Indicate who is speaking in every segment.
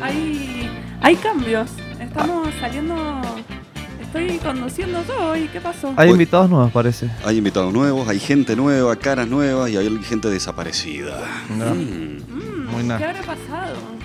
Speaker 1: hay, hay cambios. Estamos saliendo. Estoy conduciendo yo hoy. ¿Qué pasó?
Speaker 2: Hay
Speaker 3: Uy.
Speaker 2: invitados nuevos, parece.
Speaker 3: Hay invitados nuevos, hay gente nueva, caras nuevas y hay gente desaparecida.
Speaker 2: No.
Speaker 3: Mm.
Speaker 1: Mm,
Speaker 2: Muy na-
Speaker 1: ¿Qué habrá pasado?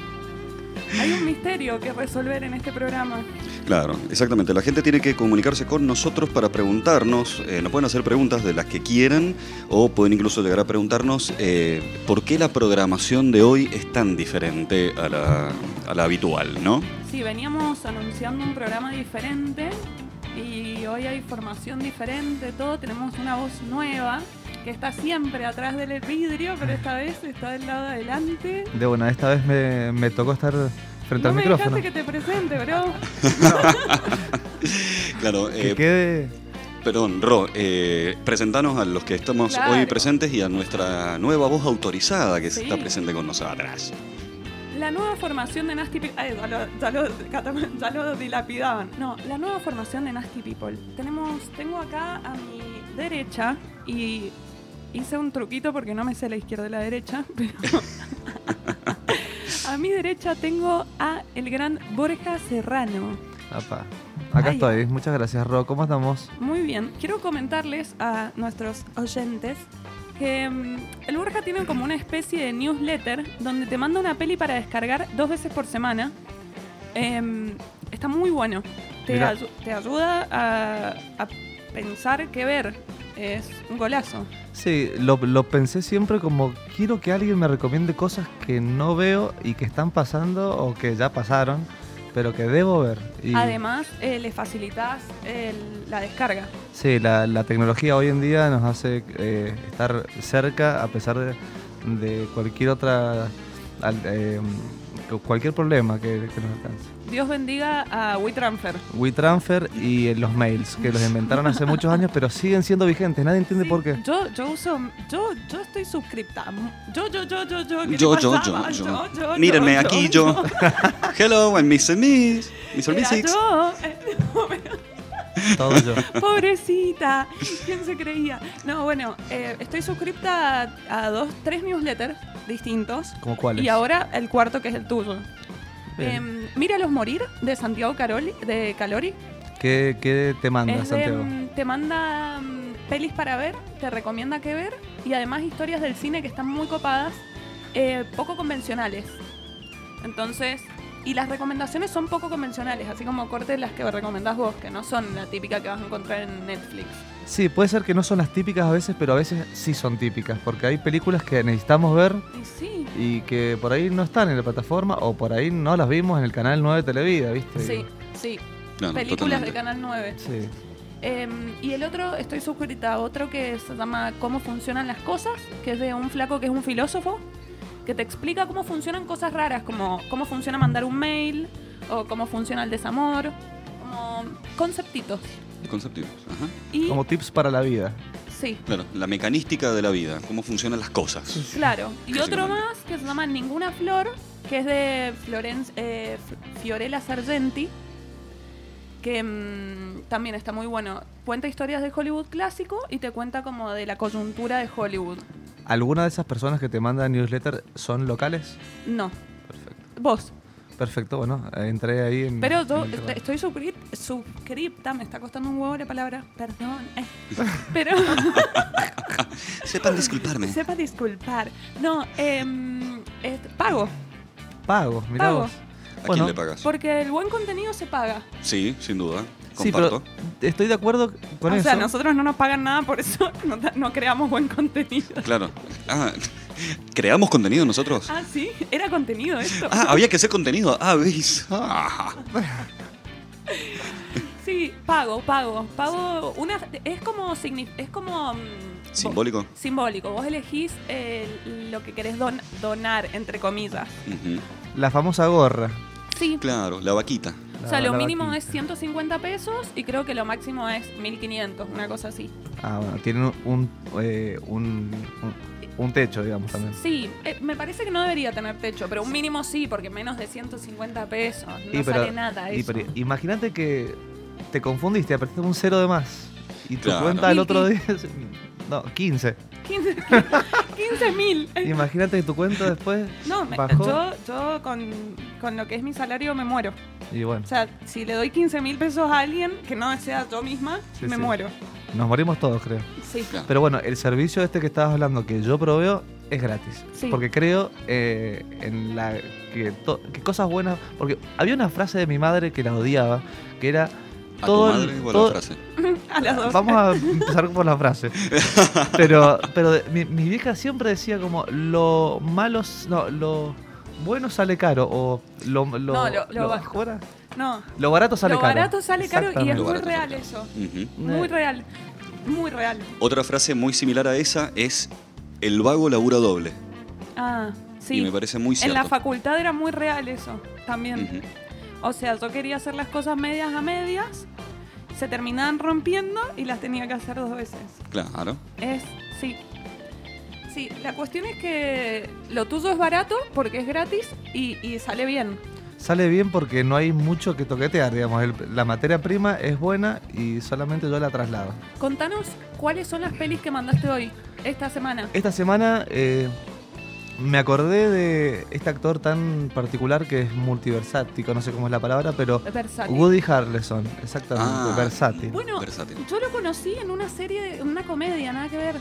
Speaker 1: Hay un misterio que resolver en este programa.
Speaker 3: Claro, exactamente. La gente tiene que comunicarse con nosotros para preguntarnos. eh, nos pueden hacer preguntas de las que quieran o pueden incluso llegar a preguntarnos eh, por qué la programación de hoy es tan diferente a la, a la habitual, ¿no?
Speaker 1: Sí, veníamos anunciando un programa diferente y hoy hay formación diferente, todo. Tenemos una voz nueva que está siempre atrás del vidrio, pero esta vez está del lado de adelante.
Speaker 2: De buena, esta vez me, me tocó estar frente
Speaker 1: No
Speaker 2: al
Speaker 1: me
Speaker 2: micrófono.
Speaker 1: dejaste que te presente, bro.
Speaker 3: Claro,
Speaker 2: Que
Speaker 3: eh,
Speaker 2: quede.
Speaker 3: perdón, Ro, eh, presentanos a los que estamos
Speaker 1: Claro.
Speaker 3: hoy presentes y a nuestra nueva voz autorizada que
Speaker 1: Sí.
Speaker 3: está presente con nosotras.
Speaker 1: La nueva formación de Nasty People. Ay, ya lo, ya lo- cata- ya lo dilapidaban. No, la nueva formación de Nasty People. Tenemos, tengo acá a mi derecha y hice un truquito porque no me sé la izquierda y la derecha, pero. a mi derecha tengo a el gran Borja Serrano.
Speaker 2: Apa. Acá
Speaker 1: Ay.
Speaker 2: estoy. Muchas gracias, Ro. ¿Cómo estamos?
Speaker 1: Muy bien, quiero comentarles a nuestros oyentes que mm, el Borja tiene como una especie de newsletter donde te manda una peli para descargar dos veces por semana. Em, está muy bueno. Te,
Speaker 2: Mira.
Speaker 1: ayu- te ayuda a, a pensar qué ver. Es un golazo.
Speaker 2: Sí, lo, lo pensé siempre como quiero que alguien me recomiende cosas que no veo y que están pasando o que ya pasaron, pero que debo ver. Y,
Speaker 1: Además, eh, le facilitas el- la descarga.
Speaker 2: Sí, la, la tecnología hoy en día nos hace eh, estar cerca a pesar de, de cualquier otra al- eh, cualquier problema que, que nos alcance.
Speaker 1: Dios bendiga a WeTransfer.
Speaker 2: WeTransfer y eh, los mails, que los inventaron hace muchos años, pero siguen siendo vigentes. Nadie entiende
Speaker 1: Sí,
Speaker 2: por qué.
Speaker 1: Yo, yo uso. Yo, yo estoy suscripta. Yo, yo, yo, yo, yo. ¿qué te
Speaker 3: Yo, yo, yo,
Speaker 1: pasaba?
Speaker 3: yo.
Speaker 1: yo,
Speaker 3: Mírenme aquí yo. Hello, I'm Mr. Miss. Mr.
Speaker 1: Era
Speaker 3: Missix.
Speaker 1: yo. Eh, no, pero-
Speaker 2: Todo yo.
Speaker 1: Pobrecita. ¿Quién se creía? No, bueno, eh, estoy suscripta a, a dos, tres newsletters distintos.
Speaker 2: ¿Como cuáles?
Speaker 1: Y ahora el cuarto que es el tuyo.
Speaker 2: Bien.
Speaker 1: Em, Míralos morir de Santiago Caroli, de Calori.
Speaker 2: ¿Qué, qué te manda,
Speaker 1: Es de,
Speaker 2: Santiago?
Speaker 1: mm, te manda mm, pelis para ver, te recomienda que ver y además historias del cine que están muy copadas, eh, poco convencionales. Entonces, y las recomendaciones son poco convencionales, así como cortes las que recomendás vos, que no son la típica que vas a encontrar en Netflix.
Speaker 2: Sí, puede ser que no son las típicas a veces, pero a veces sí son típicas, porque hay películas que necesitamos ver
Speaker 1: Y sí,
Speaker 2: y que por ahí no están en la plataforma o por ahí no las vimos en el canal 9 de Televida, ¿viste?
Speaker 1: sí, sí,
Speaker 3: Claro,
Speaker 1: películas de
Speaker 3: totalmente.
Speaker 1: Canal 9.
Speaker 2: Sí.
Speaker 1: Em, y el otro, estoy suscrita a otro que se llama Cómo funcionan las cosas, que es de un flaco que es un filósofo, que te explica cómo funcionan cosas raras, como cómo funciona mandar un mail, o cómo funciona el desamor, como conceptitos.
Speaker 3: Conceptivos, ajá.
Speaker 1: Y
Speaker 2: Como tips para la vida.
Speaker 1: sí,
Speaker 3: Claro, la mecanística de la vida, cómo funcionan las cosas.
Speaker 1: claro. Y otro
Speaker 3: Básicamente.
Speaker 1: más que se llama Ninguna Flor, que es de Florenz- eh, F- Fiorella Sargenti, que mm, también está muy bueno. Cuenta historias de Hollywood clásico y te cuenta como de la coyuntura de Hollywood.
Speaker 2: ¿Alguna de esas personas que te mandan newsletter son locales?
Speaker 1: No.
Speaker 2: Perfecto.
Speaker 1: Vos.
Speaker 2: Perfecto, bueno, eh, entré ahí en...
Speaker 1: Pero yo
Speaker 2: en el
Speaker 1: est- estoy suscri- suscripta, me está costando un huevo la palabra, perdón. eh. Pero
Speaker 3: Sepan disculparme.
Speaker 1: sepa disculpar. No, em, est- pago,
Speaker 2: Pago, mirá
Speaker 1: Pago.
Speaker 2: vos.
Speaker 3: ¿A
Speaker 2: Bueno,
Speaker 3: quién le pagas?
Speaker 1: porque el buen contenido se paga.
Speaker 3: Sí, sin duda.
Speaker 2: Sí, pero
Speaker 3: Comparto.
Speaker 2: estoy de acuerdo con
Speaker 1: o
Speaker 2: eso.
Speaker 1: sea, nosotros no nos pagan nada, por eso no, ta- no creamos buen contenido.
Speaker 3: Claro. Ah, creamos contenido nosotros.
Speaker 1: Ah, sí, era contenido esto.
Speaker 3: Ah, había que hacer contenido. Ah, veis. Ah.
Speaker 1: Sí, pago, pago, pago. Una, es como, signi- es como mm,
Speaker 3: Simbólico.
Speaker 1: vo- simbólico. Vos elegís eh, lo que querés don- donar, entre comillas.
Speaker 3: Ujú.
Speaker 2: La famosa gorra.
Speaker 1: Sí,
Speaker 3: Claro, la vaquita.
Speaker 2: La-
Speaker 1: o sea, lo
Speaker 2: la
Speaker 1: mínimo
Speaker 2: vaquita.
Speaker 1: es 150 pesos y creo que lo máximo es 1500, una cosa así.
Speaker 2: Ah, bueno, tienen un, eh, un, un, un techo, digamos, también.
Speaker 1: Sí, eh, me parece que no debería tener techo, pero un mínimo sí, porque menos de 150 pesos no
Speaker 2: Y pero-
Speaker 1: sale nada
Speaker 2: Y
Speaker 1: eso.
Speaker 2: pero Imagínate que te confundiste, apretaste un cero de más. Y tu
Speaker 3: Claro.
Speaker 2: cuenta del
Speaker 1: Mil
Speaker 2: otro
Speaker 1: quin-
Speaker 2: día es No, 15.
Speaker 1: 15 mil.
Speaker 2: Imagínate que tu cuenta después
Speaker 1: No, me-
Speaker 2: bajó.
Speaker 1: yo, yo con, con lo que es mi salario me muero.
Speaker 2: Y bueno,
Speaker 1: O sea, si le doy 15 mil pesos a alguien que no sea yo misma,
Speaker 2: Sí,
Speaker 1: me
Speaker 2: sí.
Speaker 1: muero.
Speaker 2: nos morimos todos, creo.
Speaker 1: Sí.
Speaker 4: Claro.
Speaker 2: Pero bueno, el servicio este que estabas hablando que yo proveo es gratis.
Speaker 1: Sí.
Speaker 2: Porque creo eh, en la que, to- que cosas buenas. Porque había una frase de mi madre que la odiaba, que era.
Speaker 4: A tu
Speaker 2: Todo el-
Speaker 4: madre igual
Speaker 2: todo-
Speaker 4: la frase.
Speaker 1: A las dos.
Speaker 2: Vamos a empezar por la frase. Pero, pero de- mi, mi vieja siempre decía como lo malo, s- no, lo bueno sale caro o lo lo,
Speaker 1: No, lo- lo bajo.
Speaker 2: ¿cómo era?
Speaker 1: No.
Speaker 2: Lo barato sale
Speaker 1: lo
Speaker 2: caro.
Speaker 1: barato sale caro y es
Speaker 2: Exactamente.
Speaker 4: Lo
Speaker 1: muy
Speaker 4: barato sale
Speaker 1: real
Speaker 4: caro.
Speaker 1: eso.
Speaker 4: Ujú.
Speaker 1: Muy
Speaker 2: Eh.
Speaker 1: real. Muy real.
Speaker 4: Otra frase muy similar a esa es el vago labura doble.
Speaker 1: Ah, sí.
Speaker 4: Y me parece muy
Speaker 1: en
Speaker 4: cierto.
Speaker 1: la facultad era muy real eso también.
Speaker 4: Ujú.
Speaker 1: O sea, yo quería hacer las cosas medias a medias, se terminaban rompiendo y las tenía que hacer dos veces.
Speaker 4: Claro.
Speaker 1: Es, sí. Sí, la cuestión es que lo tuyo es barato porque es gratis y, y sale bien.
Speaker 2: Sale bien porque no hay mucho que toquetear, digamos. el- la materia prima es buena y solamente yo la traslado.
Speaker 1: Contanos cuáles son las pelis que mandaste hoy, esta semana.
Speaker 2: Esta semana eh, me acordé de este actor tan particular que es multiversático, no sé cómo es la palabra, pero
Speaker 1: Versátil.
Speaker 2: Woody Harrelson, exactamente,
Speaker 4: Ah.
Speaker 2: versátil.
Speaker 1: Bueno.
Speaker 4: Versátil.
Speaker 1: Yo lo conocí en una serie, en una comedia, nada que ver.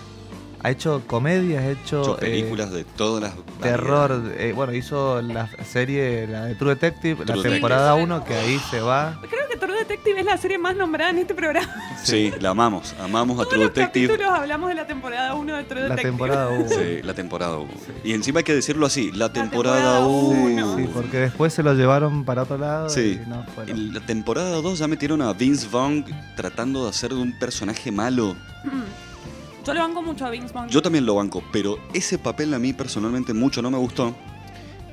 Speaker 2: Ha hecho comedias, ha hecho,
Speaker 4: Yo,
Speaker 2: eh,
Speaker 4: películas de todas las. variedades.
Speaker 2: terror. eh, bueno, hizo la serie, la de True Detective, la
Speaker 4: Detective.
Speaker 2: temporada 1, que ahí se va.
Speaker 1: Creo que True Detective es la serie más nombrada en este programa.
Speaker 4: Sí, la amamos. Amamos a
Speaker 1: Todos
Speaker 4: True
Speaker 1: los
Speaker 4: Detective.
Speaker 1: capítulos hablamos de la temporada 1 de True
Speaker 2: La
Speaker 1: Detective.
Speaker 2: temporada 1.
Speaker 4: Sí, la temporada 1. Y encima hay que decirlo así, la
Speaker 1: temporada
Speaker 4: temporada 1.
Speaker 1: uno.
Speaker 2: Sí, porque después se lo llevaron para otro lado
Speaker 4: Sí.
Speaker 2: y no fueron.
Speaker 4: En la temporada 2 ya metieron a Vince Vaughn tratando de hacer de un personaje malo.
Speaker 1: Yo lo banco mucho a Vince Vaughn.
Speaker 4: Yo también lo banco, pero ese papel a mí personalmente mucho no me gustó.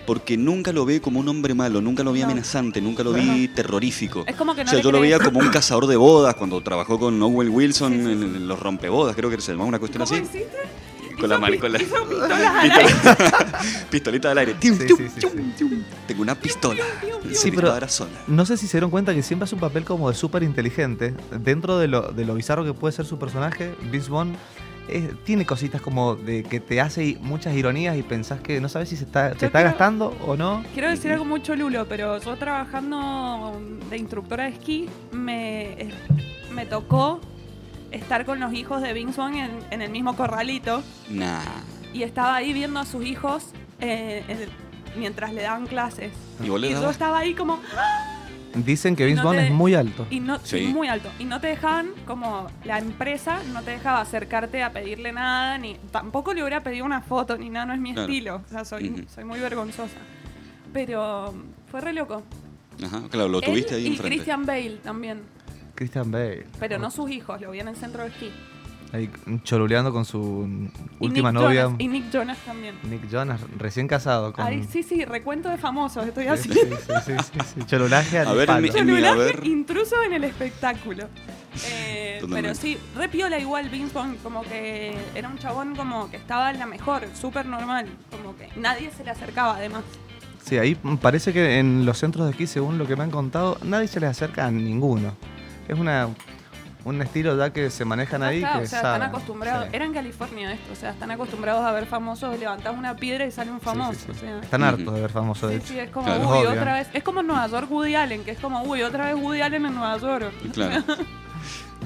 Speaker 4: Porque nunca lo vi como un hombre malo, nunca lo vi
Speaker 1: No.
Speaker 4: amenazante, nunca lo vi terrorífico.
Speaker 1: Es como que no
Speaker 4: o sea,
Speaker 1: le
Speaker 4: yo lo
Speaker 1: crees.
Speaker 4: veía como un cazador de bodas cuando trabajó con Owen Wilson
Speaker 1: Sí, sí,
Speaker 4: en en los rompebodas, creo que se llamaba una cuestión
Speaker 1: ¿Cómo
Speaker 4: así.
Speaker 1: hiciste?
Speaker 4: Con la
Speaker 1: Hizo
Speaker 4: mano,
Speaker 1: pi-
Speaker 4: con la-
Speaker 1: hizo pistolas al aire.
Speaker 4: Pistolita al aire. Tium,
Speaker 2: Sí,
Speaker 4: tium,
Speaker 2: sí, sí,
Speaker 4: tium,
Speaker 2: sí.
Speaker 4: tium. Tengo una pistola.
Speaker 1: pium, pium.
Speaker 2: Sí,
Speaker 4: Sí,
Speaker 2: pero-
Speaker 4: pero... sola.
Speaker 2: No sé si se dieron cuenta que siempre hace un papel como de súper inteligente. Dentro de lo, de lo bizarro que puede ser su personaje, Vince Vaughn es- tiene cositas como de que te hace i- muchas ironías y pensás que no sabes si se está,
Speaker 1: Yo
Speaker 2: te está
Speaker 1: creo-
Speaker 2: gastando o no.
Speaker 1: Quiero decir algo muy cholulo, pero yo trabajando de instructora de esquí, me, me tocó estar con los hijos de Vince Vaughn en, en el mismo corralito
Speaker 4: Nah.
Speaker 1: y estaba ahí viendo a sus hijos eh, en- mientras le daban clases.
Speaker 4: Y vos le
Speaker 1: Y yo
Speaker 4: dabas-
Speaker 1: estaba ahí como,
Speaker 2: Dicen que Vince
Speaker 1: no
Speaker 2: Vaughn
Speaker 1: te-
Speaker 2: es muy alto.
Speaker 1: y no,
Speaker 4: Sí.
Speaker 1: muy alto, y no te dejaban, como la empresa no te dejaba acercarte a pedirle nada, ni tampoco le hubiera pedido una foto, ni nada, no es mi
Speaker 4: Claro.
Speaker 1: estilo, o sea, soy,
Speaker 4: Ujú.
Speaker 1: soy muy vergonzosa. Pero um, fue re loco.
Speaker 4: Ajá, claro, lo
Speaker 1: Él
Speaker 4: tuviste ahí
Speaker 1: y
Speaker 4: enfrente.
Speaker 1: Christian Bale también,
Speaker 2: Christian Bale.
Speaker 1: pero no sus hijos, lo vi en el centro de esquí.
Speaker 2: Ahí choruleando con su
Speaker 1: Y
Speaker 2: última
Speaker 1: Nick
Speaker 2: novia,
Speaker 1: Jonas, y Nick Jonas también.
Speaker 2: Nick Jonas, recién casado. Con...
Speaker 1: Ay, sí, sí, recuento de famosos, estoy
Speaker 2: Sí,
Speaker 1: así.
Speaker 2: sí, sí, sí, sí, sí. Chorulaje al
Speaker 4: A ver, en mi-
Speaker 2: palo.
Speaker 4: en mi
Speaker 1: Celulaje
Speaker 4: haber.
Speaker 1: intruso en el espectáculo. Eh, pero
Speaker 4: Totalmente.
Speaker 1: sí, re piola igual Vince Vaughn, como que era un chabón como que estaba en la mejor, súper normal, como que nadie se le acercaba además.
Speaker 2: Sí, ahí parece que en los centros de esquí, según lo que me han contado, nadie se les acerca a ninguno. Es una un estilo ya que se manejan ahí
Speaker 1: Acá,
Speaker 2: que
Speaker 1: Ah, o sea,
Speaker 2: saben.
Speaker 1: están acostumbrados,
Speaker 2: Sí.
Speaker 1: era en California esto, o sea, están acostumbrados a ver famosos, levantás una piedra y sale un famoso.
Speaker 2: Sí, sí, sí.
Speaker 1: o sea.
Speaker 2: Están
Speaker 4: Ujú.
Speaker 2: hartos de ver famosos, de
Speaker 1: Sí,
Speaker 2: hecho.
Speaker 1: sí, es como,
Speaker 4: Claro.
Speaker 1: uy,
Speaker 2: Obvio.
Speaker 1: otra vez. Es como en Nueva York Woody Allen, que es como, uy, otra vez Woody Allen en Nueva York.
Speaker 4: Claro.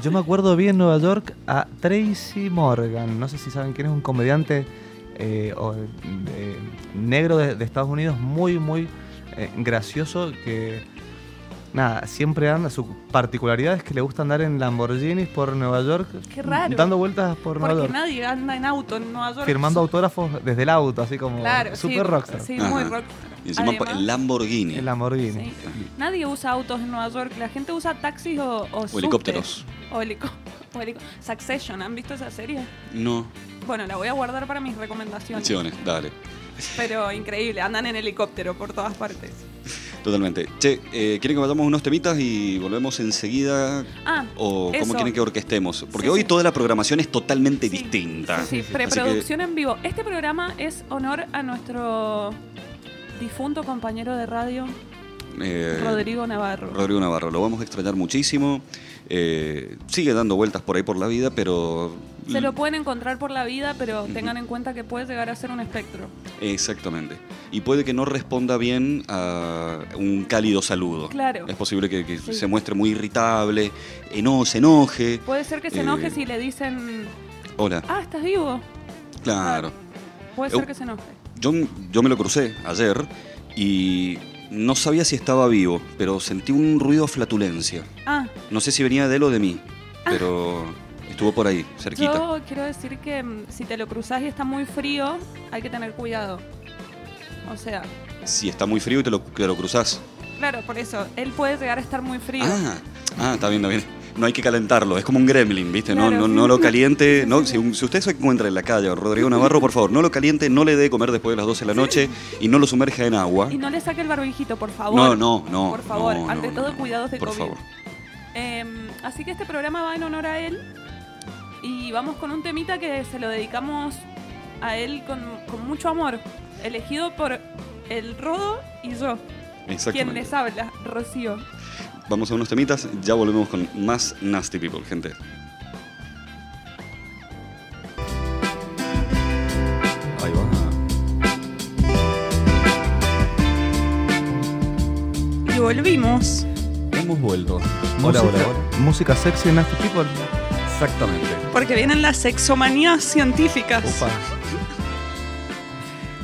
Speaker 2: Yo me acuerdo bien en Nueva York a Tracy Morgan. No sé si saben quién es un comediante eh, o, eh, negro de, de Estados Unidos muy, muy eh, gracioso que... Nada, siempre anda, su particularidad es que le gusta andar en Lamborghinis por Nueva York,
Speaker 1: Qué raro.
Speaker 2: dando vueltas por Nueva
Speaker 1: Porque
Speaker 2: York.
Speaker 1: nadie anda en auto en Nueva York.
Speaker 2: firmando autógrafos desde el auto, así como
Speaker 1: Claro,
Speaker 2: super
Speaker 1: sí,
Speaker 2: rockstar.
Speaker 1: Sí,
Speaker 4: Ajá.
Speaker 1: muy rockstar.
Speaker 4: Y encima
Speaker 1: Además,
Speaker 4: el Lamborghini.
Speaker 2: El Lamborghini.
Speaker 1: sí. Nadie usa autos en Nueva York, la gente usa taxis o, o subtes.
Speaker 4: helicópteros.
Speaker 1: O helico- o helico- Succession, ¿han visto esa serie?
Speaker 4: No.
Speaker 1: Bueno, la voy a guardar para mis recomendaciones.
Speaker 4: Acciones, dale.
Speaker 1: Pero increíble, andan en helicóptero por todas partes.
Speaker 4: Totalmente. Che, eh, ¿quieren que vayamos unos temitas y volvemos enseguida?
Speaker 1: Ah,
Speaker 4: ¿O
Speaker 1: Eso.
Speaker 4: cómo quieren que orquestemos? Porque
Speaker 1: Sí,
Speaker 4: hoy
Speaker 1: sí.
Speaker 4: toda la programación es totalmente
Speaker 1: Sí.
Speaker 4: distinta.
Speaker 1: Sí,
Speaker 2: sí.
Speaker 1: preproducción en vivo. Este programa es honor a nuestro difunto compañero de radio,
Speaker 4: Eh,
Speaker 1: Rodrigo Navarro.
Speaker 4: Rodrigo Navarro, lo vamos a extrañar muchísimo. Eh, sigue dando vueltas por ahí por la vida, pero
Speaker 1: Se lo pueden encontrar por la vida, pero tengan en cuenta que puede llegar a ser un espectro.
Speaker 3: Exactamente. Y puede que no responda bien a un cálido saludo.
Speaker 1: Claro.
Speaker 3: Es posible que, que
Speaker 1: Sí.
Speaker 3: se muestre muy irritable, eno- se enoje.
Speaker 1: Puede ser que se
Speaker 3: Eh.
Speaker 1: enoje si le dicen,
Speaker 3: Hola.
Speaker 1: ah, estás vivo.
Speaker 3: Claro.
Speaker 1: Puede
Speaker 3: Eu-
Speaker 1: ser que se enoje.
Speaker 3: Yo, yo me lo crucé ayer y no sabía si estaba vivo, pero sentí un ruido a flatulencia.
Speaker 1: Ah,
Speaker 3: No sé si venía de él o de mí, pero estuvo por ahí, cerquita.
Speaker 1: yo quiero decir que mm, si te lo cruzas y está muy frío, hay que tener cuidado. O sea,
Speaker 3: Si está muy frío y te lo, te lo cruzás.
Speaker 1: claro, por eso, él puede llegar a estar muy frío.
Speaker 3: Ah, ah, está bien, está bien. No hay que calentarlo, es como un gremlin, ¿viste? No,
Speaker 1: Claro.
Speaker 3: no, no lo caliente. No, si, un- si usted se encuentra en la calle, o Rodrigo Navarro, por favor, no lo caliente, no le dé comer después de las 12 de la noche y no lo sumerja en agua.
Speaker 1: Y no le saque el barbijito, por favor.
Speaker 3: ah. No, no, no.
Speaker 1: Por favor,
Speaker 3: no, no,
Speaker 1: ante
Speaker 3: no,
Speaker 1: todo,
Speaker 3: no.
Speaker 1: cuidados de
Speaker 3: Por
Speaker 1: COVID.
Speaker 3: favor.
Speaker 1: Em, así que este programa va en honor a él. Y vamos con un temita que se lo dedicamos a él con, con mucho amor. Elegido por el Rodo y yo, quien
Speaker 3: Exactamente.
Speaker 1: les habla, Rocío.
Speaker 3: Vamos a unos temitas, ya volvemos con más Nasty People, gente. Ahí va.
Speaker 1: Y volvimos.
Speaker 3: Hemos vuelto.
Speaker 2: música, música sexy en este Nasty People.
Speaker 3: Exactamente.
Speaker 1: porque vienen las sexomanías científicas.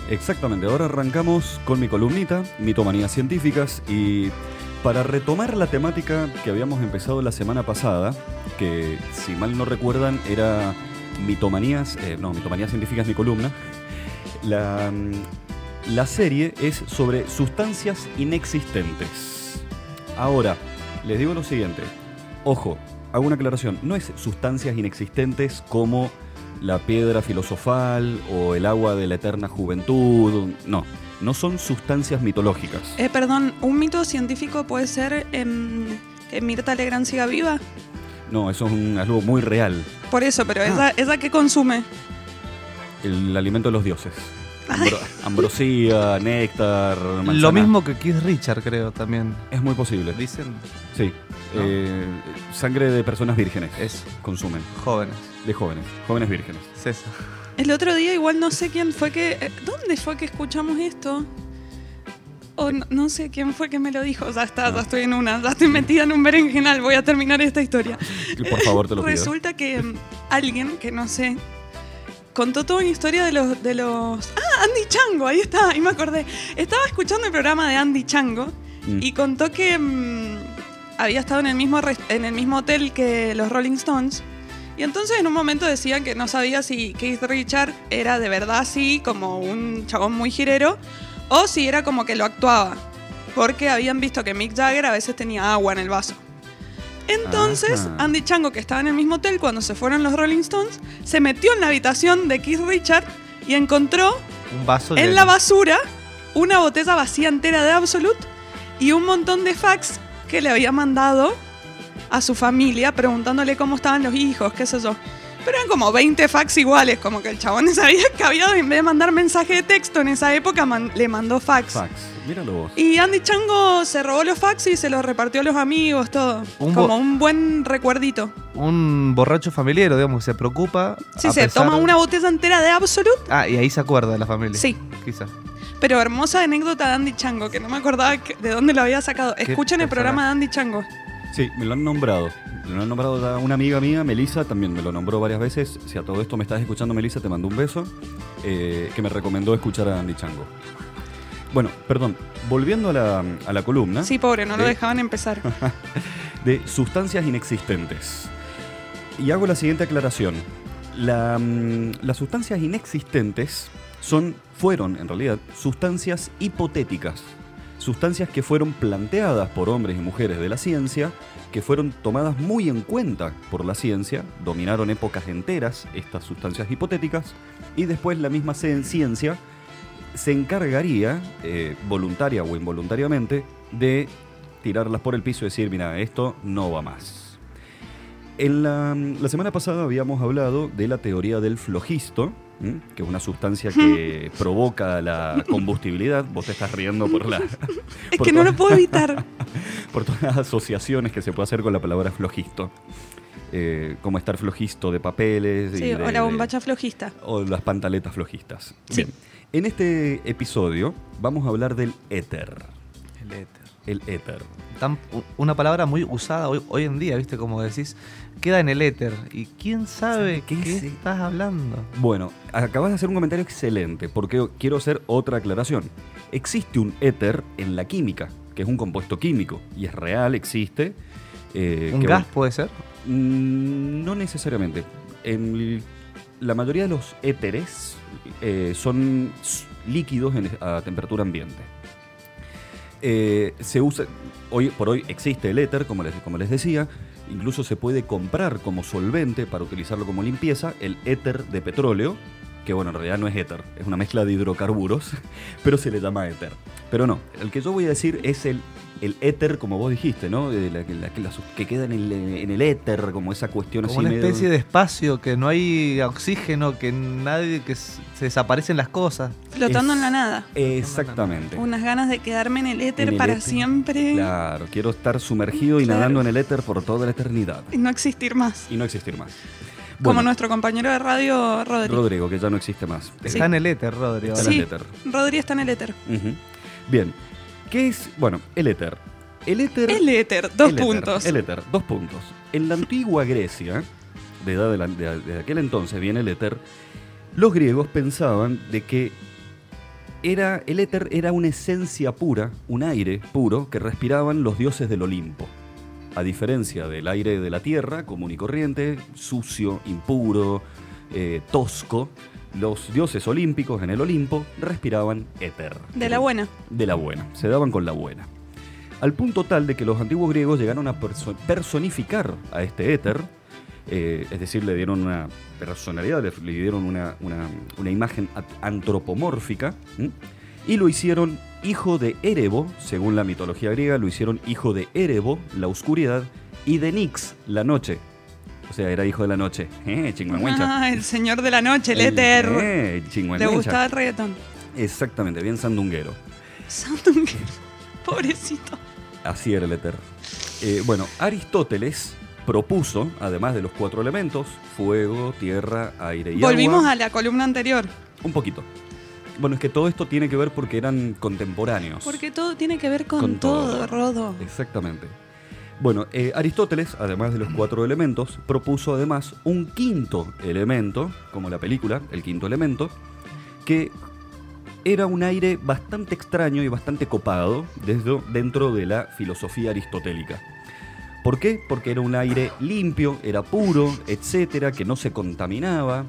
Speaker 4: Exactamente, ahora arrancamos con mi columnita, Mitomanías Científicas, y para retomar la temática que habíamos empezado la semana pasada, que si mal no recuerdan era Mitomanías, eh, no, Mitomanías Científicas mi columna, la, mm, la serie es sobre sustancias inexistentes. Ahora, les digo lo siguiente, ojo, hago una aclaración, no es sustancias inexistentes como la piedra filosofal o el agua de la eterna juventud. No, no son sustancias mitológicas.
Speaker 1: Eh, perdón, ¿un mito científico puede ser em, que Mirta Legrand siga viva?
Speaker 4: No, eso es un, algo muy real.
Speaker 1: Por eso, pero
Speaker 4: Ah.
Speaker 1: esa, esa que consume.
Speaker 4: El alimento de los dioses. Ambro- ambrosía, néctar, manzana.
Speaker 2: Lo mismo que Keith Richard, creo, también.
Speaker 4: Es muy posible.
Speaker 2: Dicen
Speaker 4: Sí.
Speaker 2: No.
Speaker 4: Eh, sangre de personas vírgenes.
Speaker 2: Eso.
Speaker 4: Consumen.
Speaker 2: jóvenes.
Speaker 4: De jóvenes. Jóvenes vírgenes.
Speaker 2: César.
Speaker 1: El otro día igual no sé quién fue que... eh, ¿Dónde fue que escuchamos esto? O no, no sé quién fue que me lo dijo. Ya está, ya estoy en una. Ya estoy metida en un berenjenal. Voy a terminar esta historia.
Speaker 4: Y Por favor, te lo pido.
Speaker 1: Resulta que mm, alguien, que no sé, contó toda una historia de los, de los... Ah, Andy Chango, ahí está, ahí me acordé. Estaba escuchando el programa de Andy Chango
Speaker 4: Mm.
Speaker 1: y contó que mm, había estado en el, mismo res- en el mismo hotel que los Rolling Stones. Y entonces en un momento decían que no sabía si Keith Richard era de verdad así, como un chabón muy girero, o si era como que lo actuaba. Porque habían visto que Mick Jagger a veces tenía agua en el vaso. Entonces,
Speaker 4: Ajá.
Speaker 1: Andy Chango, que estaba en el mismo hotel cuando se fueron los Rolling Stones, se metió en la habitación de Keith Richard y encontró
Speaker 2: Un vaso
Speaker 1: en
Speaker 2: lleno.
Speaker 1: la basura una botella vacía entera de Absolut y un montón de fax que le había mandado a su familia preguntándole cómo estaban los hijos, qué sé yo. Pero eran como 20 fax iguales, como que el chabón sabía que había, en vez de mandar mensaje de texto en esa época, man- le mandó fax.
Speaker 4: Fax. Míralo vos.
Speaker 1: Y Andy Chango se robó los fax y se los repartió a los amigos, todo.
Speaker 2: Un bo-
Speaker 1: como un buen recuerdito.
Speaker 2: Un borracho familiar, digamos, que se preocupa.
Speaker 1: Sí,
Speaker 2: a
Speaker 1: se
Speaker 2: pesar-
Speaker 1: toma una botella entera de Absolut,
Speaker 2: Ah, y ahí se acuerda de la familia.
Speaker 1: Sí.
Speaker 2: Quizás.
Speaker 1: pero hermosa anécdota de Andy Chango, que no me acordaba que- de dónde lo había sacado. Escuchen el
Speaker 2: personaje.
Speaker 1: programa de Andy Chango.
Speaker 4: Sí, me lo han nombrado. Me lo han nombrado ya una amiga mía, Melissa, también me lo nombró varias veces. Si a todo esto me estás escuchando, Melissa, te mando un beso. eh, que me recomendó escuchar a Andy Chango. Bueno, perdón, volviendo a la, a la columna
Speaker 1: Sí, pobre, no lo
Speaker 4: ¿Ah? Sí.
Speaker 1: dejaban empezar.
Speaker 4: de sustancias inexistentes. Y hago la siguiente aclaración. La, mm, las sustancias inexistentes son, fueron en realidad, sustancias hipotéticas. Sustancias que fueron planteadas por hombres y mujeres de la ciencia, que fueron tomadas muy en cuenta por la ciencia, dominaron épocas enteras estas sustancias hipotéticas, y después la misma cien- ciencia se encargaría, eh, voluntaria o involuntariamente, de tirarlas por el piso y decir, mira, esto no va más. En la, la semana pasada habíamos hablado de la teoría del flojisto, ¿m? que es una sustancia que provoca la combustibilidad. Vos te estás riendo por, la,
Speaker 1: Es
Speaker 4: Por
Speaker 1: que no
Speaker 4: todo.
Speaker 1: lo puedo evitar.
Speaker 4: por todas las asociaciones que se puede hacer con la palabra flojisto. eh, como estar flojisto de papeles. y
Speaker 5: Sí,
Speaker 4: de-
Speaker 5: o la
Speaker 4: de-
Speaker 5: bombacha flojista.
Speaker 4: o las pantaletas flojistas.
Speaker 5: Sí.
Speaker 4: Bien, en este episodio vamos a hablar del éter.
Speaker 2: El éter.
Speaker 4: El éter.
Speaker 2: Tan- u- una palabra muy usada hoy, hoy en día, ¿viste? Como decís, queda en el éter. ¿Y quién sabe
Speaker 4: ¿Qué
Speaker 2: qué,
Speaker 4: es?
Speaker 2: estás hablando?
Speaker 4: Bueno, acabas de hacer un comentario excelente porque quiero hacer otra aclaración. Existe un éter en la química, que es un compuesto químico, y es real, existe. eh,
Speaker 2: ¿Un
Speaker 4: que-
Speaker 2: gas puede ser?
Speaker 4: Mm, No necesariamente. En l- la mayoría de los éteres eh, son s- líquidos en- a temperatura ambiente. Eh, se usa, hoy por hoy existe el éter, como les, como les decía, incluso se puede comprar como solvente para utilizarlo como limpieza, el éter de petróleo, que bueno, en realidad no es éter, es una mezcla de hidrocarburos, pero se le llama éter. Pero no, el que yo voy a decir es el, el éter, como vos dijiste, ¿no? De la, la- que la sus- que queda en el, en el éter, como esa cuestión
Speaker 2: Como
Speaker 4: así
Speaker 2: una
Speaker 4: medio-
Speaker 2: especie de espacio que no hay oxígeno, que nadie, que s- se desaparecen las cosas.
Speaker 5: Flotando
Speaker 4: Es-
Speaker 5: en la nada.
Speaker 4: Exactamente.
Speaker 5: Unas ganas de quedarme en el éter
Speaker 4: En el
Speaker 5: para
Speaker 4: éter.
Speaker 5: siempre
Speaker 4: Claro, quiero estar sumergido y
Speaker 5: Claro.
Speaker 4: nadando en el éter por toda la eternidad.
Speaker 5: y no existir más.
Speaker 4: Y no existir más.
Speaker 5: Como
Speaker 4: Bueno,
Speaker 5: nuestro compañero de radio, Rodri. Rodri,
Speaker 4: Rodrigo, que ya no existe más.
Speaker 2: Está en el éter, Rodrigo.
Speaker 4: Está en
Speaker 5: Sí.
Speaker 4: el éter.
Speaker 5: está en el éter.
Speaker 4: Ujú. Bien. ¿Qué es? Bueno, el éter. El éter.
Speaker 5: El éter, dos
Speaker 4: el éter,
Speaker 5: puntos.
Speaker 4: el éter, dos puntos. En la antigua Grecia, de edad de, la- de- de aquel entonces viene el éter, los griegos pensaban de que era, el éter era una esencia pura, un aire puro que respiraban los dioses del Olimpo. A diferencia del aire de la tierra, común y corriente, sucio, impuro, eh, tosco, los dioses olímpicos en el Olimpo respiraban éter.
Speaker 5: de la buena.
Speaker 4: De la buena, se daban con la buena. Al punto tal de que los antiguos griegos llegaron a perso- personificar a este éter, eh, es decir, le dieron una personalidad, le, le dieron una, una- una imagen at- antropomórfica, ¿m? y lo hicieron hijo de Erebo, según la mitología griega, lo hicieron hijo de Erebo, la oscuridad, y de Nix, la noche. O sea, era hijo de la noche. Eh, chingüengüencha.
Speaker 5: Ah, el señor de la noche, el éter.
Speaker 4: Eh,
Speaker 5: Le
Speaker 4: chingüengüencha.
Speaker 5: gustaba el reggaetón.
Speaker 4: Exactamente, bien sandunguero.
Speaker 5: Sandunguero. Pobrecito.
Speaker 4: Así era el éter. Eh, bueno, Aristóteles propuso, además de los cuatro elementos, fuego, tierra, aire y
Speaker 5: Volvimos
Speaker 4: agua.
Speaker 5: a la columna anterior.
Speaker 4: Un poquito. Bueno, es que todo esto tiene que ver porque eran contemporáneos.
Speaker 5: Porque todo tiene que ver con,
Speaker 4: Con todo.
Speaker 5: todo, Rodo.
Speaker 4: Exactamente. Bueno, eh, Aristóteles, además de los cuatro elementos, propuso además un quinto elemento, como la película, el quinto elemento, que era un aire bastante extraño y bastante copado desde, dentro de la filosofía aristotélica. ¿Por qué? Porque era un aire limpio, era puro, etcétera, que no se contaminaba.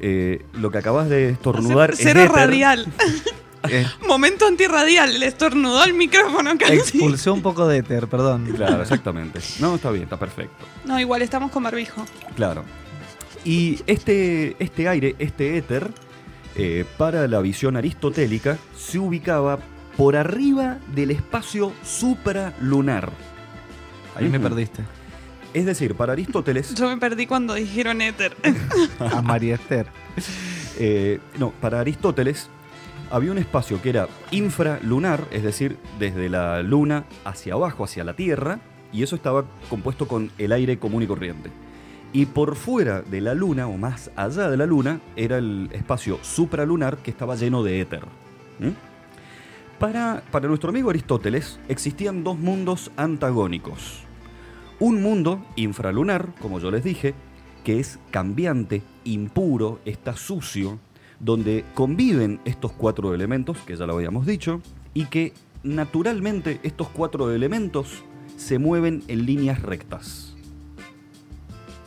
Speaker 4: Eh, lo que acabas de estornudar es
Speaker 5: Cero
Speaker 4: éter.
Speaker 5: radial.
Speaker 2: Eh,
Speaker 5: Momento antirradial. Le estornudó el micrófono casi.
Speaker 2: expulsé un poco de éter, perdón.
Speaker 4: Claro, exactamente. No, está bien, está perfecto.
Speaker 5: No, igual estamos con barbijo.
Speaker 4: Claro. Y este, este aire, este éter, eh, para la visión aristotélica, se ubicaba por arriba del espacio supralunar.
Speaker 2: Ahí me
Speaker 4: Ujú.
Speaker 2: perdiste.
Speaker 4: Es decir, para Aristóteles,
Speaker 5: Yo me perdí cuando dijeron éter.
Speaker 2: A María Esther.
Speaker 4: eh, no, para Aristóteles había un espacio que era infralunar, es decir, desde la luna hacia abajo, hacia la Tierra, y eso estaba compuesto con el aire común y corriente. Y por fuera de la luna, o más allá de la luna, era el espacio supralunar que estaba lleno de éter. ¿Mm? Para, para nuestro amigo Aristóteles existían dos mundos antagónicos. Un mundo infralunar, como yo les dije, que es cambiante, impuro, está sucio, donde conviven estos cuatro elementos, que ya lo habíamos dicho, y que naturalmente estos cuatro elementos se mueven en líneas rectas.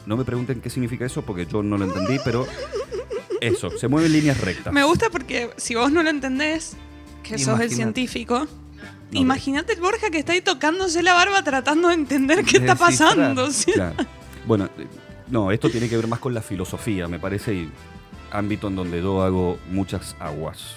Speaker 4: No me pregunten qué significa eso porque yo no lo entendí, pero eso, se mueven en líneas rectas.
Speaker 5: Me gusta porque si vos no lo entendés, que sos el
Speaker 2: Imagínate.
Speaker 5: científico,
Speaker 4: pero-
Speaker 5: imagínate el Borja que está ahí tocándose la barba tratando de entender qué está
Speaker 2: Descifrar.
Speaker 5: pasando. ¿sí?
Speaker 4: Claro. Bueno, eh, no, esto tiene que ver más con la filosofía, me parece, y ámbito en donde yo hago muchas aguas.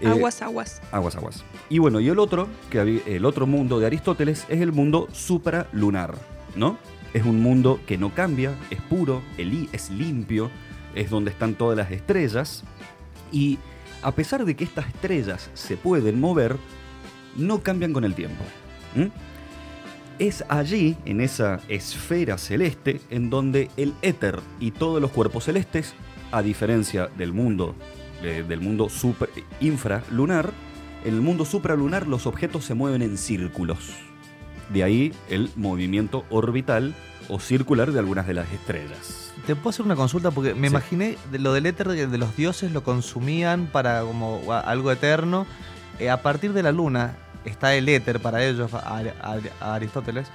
Speaker 4: Eh,
Speaker 5: Aguas, aguas.
Speaker 4: Aguas, aguas. Y bueno, y el otro, que había- el otro mundo de Aristóteles es el mundo supralunar, ¿no? Es un mundo que no cambia, es puro, el i- es limpio, es donde están todas las estrellas. Y a pesar de que estas estrellas se pueden mover, no cambian con el tiempo. ¿m? Es allí, en esa esfera celeste, en donde el éter y todos los cuerpos celestes, a diferencia del mundo, eh, del mundo super- infralunar, en el mundo supralunar los objetos se mueven en círculos. De ahí el movimiento orbital o circular de algunas de las estrellas.
Speaker 2: Te puedo hacer una consulta porque me
Speaker 4: Sí.
Speaker 2: imaginé de lo del éter de de los dioses lo consumían para como a- algo eterno. Eh, a partir de la luna está el éter para ellos, a, a- a Aristóteles.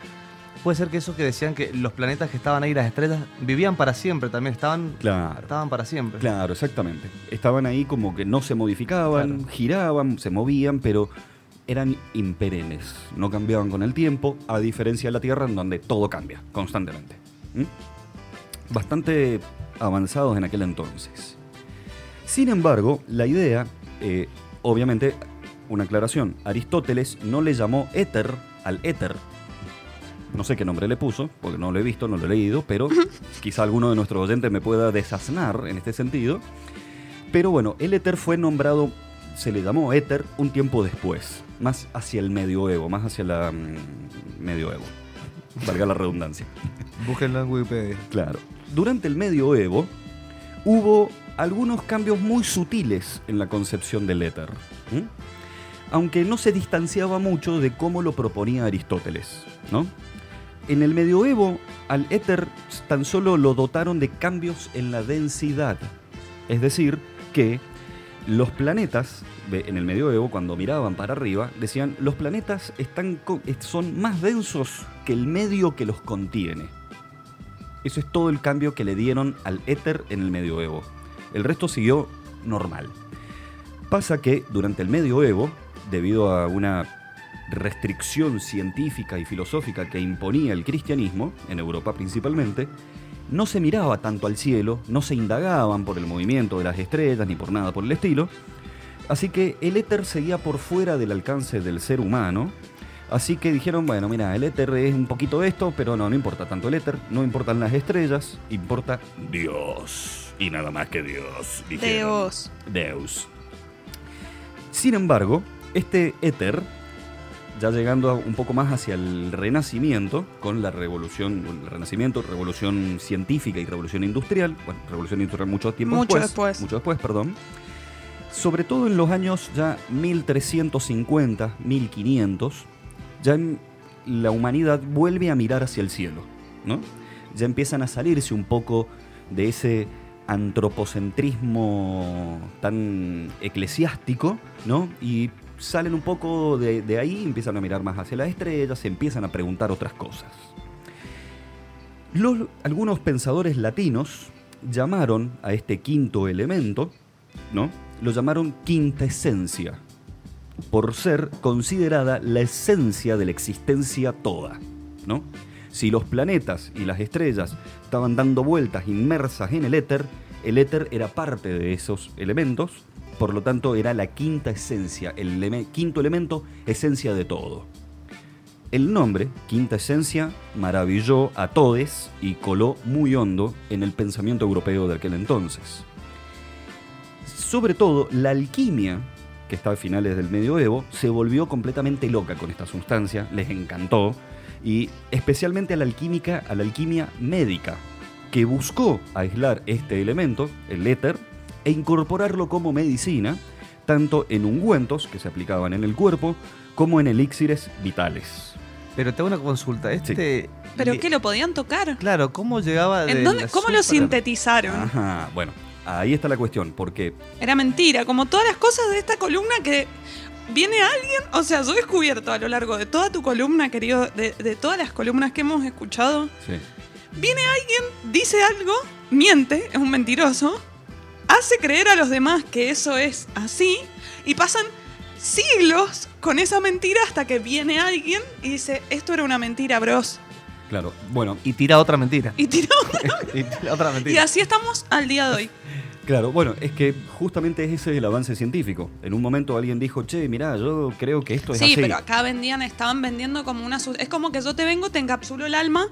Speaker 2: Puede ser que eso que decían que los planetas que estaban ahí, las estrellas, vivían para siempre también, estaban,
Speaker 4: Claro.
Speaker 2: estaban para siempre.
Speaker 4: Claro, exactamente. Estaban ahí como que no se modificaban,
Speaker 2: Claro.
Speaker 4: giraban, se movían, pero eran imperennes, no cambiaban con el tiempo, a diferencia de la Tierra en donde todo cambia constantemente. ¿Mm? Bastante avanzados en aquel entonces. Sin embargo, la idea, eh, obviamente, una aclaración, Aristóteles no le llamó éter al éter. No sé qué nombre le puso, porque no lo he visto, no lo he leído, pero quizá alguno de nuestros oyentes me pueda desaznar en este sentido. Pero bueno, el éter fue nombrado, se le llamó éter un tiempo después, más hacia el medioevo, más hacia la mm, medioevo, valga la redundancia.
Speaker 2: Búsquenlo en Wikipedia.
Speaker 4: Claro. Durante el medioevo hubo algunos cambios muy sutiles en la concepción del éter, ¿m? aunque no se distanciaba mucho de cómo lo proponía Aristóteles. ¿no? En el medioevo al éter tan solo lo dotaron de cambios en la densidad, es decir, que los planetas, ve- en el medioevo, cuando miraban para arriba, decían, los planetas están co- est- son más densos que el medio que los contiene. Eso es todo el cambio que le dieron al éter en el medioevo. El resto siguió normal. Pasa que durante el medioevo, debido a una restricción científica y filosófica que imponía el cristianismo, en Europa principalmente, no se miraba tanto al cielo, no se indagaban por el movimiento de las estrellas ni por nada por el estilo, así que el éter seguía por fuera del alcance del ser humano, así que dijeron, bueno, mira, el éter es un poquito esto, pero no, no importa tanto el éter, no importan las estrellas, importa Dios, y nada más que Dios. dijeron.
Speaker 5: Dios.
Speaker 4: Deus. Sin embargo, este éter, ya llegando a- un poco más hacia el Renacimiento, con la revolución, el Renacimiento, revolución científica y revolución industrial, bueno, revolución industrial mucho tiempo
Speaker 5: Mucho
Speaker 4: después,
Speaker 5: después.
Speaker 4: mucho después, perdón, sobre todo en los años ya 1350, 1500, ya en- la humanidad vuelve a mirar hacia el cielo, ¿no? Ya empiezan a salirse un poco de ese antropocentrismo tan eclesiástico, ¿no? Y salen un poco de, de ahí, empiezan a mirar más hacia las estrellas, se empiezan a preguntar otras cosas. Los- algunos pensadores latinos llamaron a este quinto elemento, ¿no? Lo llamaron quintesencia, por ser considerada la esencia de la existencia toda, ¿no? Si los planetas y las estrellas estaban dando vueltas inmersas en el éter, el éter era parte de esos elementos, por lo tanto era la quinta esencia, el eleme- quinto elemento, esencia de todo. El nombre, quinta esencia, maravilló a todes y coló muy hondo en el pensamiento europeo de aquel entonces. Sobre todo, la alquimia, que está a finales del medioevo, se volvió completamente loca con esta sustancia, les encantó, y especialmente a la alquímica, a la alquimia médica, que buscó aislar este elemento, el éter, e incorporarlo como medicina, tanto en ungüentos que se aplicaban en el cuerpo, como en elixires vitales.
Speaker 2: Pero te hago una consulta. Este,
Speaker 5: ¿Pero
Speaker 2: le-
Speaker 5: qué lo podían tocar?
Speaker 2: Claro, ¿cómo
Speaker 4: Ah,
Speaker 2: llegaba de
Speaker 5: ¿En dónde,
Speaker 2: la
Speaker 5: ¿Cómo lo
Speaker 2: supra-
Speaker 5: sintetizaron?
Speaker 4: Ajá, bueno, ahí está la cuestión, porque
Speaker 5: Era mentira, como todas las cosas de esta columna que viene alguien, o sea, yo he descubierto a lo largo de toda tu columna, querido, de, de todas las columnas que hemos escuchado, dice algo, miente, es un mentiroso, hace creer a los demás que eso es así y pasan siglos con esa mentira hasta que viene alguien y dice, esto era una mentira, bros.
Speaker 4: claro, bueno,
Speaker 2: Y tira otra mentira.
Speaker 5: Y tiró.
Speaker 2: y tira otra
Speaker 5: Y
Speaker 2: mentira.
Speaker 5: así estamos al día de hoy.
Speaker 4: Claro, bueno, es que justamente ese es el avance científico. En un momento alguien dijo, che, mirá, yo creo que esto es
Speaker 5: sí,
Speaker 4: así.
Speaker 5: pero acá vendían, estaban vendiendo como una... su- Es como que yo te vengo, te encapsulo el alma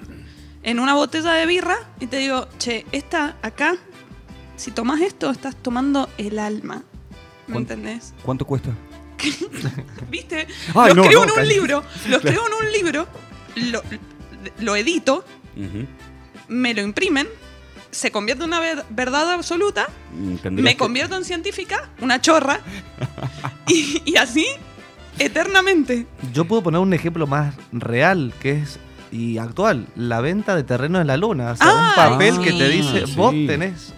Speaker 5: en una botella de birra y te digo, che, esta acá, si tomas esto, estás tomando el alma. ¿Me
Speaker 4: ¿Cuán-
Speaker 5: entendés?
Speaker 4: ¿Cuánto cuesta?
Speaker 5: ¿Viste?
Speaker 4: Ay,
Speaker 5: los
Speaker 4: no,
Speaker 5: creo
Speaker 4: no,
Speaker 5: en un
Speaker 4: cállate.
Speaker 5: libro. Los creo en un libro. lo, lo edito,
Speaker 4: Ujú.
Speaker 5: me lo imprimen, se convierte en una ver- verdad absoluta,
Speaker 4: Mm, tendrías
Speaker 5: me
Speaker 4: que-
Speaker 5: convierto en científica, una chorra, y, y así eternamente.
Speaker 2: Yo puedo poner un ejemplo más real que es y actual, la venta de terreno en la luna, o sea,
Speaker 5: Ah,
Speaker 2: un papel que te
Speaker 5: sí.
Speaker 2: dice, vos
Speaker 4: Sí.
Speaker 2: tenés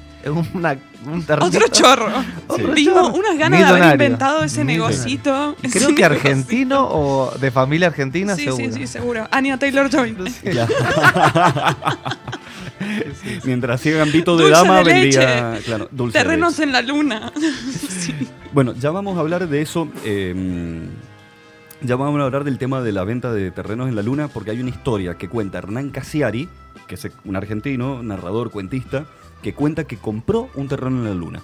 Speaker 2: una, un terreno.
Speaker 5: Otro chorro.
Speaker 2: Otro
Speaker 5: Vimos
Speaker 2: chorro.
Speaker 5: unas ganas de haber
Speaker 2: Millonario.
Speaker 5: inventado ese
Speaker 2: Millonario.
Speaker 5: negocito. ese
Speaker 2: Creo que
Speaker 5: negocio.
Speaker 2: argentino o de familia argentina
Speaker 5: Sí,
Speaker 2: seguro.
Speaker 5: sí, sí, seguro. Anya Taylor Joy.
Speaker 4: Ya. Mientras siga Gambito de
Speaker 5: Dulce
Speaker 4: Dama,
Speaker 5: de leche.
Speaker 4: vendría claro, dulce de
Speaker 5: Terrenos
Speaker 4: leche.
Speaker 5: en la luna.
Speaker 4: Bueno, ya vamos a hablar de eso. eh, ya vamos a hablar del tema de la venta de terrenos en la luna, porque hay una historia que cuenta Hernán Casiari, que es un argentino, narrador, cuentista, que cuenta que compró un terreno en la luna.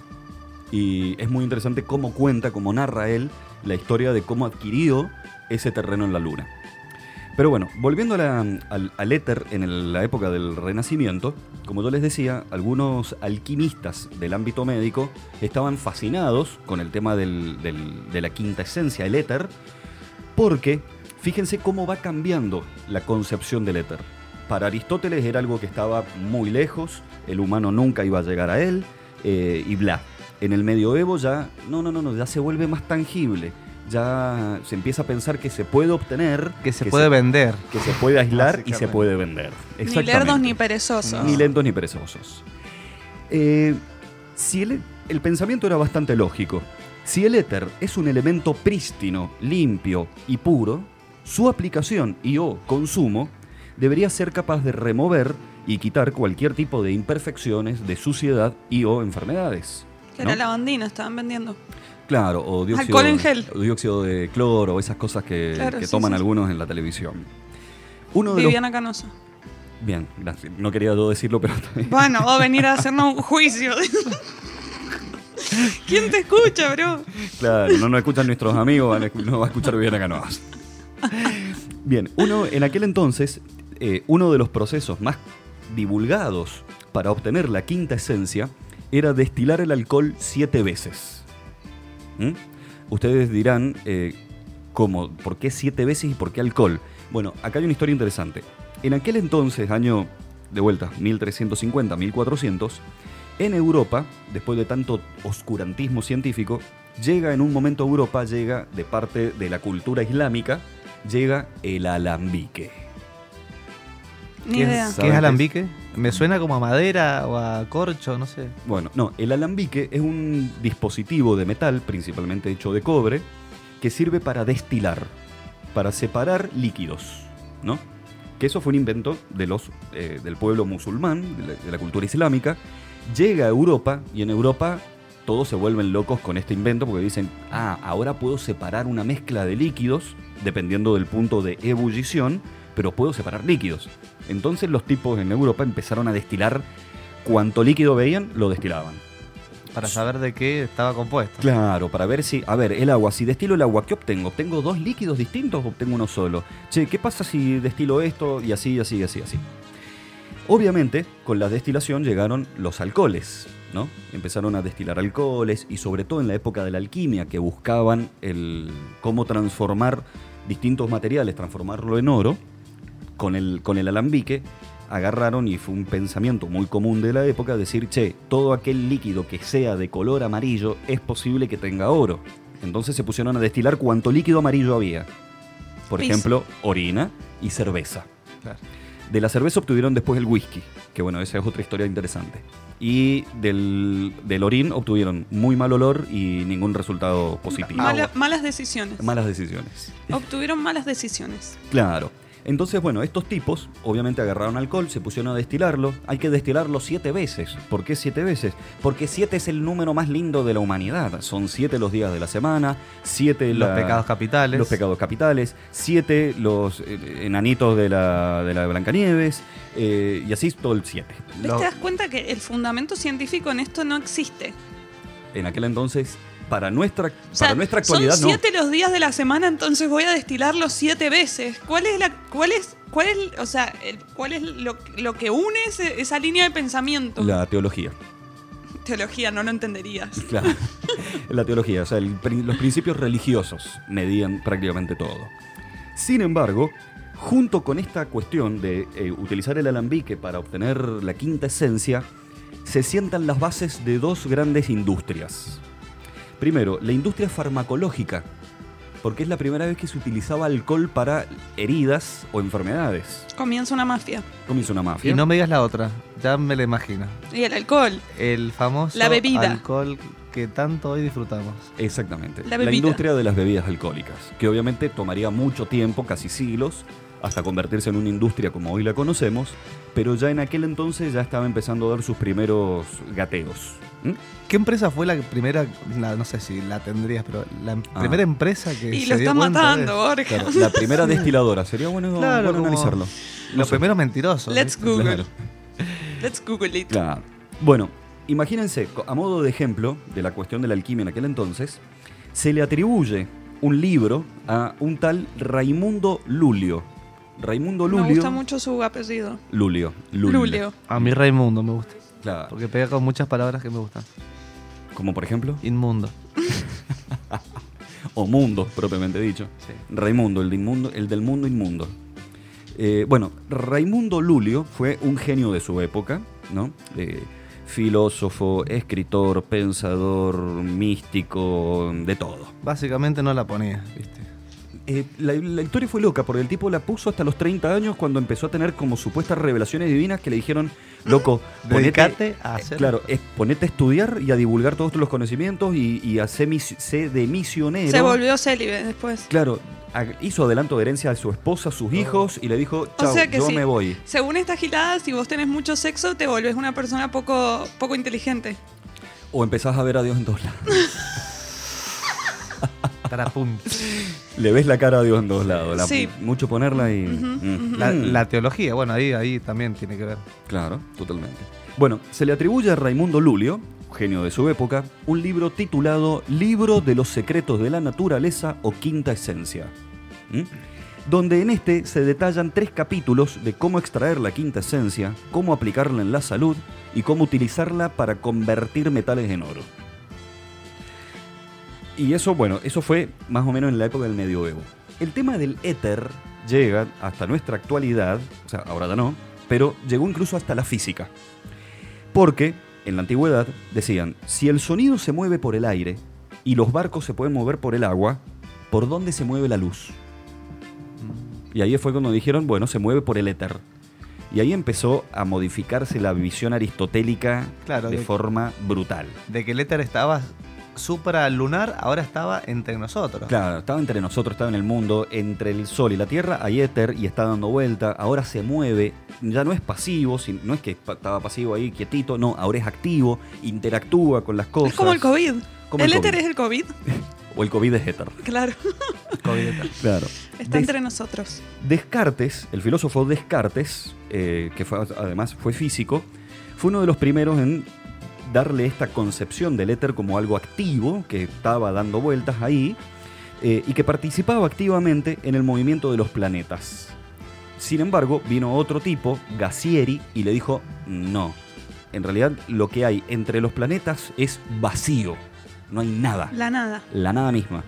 Speaker 4: Y es muy interesante cómo cuenta, cómo narra él la historia de cómo adquirió ese terreno en la luna. Pero bueno, volviendo a la- al, al éter en el- la época del Renacimiento, como yo les decía, algunos alquimistas del ámbito médico estaban fascinados con el tema del- del- de la quinta esencia, el éter, porque fíjense cómo va cambiando la concepción del éter. Para Aristóteles era algo que estaba muy lejos, el humano nunca iba a llegar a él, eh, y bla. En el medioevo ya, no, no, no, no, ya se vuelve más tangible, ya se empieza a pensar que se puede obtener,
Speaker 2: Que se puede vender.
Speaker 4: que se puede aislar y se
Speaker 2: Básicamente.
Speaker 4: puede vender.
Speaker 5: Ni lerdos ni
Speaker 4: Exactamente.
Speaker 5: perezosos.
Speaker 4: Ni lentos ni perezosos. Eh, si el, el pensamiento era bastante lógico. Si el éter es un elemento prístino, limpio y puro, su aplicación y o consumo debería ser capaz de remover y quitar cualquier tipo de imperfecciones, de suciedad y o enfermedades.
Speaker 5: Que
Speaker 4: ¿no?
Speaker 5: era lavandina, estaban vendiendo.
Speaker 4: Claro, o dióxido,
Speaker 5: Alcohol en gel.
Speaker 4: o dióxido de cloro, o esas cosas que,
Speaker 5: Claro,
Speaker 4: que
Speaker 5: sí,
Speaker 4: toman
Speaker 5: sí.
Speaker 4: algunos en la televisión. Uno de los-
Speaker 5: Viviana Canosa.
Speaker 4: Bien, gracias. No quería yo decirlo, pero está bien.
Speaker 5: Bueno, va a venir a hacernos un juicio. ¿Quién te escucha, bro?
Speaker 4: Claro, no nos escuchan nuestros amigos, van a escu- no va a escuchar bien acá nomás. Bien, uno, en aquel entonces, eh, uno de los procesos más divulgados para obtener la quinta esencia era destilar el alcohol siete veces. ¿Mm? Ustedes dirán, eh, ¿cómo? ¿Por qué siete veces y por qué alcohol? Bueno, acá hay una historia interesante. En aquel entonces, año de vuelta, 1350, 1400, en Europa, después de tanto oscurantismo científico, llega en un momento a Europa, llega de parte de la cultura islámica, llega el alambique.
Speaker 5: Ni
Speaker 2: ¿Qué
Speaker 5: idea.
Speaker 2: es, qué es alambique? Me suena como a madera o a corcho, no sé.
Speaker 4: Bueno, no, el alambique es un dispositivo de metal, principalmente hecho de cobre, que sirve para destilar, para separar líquidos, ¿no? Que eso fue un invento de los, eh, del pueblo musulmán, de la, de la cultura islámica. Llega a Europa y en Europa todos se vuelven locos con este invento porque dicen, ah, ahora puedo separar una mezcla de líquidos, dependiendo del punto de ebullición, pero puedo separar líquidos. Entonces los tipos en Europa empezaron a destilar cuanto líquido veían, lo destilaban.
Speaker 2: Para saber de qué estaba compuesto.
Speaker 4: Claro, para ver si, a ver, el agua, si destilo el agua, ¿qué obtengo? ¿Obtengo dos líquidos distintos o obtengo uno solo? Che, ¿qué pasa si destilo esto? Y así, y así, y así, y así. Obviamente, con la destilación llegaron los alcoholes, ¿no? Empezaron a destilar alcoholes y sobre todo en la época de la alquimia, que buscaban el cómo transformar distintos materiales, transformarlo en oro, con el, con el alambique, agarraron y fue un pensamiento muy común de la época decir, che, todo aquel líquido que sea de color amarillo es posible que tenga oro. Entonces se pusieron a destilar cuanto líquido amarillo había. Por
Speaker 5: Pis.
Speaker 4: ejemplo, orina y cerveza.
Speaker 2: Claro.
Speaker 4: De la cerveza obtuvieron después el whisky, que bueno, esa es otra historia interesante. Y del, del orín obtuvieron muy mal olor y ningún resultado positivo.
Speaker 5: Mala- malas decisiones.
Speaker 4: Malas decisiones.
Speaker 5: Obtuvieron malas decisiones.
Speaker 4: Claro. Entonces, bueno, estos tipos obviamente agarraron alcohol, se pusieron a destilarlo. Hay que destilarlo siete veces. ¿Por qué siete veces? Porque siete es el número más lindo de la humanidad. Son siete los días de la semana, siete
Speaker 2: Los
Speaker 4: la-
Speaker 2: pecados capitales.
Speaker 4: los pecados capitales, siete los eh, enanitos de la, de la Blancanieves, eh, y así todo el siete.
Speaker 5: ¿Ves?
Speaker 2: Lo-
Speaker 5: Te das cuenta que el fundamento científico en esto no existe.
Speaker 4: En aquel entonces, para nuestra,
Speaker 5: O sea,
Speaker 4: para nuestra actualidad
Speaker 5: son siete los días de la semana, entonces voy a destilarlo siete veces. ¿Cuál es la, cuál es, cuál es, o sea, el- cuál es lo, lo que une ese- esa línea de pensamiento?
Speaker 4: no. La teología.
Speaker 5: Teología, no lo entenderías.
Speaker 4: Claro. La teología, o sea, el pri- los principios religiosos medían prácticamente todo. Sin embargo, Junto con esta cuestión de eh, utilizar el alambique para obtener la quinta esencia, se sientan las bases de dos grandes industrias. Primero, la industria farmacológica, porque es la primera vez que se utilizaba alcohol para heridas o enfermedades.
Speaker 5: Comienza una mafia.
Speaker 4: Comienza una
Speaker 2: Y
Speaker 4: mafia.
Speaker 2: no me digas la otra, ya me la imagino.
Speaker 5: Y el alcohol.
Speaker 2: El famoso
Speaker 5: La bebida.
Speaker 2: alcohol que tanto hoy disfrutamos.
Speaker 4: Exactamente.
Speaker 5: La
Speaker 4: La,
Speaker 5: bebida.
Speaker 4: industria de las bebidas alcohólicas, que obviamente tomaría mucho tiempo, casi siglos, hasta convertirse en una industria como hoy la conocemos, pero ya en aquel entonces ya estaba empezando a dar sus primeros gateos. ¿Mm?
Speaker 2: ¿Qué empresa fue la primera, la- no sé si la tendrías, pero la em-
Speaker 4: Ah.
Speaker 2: primera empresa que
Speaker 5: Y
Speaker 2: se
Speaker 5: lo
Speaker 2: dio
Speaker 5: está
Speaker 2: cuenta
Speaker 5: matando,
Speaker 2: de-
Speaker 5: Borja.
Speaker 4: Claro, la primera destiladora. Sería bueno,
Speaker 2: Claro,
Speaker 4: bueno
Speaker 2: como-
Speaker 4: analizarlo. No
Speaker 2: Los
Speaker 4: sé.
Speaker 2: primeros mentirosos.
Speaker 5: Let's
Speaker 2: ¿viste?
Speaker 5: Google.
Speaker 4: Claro.
Speaker 5: Let's Google it.
Speaker 4: Claro. Bueno, imagínense, co- a modo de ejemplo de la cuestión de la alquimia en aquel entonces, se le atribuye un libro a un tal Raimundo Lulio. Raimundo Lulio.
Speaker 5: Me gusta mucho su apellido.
Speaker 4: Lulio. Lulio.
Speaker 5: Lulio.
Speaker 2: A mí Raimundo me gusta,
Speaker 4: Claro.
Speaker 2: porque pega con muchas palabras que me gustan.
Speaker 4: Como por ejemplo,
Speaker 2: Inmundo.
Speaker 4: o mundo, propiamente dicho.
Speaker 2: Sí.
Speaker 4: Raimundo, el, de inmundo- el del mundo inmundo. Eh, bueno, Raimundo Lulio fue un genio de su época, ¿no? Eh, filósofo, escritor, pensador, místico, de todo.
Speaker 2: Básicamente no la ponía, ¿viste?
Speaker 4: Eh, la, la historia fue loca porque el tipo la puso hasta los 30 años cuando empezó a tener como supuestas revelaciones divinas que le dijeron, loco, ponete, eh,
Speaker 2: Dedicate a hacer.
Speaker 4: claro, es- ponete a estudiar y a divulgar todos los conocimientos y, y a ser mis- sé de misionero.
Speaker 5: Se volvió célibe después.
Speaker 4: Claro, a- hizo adelanto de herencia a su esposa, a sus hijos y le dijo, chao,
Speaker 5: Oh. sea que
Speaker 4: yo
Speaker 5: sí.
Speaker 4: me voy.
Speaker 5: Según esta gilada, si vos tenés mucho sexo, te volvés una persona poco, poco inteligente.
Speaker 4: O empezás a ver a Dios en todos lados.
Speaker 2: Tarapum.
Speaker 4: le ves la cara a Dios en todos lados. la-
Speaker 5: Sí.
Speaker 4: Mucho ponerla y... Mm.
Speaker 2: La, la teología, bueno, ahí, ahí también tiene que ver.
Speaker 5: Mm.
Speaker 4: Claro, totalmente. Bueno, se le atribuye a Raimundo Lulio, genio de su época, un libro titulado Libro de los secretos de la naturaleza o quinta esencia, ¿m? donde en este se detallan tres capítulos de cómo extraer la quinta esencia, cómo aplicarla en la salud y cómo utilizarla para convertir metales en oro. Y eso, bueno, eso fue más o menos en la época del medioevo. El tema del éter llega hasta nuestra actualidad, o sea, ahora ya no, pero llegó incluso hasta la física. Porque en la antigüedad decían, si el sonido se mueve por el aire y los barcos se pueden mover por el agua, ¿por dónde se mueve la luz? Y ahí fue cuando dijeron, bueno, se mueve por el éter. Y ahí empezó a modificarse la visión aristotélica
Speaker 2: Claro,
Speaker 4: de
Speaker 2: de-
Speaker 4: forma brutal.
Speaker 2: De que el éter estaba supralunar, ahora estaba entre nosotros.
Speaker 4: Claro, estaba entre nosotros, estaba en el mundo, entre el Sol y la Tierra, hay éter y está dando vuelta, ahora se mueve, ya no es pasivo, si- no es que pa- estaba pasivo ahí quietito, no, ahora es activo, interactúa con las cosas.
Speaker 5: Es como el COVID.
Speaker 4: Como
Speaker 5: el
Speaker 4: el
Speaker 5: éter
Speaker 4: COVID.
Speaker 5: es el COVID.
Speaker 4: O el COVID es éter.
Speaker 5: Claro.
Speaker 2: COVID éter.
Speaker 4: Claro.
Speaker 5: Está entre nosotros.
Speaker 4: Descartes, el filósofo Descartes, eh, que fue- además fue físico, fue uno de los primeros en darle esta concepción del éter como algo activo, que estaba dando vueltas ahí, eh, y que participaba activamente en el movimiento de los planetas. Sin embargo, vino otro tipo, Gassieri, y le dijo, no, en realidad lo que hay entre los planetas es vacío, no hay nada
Speaker 5: La nada.
Speaker 4: la nada misma.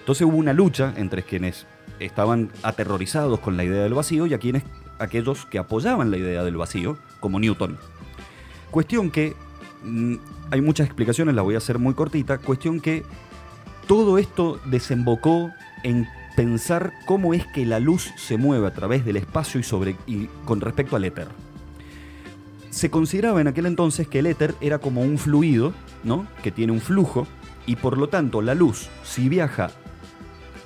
Speaker 4: Entonces hubo una lucha entre quienes estaban aterrorizados con la idea del vacío y a quienes, aquellos que apoyaban la idea del vacío, como Newton. Cuestión que, mm, hay muchas explicaciones, la voy a hacer muy cortita, cuestión que todo esto desembocó en pensar cómo es que la luz se mueve a través del espacio y, sobre, y con respecto al éter. Se consideraba en aquel entonces que el éter era como un fluido, ¿no? Que tiene un flujo y por lo tanto la luz, si viaja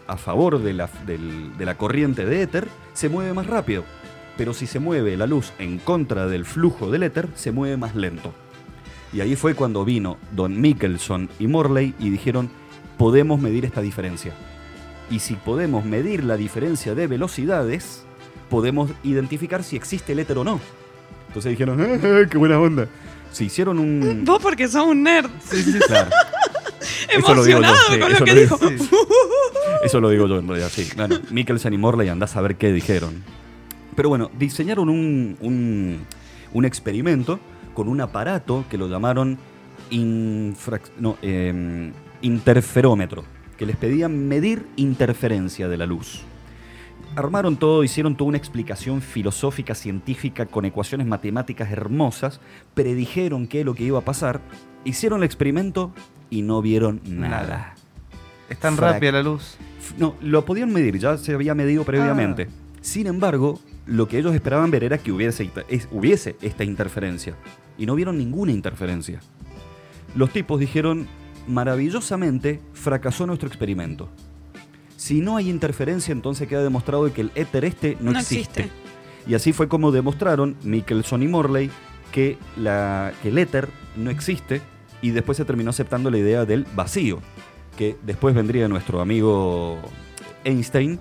Speaker 4: a favor de la, del- de la corriente de éter, se mueve más rápido. Pero si se mueve la luz en contra del flujo del éter, se mueve más lento. Y ahí fue cuando vino Don Michelson y Morley y dijeron, podemos medir esta diferencia. Y si podemos medir la diferencia de velocidades, podemos identificar si existe el éter o no. Entonces dijeron, "Ah, ah, ¡qué buena onda! Se hicieron un...
Speaker 5: Vos porque sos un nerd.
Speaker 4: Claro. Eso lo digo yo,
Speaker 5: Emocionado
Speaker 4: sí,
Speaker 5: con
Speaker 4: eso
Speaker 5: lo que
Speaker 4: lo
Speaker 5: dijo.
Speaker 4: digo, Eso lo digo yo en realidad, sí. Bueno, Mikkelsen y Morley andás a ver qué dijeron. Pero bueno, diseñaron un, un, un experimento con un aparato que lo llamaron infrac- no, em, eh, interferómetro, que les pedían medir interferencia de la luz. armaron todo, hicieron toda una explicación filosófica, científica, con ecuaciones matemáticas hermosas, predijeron qué es lo que iba a pasar, hicieron el experimento y no vieron nada.
Speaker 2: Nada. Es tan
Speaker 4: Frac-
Speaker 2: rápida la luz.
Speaker 4: F- No, lo podían medir, ya se había medido previamente. Sin embargo, lo que ellos esperaban ver era que hubiese, inter- es- hubiese esta interferencia. Y no vieron ninguna interferencia. Los tipos dijeron, maravillosamente, fracasó nuestro experimento. Si no hay interferencia, entonces queda demostrado que el éter este no,
Speaker 5: No
Speaker 4: existe.
Speaker 5: existe.
Speaker 4: Y así fue como demostraron Michelson y Morley que, la, que el éter no existe y después se terminó aceptando la idea del vacío, que después vendría nuestro amigo Einstein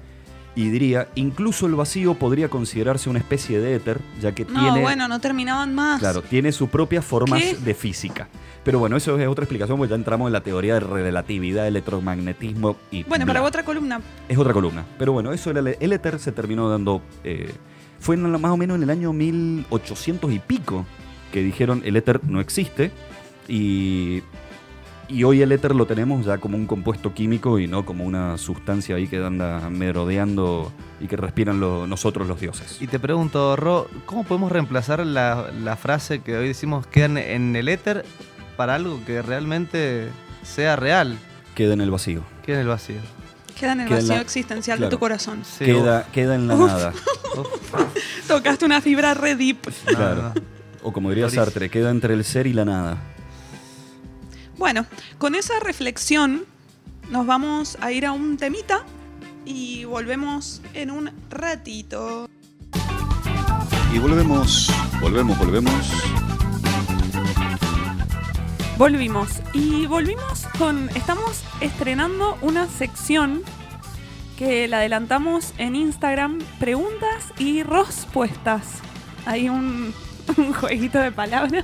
Speaker 4: y diría, incluso el vacío podría considerarse una especie de éter, ya que
Speaker 5: No,
Speaker 4: tiene...
Speaker 5: bueno, no terminaban más.
Speaker 4: Claro, tiene sus propias formas
Speaker 5: ¿Qué?
Speaker 4: de física. Pero bueno, eso es otra explicación, porque ya entramos en la teoría de relatividad, electromagnetismo y...
Speaker 5: Bueno,
Speaker 4: bla.
Speaker 5: para otra columna.
Speaker 4: Es otra columna. Pero bueno, eso era el, E el éter se terminó dando. eh, fue en la- más o menos en el año 1800 y pico que dijeron el E éter no existe. Y, y hoy el E éter lo tenemos ya como un compuesto químico y no como una sustancia ahí que anda merodeando y que respiran lo- nosotros los dioses.
Speaker 2: Y te pregunto, Ro, ¿cómo podemos reemplazar la, la frase que hoy decimos quedan en el éter para algo que realmente sea real?
Speaker 4: Queda en el vacío.
Speaker 2: Queda en el vacío.
Speaker 5: Queda en el
Speaker 4: Queda en
Speaker 5: vacío
Speaker 4: la-
Speaker 5: existencial
Speaker 4: claro.
Speaker 5: de tu corazón.
Speaker 2: Sí,
Speaker 4: queda, queda en la
Speaker 5: Uf.
Speaker 4: nada.
Speaker 2: uf, uf,
Speaker 5: Tocaste una fibra re deep.
Speaker 2: no,
Speaker 4: Claro.
Speaker 2: no.
Speaker 4: O como diría
Speaker 2: Clarísimo.
Speaker 4: Sartre, queda entre el ser y la nada.
Speaker 5: Bueno, con esa reflexión nos vamos a ir a un temita y volvemos en un ratito.
Speaker 3: Y volvemos, volvemos, volvemos.
Speaker 1: Volvimos y volvimos con estamos estrenando una sección que la adelantamos en Instagram, preguntas y respuestas. Hay un, un jueguito de palabras.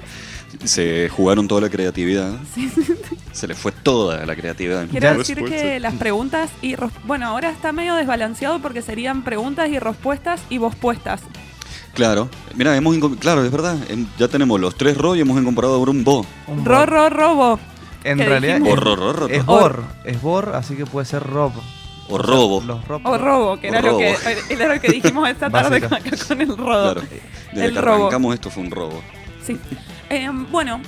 Speaker 3: Se jugaron toda la creatividad.
Speaker 1: Sí, sí, sí.
Speaker 3: Se le fue toda la creatividad.
Speaker 1: Quiero
Speaker 3: Ya
Speaker 1: decir
Speaker 3: después,
Speaker 1: que las preguntas y ros- bueno, ahora está medio desbalanceado porque serían preguntas y respuestas y vospuestas.
Speaker 3: Claro. Mira, hemos inco- claro, es verdad. Em, Ya tenemos los tres ro y hemos incorporado ahora un bo.
Speaker 2: Un
Speaker 1: Ro,
Speaker 2: bor.
Speaker 1: ro, robo.
Speaker 2: En
Speaker 1: que
Speaker 2: realidad
Speaker 1: dijimos.
Speaker 3: O
Speaker 2: es-
Speaker 3: ro, ro, ro,
Speaker 2: es
Speaker 3: ro.
Speaker 2: bor, es bor, así que puede ser rob.
Speaker 3: o robo.
Speaker 2: Los rob-
Speaker 1: O robo, que
Speaker 3: O
Speaker 1: era, Lo,
Speaker 3: robo.
Speaker 1: que, era lo que dijimos esta tarde con,
Speaker 2: Básica.
Speaker 1: con el rodo.
Speaker 3: Claro. Desde
Speaker 1: El
Speaker 3: que
Speaker 1: robo.
Speaker 3: arrancamos esto fue un robo.
Speaker 1: Sí. Eh, bueno,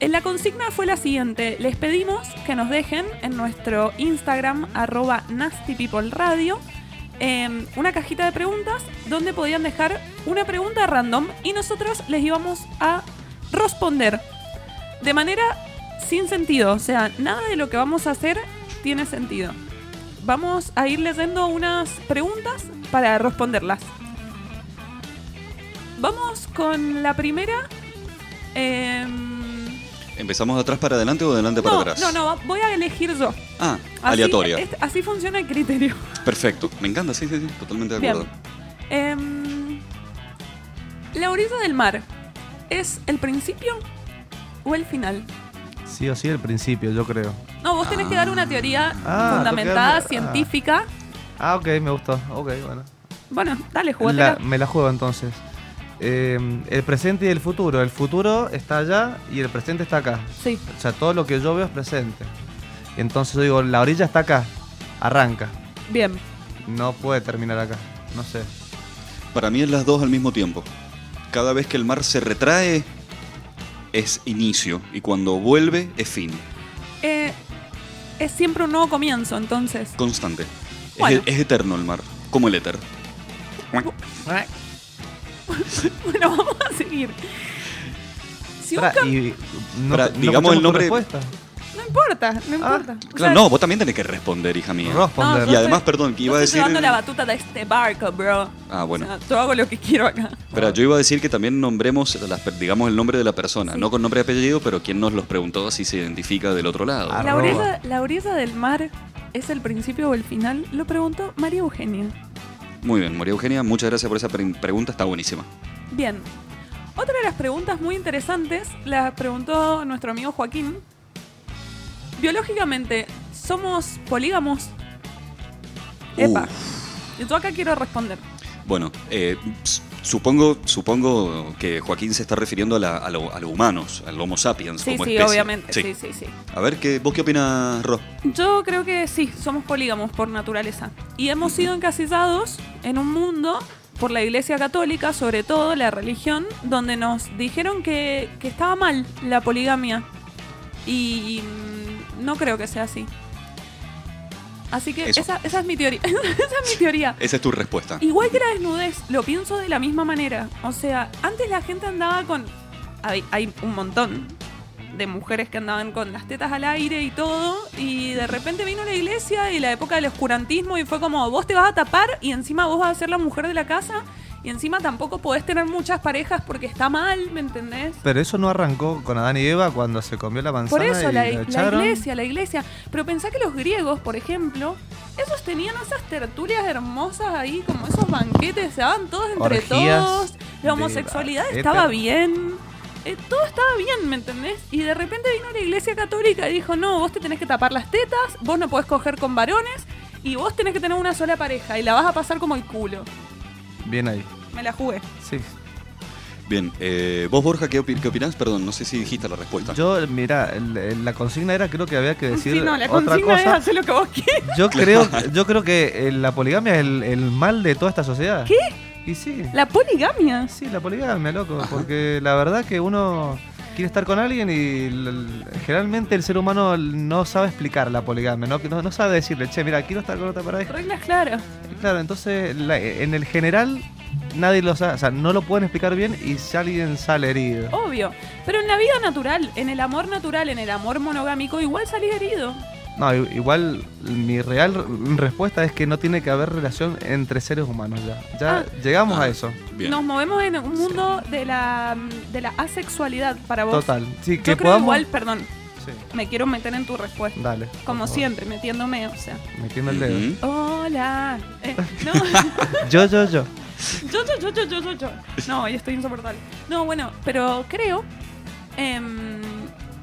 Speaker 1: eh, la consigna fue la siguiente. Les pedimos que nos dejen en nuestro Instagram, arroba nastypeopleradio, eh, una cajita de preguntas donde podían dejar una pregunta random y nosotros les íbamos a responder de manera sin sentido. O sea, nada de lo que vamos a hacer tiene sentido. Vamos a ir leyendo unas preguntas para responderlas. Vamos con la primera. Em,
Speaker 3: ¿Empezamos de atrás para adelante o de adelante para
Speaker 1: no,
Speaker 3: atrás?
Speaker 1: no, no, voy a elegir yo. Así-
Speaker 3: Ah, aleatoria.
Speaker 1: es- así funciona el criterio.
Speaker 3: Perfecto. Me encanta, sí, sí, sí. Totalmente de
Speaker 1: Bien.
Speaker 3: acuerdo.
Speaker 1: Em, la orilla del mar, ¿es el principio o el final?
Speaker 2: Sí o sí, el principio, yo creo.
Speaker 1: No, vos tenés que dar una teoría
Speaker 2: Ah,
Speaker 1: fundamentada,
Speaker 2: lo que- ah.
Speaker 1: científica.
Speaker 2: Ah, ok, me gustó. Ok, bueno.
Speaker 1: Bueno, dale,
Speaker 2: La-
Speaker 1: jugatela.
Speaker 2: me la juego entonces. Eh, el presente y el futuro. El futuro está allá y el presente está acá.
Speaker 1: Sí,
Speaker 2: O sea, todo lo que yo veo es presente. Y entonces yo digo, la orilla está acá. Arranca.
Speaker 1: bien.
Speaker 2: No puede terminar acá. No sé.
Speaker 3: Para mí es las dos al mismo tiempo. Cada vez que el mar se retrae es inicio y cuando vuelve es fin.
Speaker 1: Eh, es siempre un nuevo comienzo, entonces.
Speaker 3: Constante. Es- e-,
Speaker 1: Bueno.
Speaker 3: Es, eterno el mar, como el éter.
Speaker 1: Bueno, vamos a seguir. Si
Speaker 2: Pará,
Speaker 1: buscan,
Speaker 2: y no,
Speaker 3: Pará,
Speaker 2: no
Speaker 3: digamos el
Speaker 2: escuchamos tu
Speaker 3: nombre-
Speaker 2: respuesta.
Speaker 1: no importa,
Speaker 2: Ah.
Speaker 1: no importa. O sea,
Speaker 3: Claro, no, vos también tenés que responder, hija mía.
Speaker 2: Responder.
Speaker 1: No,
Speaker 3: Y
Speaker 1: yo
Speaker 3: además,
Speaker 1: sé.
Speaker 3: perdón, que iba
Speaker 1: yo
Speaker 3: a
Speaker 1: estoy
Speaker 3: decir.
Speaker 1: llevando la batuta de este barco, bro.
Speaker 3: Ah, bueno.
Speaker 1: O sea, yo hago lo que quiero acá.
Speaker 3: Espera, yo iba a decir que también nombremos, las per- digamos, el nombre de la persona.
Speaker 1: Sí.
Speaker 3: No con nombre y apellido, pero quien nos los preguntó si se identifica del otro lado.
Speaker 2: Ah,
Speaker 1: La
Speaker 2: Arroba.
Speaker 1: orilla, la orilla del mar es el principio o el final, lo preguntó María Eugenia.
Speaker 3: Muy bien, María Eugenia, muchas gracias por esa pre- pregunta, está buenísima.
Speaker 1: Bien. Otra de las preguntas muy interesantes la preguntó nuestro amigo Joaquín. Biológicamente, ¿somos polígamos? Epa.
Speaker 3: Uf.
Speaker 1: Yo acá quiero responder.
Speaker 3: Bueno, eh, s- Supongo, supongo que Joaquín se está refiriendo a, la- a lo- a los humanos, al Homo sapiens
Speaker 1: Sí,
Speaker 3: como
Speaker 1: sí,
Speaker 3: especie.
Speaker 1: obviamente.
Speaker 3: Sí.
Speaker 1: Sí. sí, sí,
Speaker 3: A ver, ¿qué, ¿vos qué opinas, Ro?
Speaker 1: Yo creo que sí, somos polígamos por naturaleza. Y hemos sido encasillados en un mundo, por la Iglesia Católica, sobre todo la religión, donde nos dijeron que, que estaba mal la poligamia. Y, mm, no creo que sea así. Así que
Speaker 3: Eso.
Speaker 1: esa, esa es mi teoría. esa es mi teoría.
Speaker 3: Esa es tu respuesta.
Speaker 1: Igual que la desnudez, lo pienso de la misma manera. O sea, antes la gente andaba con. Hay, hay un montón de mujeres que andaban con las tetas al aire y todo. Y de repente vino la iglesia y la época del oscurantismo y fue como: vos te vas a tapar y encima vos vas a ser la mujer de la casa. Y encima tampoco podés tener muchas parejas porque está mal, ¿me entendés?
Speaker 2: Pero eso no arrancó con Adán y Eva cuando se comió la manzana
Speaker 1: Por eso
Speaker 2: y
Speaker 1: la,
Speaker 2: la
Speaker 1: la
Speaker 2: echaron.
Speaker 1: iglesia, la iglesia. Pero pensá que los griegos, por ejemplo, esos tenían esas tertulias hermosas ahí, como esos banquetes, se daban todos entre
Speaker 2: Orgías
Speaker 1: todos.
Speaker 2: de
Speaker 1: La homosexualidad
Speaker 2: banqueta.
Speaker 1: estaba bien. eh, todo estaba bien, ¿me entendés? Y de repente vino la iglesia católica y dijo, no, vos te tenés que tapar las tetas, vos no podés coger con varones y vos tenés que tener una sola pareja y la vas a pasar como el culo.
Speaker 2: Bien ahí.
Speaker 1: Me la jugué.
Speaker 2: Sí.
Speaker 3: Bien, eh, vos, Borja, ¿qué, opi- qué opinás? Perdón, no sé si dijiste la respuesta.
Speaker 2: Yo, mira, el- la consigna era creo que había que decir
Speaker 1: Sí, no, la
Speaker 2: otra
Speaker 1: consigna es
Speaker 2: cosa.
Speaker 1: hacer lo que vos quieras.
Speaker 2: Yo creo, yo creo que eh, la poligamia es el, el mal de toda esta sociedad. ¿Qué? Y sí.
Speaker 1: La poligamia.
Speaker 2: Sí, la poligamia, loco, porque la verdad que uno quiere estar con alguien y l- l- generalmente el ser humano no sabe explicar la poligamia, no, no, no sabe decirle, che, mira, quiero estar con otra pareja.
Speaker 1: Reglas claras.
Speaker 2: Claro, entonces la- en el general nadie lo sabe, o sea, no lo pueden explicar bien y si alguien sale herido.
Speaker 1: Obvio. Pero en la vida natural, en el amor natural, en el amor monogámico, igual salís herido.
Speaker 2: No, i- igual mi real r- respuesta es que no tiene que haber relación entre seres humanos ya. Ya
Speaker 1: Ah.
Speaker 2: llegamos
Speaker 3: Ah.
Speaker 2: a eso.
Speaker 3: Bien.
Speaker 1: Nos movemos en un mundo de la, de la asexualidad para vos.
Speaker 2: Total. Sí,
Speaker 1: Yo
Speaker 2: que
Speaker 1: creo
Speaker 2: podamos-
Speaker 1: igual, perdón,
Speaker 2: Sí,
Speaker 1: me quiero meter en tu respuesta.
Speaker 2: dale.
Speaker 1: Como
Speaker 2: por favor.
Speaker 1: siempre, metiéndome, o sea.
Speaker 2: Metiendo el dedo.
Speaker 3: Ujú.
Speaker 1: Hola. Eh, no,
Speaker 2: Yo, yo, yo.
Speaker 1: yo, yo, yo, yo, yo, yo, yo. No, yo estoy insoportable. No, bueno, pero creo em,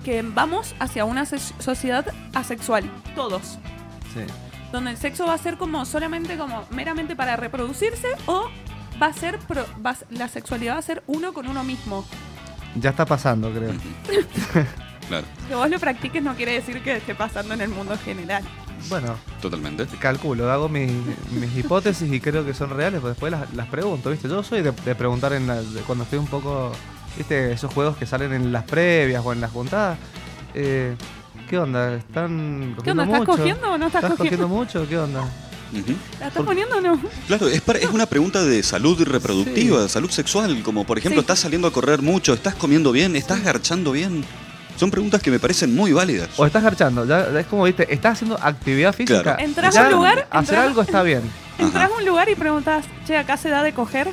Speaker 1: que vamos hacia una ses- sociedad asexual. Todos.
Speaker 2: Sí.
Speaker 1: donde el sexo va a ser como solamente como meramente para reproducirse o va a ser pro- va a- la sexualidad va a ser uno con uno mismo.
Speaker 2: Ya está pasando, creo.
Speaker 3: Claro,
Speaker 1: Que vos lo practiques no quiere decir que esté pasando en el mundo general.
Speaker 2: Bueno,
Speaker 3: totalmente.
Speaker 2: calculo, hago mis, mis hipótesis y creo que son reales, pero después las, las pregunto, ¿viste? Yo soy de, de preguntar en la- de cuando estoy un poco, ¿viste? Esos juegos que salen en las previas o en las juntadas. Eh, ¿Qué onda? ¿Están cogiendo
Speaker 1: ¿Qué onda?
Speaker 2: mucho?
Speaker 1: ¿Estás cogiendo o no estás,
Speaker 2: ¿Estás
Speaker 1: cogiendo?
Speaker 2: cogiendo mucho? ¿Qué onda?
Speaker 3: Ujú.
Speaker 1: ¿La estás poniendo o no?
Speaker 3: Claro, es, para- es una pregunta de salud reproductiva, de salud sexual, como por ejemplo,
Speaker 1: Sí.
Speaker 3: ¿estás saliendo a correr mucho? ¿Estás comiendo bien? ¿Estás garchando bien? Son preguntas que me parecen muy válidas.
Speaker 2: ¿O estás garchando? Ya, ya es como, ¿viste? ¿Estás haciendo actividad física?
Speaker 3: Claro.
Speaker 1: Entrás a
Speaker 2: Ya
Speaker 1: un lugar,
Speaker 2: Hacer
Speaker 1: entras-
Speaker 2: algo está bien.
Speaker 1: Entras a un lugar y preguntas, che, acá se da de coger.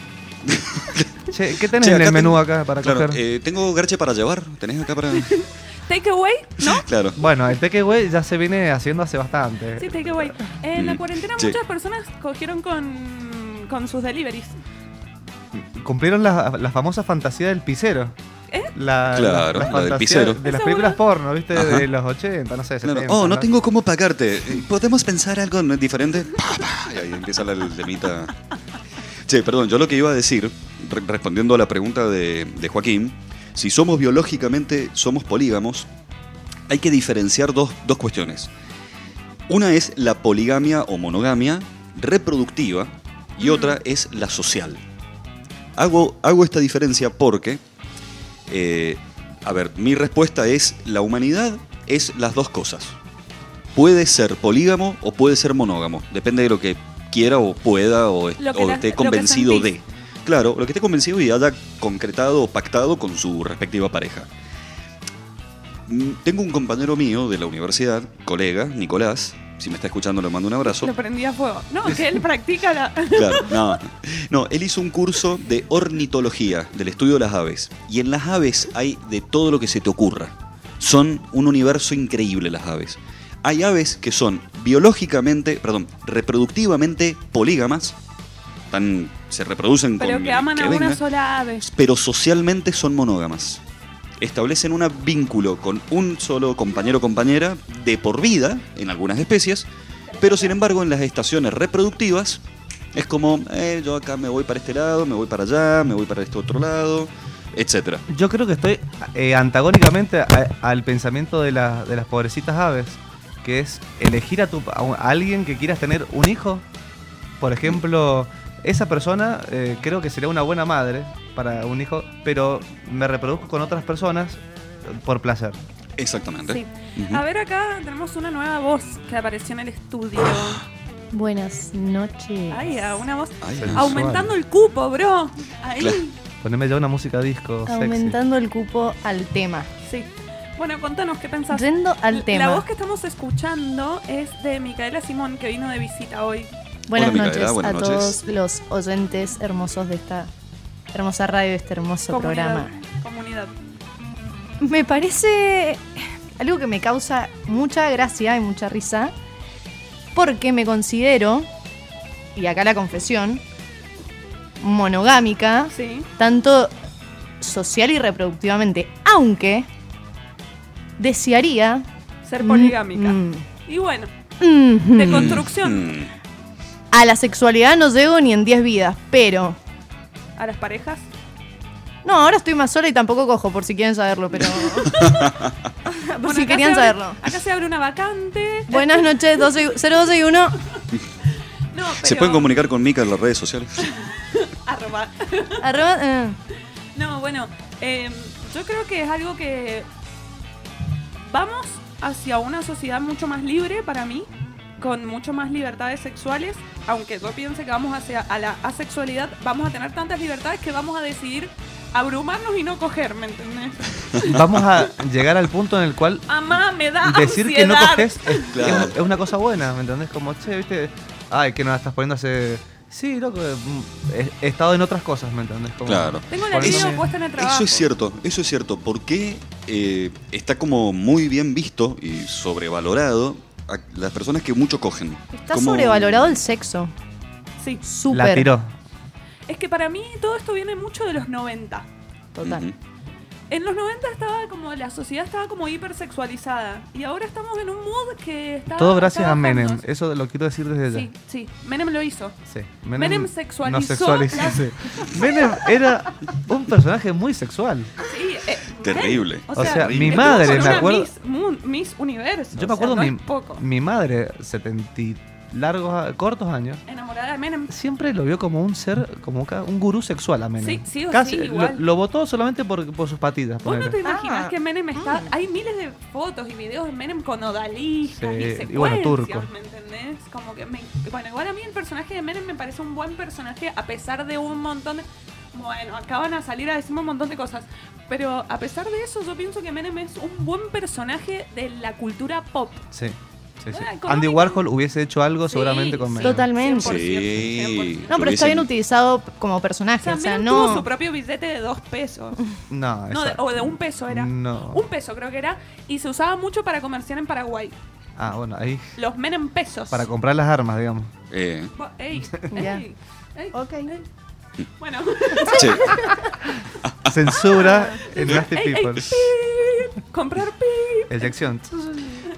Speaker 2: Che, ¿Qué tenés
Speaker 3: Che,
Speaker 2: en
Speaker 3: acá
Speaker 2: el menú
Speaker 3: tengo-
Speaker 2: acá para
Speaker 3: Claro,
Speaker 2: coger?
Speaker 3: eh, tengo garche para llevar. ¿Tenés acá para.?
Speaker 1: Takeaway, ¿no?
Speaker 3: Claro.
Speaker 2: Bueno, el takeaway ya se viene haciendo hace bastante.
Speaker 1: Sí, takeaway. En la
Speaker 3: Mm.
Speaker 1: cuarentena
Speaker 3: Sí.
Speaker 1: muchas personas cogieron con, con sus deliveries.
Speaker 2: Cumplieron la, la famosa fantasía del pisero.
Speaker 1: ¿Eh?
Speaker 2: La,
Speaker 3: Claro, la del
Speaker 2: fantasía
Speaker 3: pisero.
Speaker 2: De las
Speaker 1: Esa
Speaker 2: películas
Speaker 1: bola.
Speaker 2: porno, ¿viste?
Speaker 3: Ajá.
Speaker 2: De los 80, no sé.
Speaker 3: Claro.
Speaker 2: 70,
Speaker 3: Oh, no tengo cómo pagarte. Eh, ¿Podemos pensar algo no- diferente? Pa, pa, Y ahí empieza la el temita. Che, perdón, yo lo que iba a decir, re- respondiendo a la pregunta de, de Joaquín, si somos biológicamente, somos polígamos, hay que diferenciar dos, dos cuestiones. Una es la poligamia o monogamia reproductiva y otra es la social. Hago, hago esta diferencia porque, eh, a ver, mi respuesta es, la humanidad es las dos cosas. Puede ser polígamo o puede ser monógamo, depende de lo que quiera o pueda o, est-
Speaker 1: Lo que
Speaker 3: o
Speaker 1: la-
Speaker 3: esté
Speaker 1: lo que
Speaker 3: convencido
Speaker 1: sentís.
Speaker 3: de. Claro, lo que esté convencido y haya concretado o pactado con su respectiva pareja. Mm, Tengo un compañero mío de la universidad, colega, Nicolás, si me está escuchando le mando un abrazo.
Speaker 1: Lo prendí a fuego. No, que él practica la...
Speaker 3: Claro, no. No, él hizo un curso de ornitología, del estudio de las aves. Y en las aves hay de todo lo que se te ocurra. Son un universo increíble las aves. Hay aves que son biológicamente, perdón, reproductivamente polígamas. Tan, se reproducen con
Speaker 1: Pero que
Speaker 3: el
Speaker 1: aman a
Speaker 3: venga
Speaker 1: una sola ave.
Speaker 3: pero socialmente son monógamas. Establecen un vínculo con un solo compañero o compañera de por vida en algunas especies, pero sin embargo en las estaciones reproductivas Es como, eh, yo acá me voy para este lado, me voy para allá, me voy para este otro lado, etcétera.
Speaker 2: Yo creo que estoy eh, antagónicamente a- al pensamiento de, la- de las pobrecitas aves, que es elegir a, tu, a, un- a alguien que quieras tener un hijo. Por ejemplo, esa persona eh, creo que sería una buena madre para un hijo, pero me reproduzco con otras personas por placer.
Speaker 3: Exactamente.
Speaker 1: Sí.
Speaker 3: Ujú.
Speaker 1: A ver, acá tenemos una nueva voz que apareció en el estudio.
Speaker 6: Ah. Buenas noches.
Speaker 1: Ay, a una voz.
Speaker 3: Ay,
Speaker 2: Sensual.
Speaker 3: Dios.
Speaker 1: Aumentando el cupo, bro. Ahí.
Speaker 3: Claro.
Speaker 2: Poneme ya una música disco sexy.
Speaker 6: Aumentando el cupo al tema.
Speaker 1: Sí. Bueno, contanos qué pensás.
Speaker 6: Yendo al tema.
Speaker 1: La voz que estamos escuchando es de Micaela Simón, que vino de visita hoy.
Speaker 6: Buenas
Speaker 3: Hola, Micaela,
Speaker 6: noches a
Speaker 3: buenas noches.
Speaker 6: todos los oyentes hermosos de esta hermosa radio, de este hermoso
Speaker 1: Comunidad.
Speaker 6: programa.
Speaker 1: Comunidad.
Speaker 6: Me parece algo que me causa mucha gracia y mucha risa, porque me considero, y acá la confesión, monogámica,
Speaker 1: Ah, Sí.
Speaker 6: tanto social y reproductivamente, aunque desearía...
Speaker 1: Ser poligámica.
Speaker 6: Mm,
Speaker 1: Y bueno,
Speaker 6: mm, mm.
Speaker 1: de construcción
Speaker 3: Mm.
Speaker 6: A la sexualidad no llego ni en 10 vidas, pero...
Speaker 1: a las parejas.
Speaker 6: No, ahora estoy más sola y tampoco cojo, por si quieren saberlo, pero... por
Speaker 1: Bueno,
Speaker 6: si
Speaker 1: acá se abre-
Speaker 6: querían saberlo.
Speaker 1: Acá se abre una vacante.
Speaker 6: Buenas noches, 12 y- 012 y 1.
Speaker 1: No, pero...
Speaker 3: Se pueden comunicar con Mica en las redes sociales.
Speaker 1: Arroba.
Speaker 6: Arroba, eh,
Speaker 1: No, bueno, eh, yo creo que es algo que vamos hacia una sociedad mucho más libre para mí, con mucho más libertades sexuales, aunque yo piense que vamos hacia a la asexualidad, vamos a tener tantas libertades que vamos a decidir abrumarnos y no coger, ¿me entendés?
Speaker 2: Vamos a llegar al punto en el cual
Speaker 1: Mamá, me da
Speaker 2: decir
Speaker 1: ansiedad.
Speaker 2: que no coges es,
Speaker 3: Claro.
Speaker 2: es- es una cosa buena, ¿me entendés? Como, che, viste, ay, que nos la estás poniendo hace... Sí, loco, mm, he, he estado en otras cosas, ¿me entendés? Como-
Speaker 3: Claro.
Speaker 1: Tengo la
Speaker 2: Eso-
Speaker 1: libido puesta en el trabajo.
Speaker 3: Eso es cierto, eso es cierto. Porque eh, está como muy bien visto y sobrevalorado a las personas que mucho cogen?
Speaker 6: está
Speaker 3: Como-
Speaker 6: sobrevalorado el sexo.
Speaker 1: Sí.
Speaker 6: Súper.
Speaker 2: La tiró.
Speaker 1: Es que para mí todo esto viene mucho de los 90.
Speaker 6: Total.
Speaker 3: Ujú.
Speaker 1: En los 90 estaba como la sociedad estaba como hipersexualizada y ahora estamos en un mood que está
Speaker 2: Todo gracias
Speaker 1: está
Speaker 2: a Menem.
Speaker 1: bajando.
Speaker 2: Eso lo quiero decir desde
Speaker 1: Sí,
Speaker 2: ya.
Speaker 1: sí, Menem lo hizo.
Speaker 2: Sí.
Speaker 1: Menem
Speaker 2: nos
Speaker 1: sexualizó
Speaker 2: sexualizó,
Speaker 1: la-
Speaker 2: sí. Menem era un personaje muy sexual.
Speaker 1: Sí, eh,
Speaker 3: Terrible.
Speaker 1: o
Speaker 2: O
Speaker 1: sea,
Speaker 2: sea, mi
Speaker 1: estuvo
Speaker 2: madre,
Speaker 1: con
Speaker 2: me
Speaker 1: una
Speaker 2: acuerdo-
Speaker 1: Miss, Moon- Miss Universo.
Speaker 2: Yo
Speaker 1: o
Speaker 2: me
Speaker 1: sea,
Speaker 2: acuerdo
Speaker 1: no
Speaker 2: mi,
Speaker 1: es poco.
Speaker 2: mi madre, 70 y largos, a- cortos años,
Speaker 1: Enamorada de Menem.
Speaker 2: siempre lo vio como un ser, como ca- un gurú sexual a Menem.
Speaker 1: Sí, sí o
Speaker 2: Casi
Speaker 1: sí,
Speaker 2: lo-
Speaker 1: igual.
Speaker 2: Lo votó solamente por, por sus patitas.
Speaker 1: ¿Vos no
Speaker 2: ponele.
Speaker 1: te imaginás
Speaker 6: Ah.
Speaker 1: que Menem está...? Hay miles de fotos y videos de Menem con odaliscas
Speaker 2: Sí,
Speaker 1: y
Speaker 2: y
Speaker 1: secuencias,
Speaker 2: bueno, turco.
Speaker 1: ¿me entendés? Como que me- Bueno, igual a mí el personaje de Menem me parece un buen personaje a pesar de un montón de... Bueno, acaban a salir a decirme un montón de cosas. Pero a pesar de eso, yo pienso que Menem es un buen personaje de la cultura pop.
Speaker 2: Sí. sí, sí.
Speaker 1: Ah, económico.
Speaker 2: Andy Warhol hubiese hecho algo
Speaker 1: Sí,
Speaker 2: seguramente con
Speaker 1: sí.
Speaker 2: Menem.
Speaker 6: Totalmente.
Speaker 1: Por cierto, por
Speaker 3: Sí.
Speaker 1: cierto.
Speaker 6: No, pero está bien
Speaker 3: Lo hubiesen-
Speaker 6: utilizado como
Speaker 1: O
Speaker 6: personaje.
Speaker 1: sea,
Speaker 6: O sea,
Speaker 1: Menem tuvo su
Speaker 6: no.
Speaker 1: propio billete de dos pesos.
Speaker 2: No,
Speaker 1: No, de-
Speaker 2: exacto.
Speaker 1: o de un peso era.
Speaker 2: No.
Speaker 1: Un peso creo que era. Y se usaba mucho para comerciar en Paraguay.
Speaker 2: Ah, bueno, ahí.
Speaker 1: Los Menem pesos.
Speaker 2: Para comprar las armas, digamos.
Speaker 3: Eh,
Speaker 1: Bo- Ey,
Speaker 6: Ya.
Speaker 1: ey, ey.
Speaker 6: Ok.
Speaker 1: Bueno,
Speaker 3: che,
Speaker 2: Censura en Nasty
Speaker 1: Ey, ey,
Speaker 2: People.
Speaker 1: comprar pi.
Speaker 2: Eyección.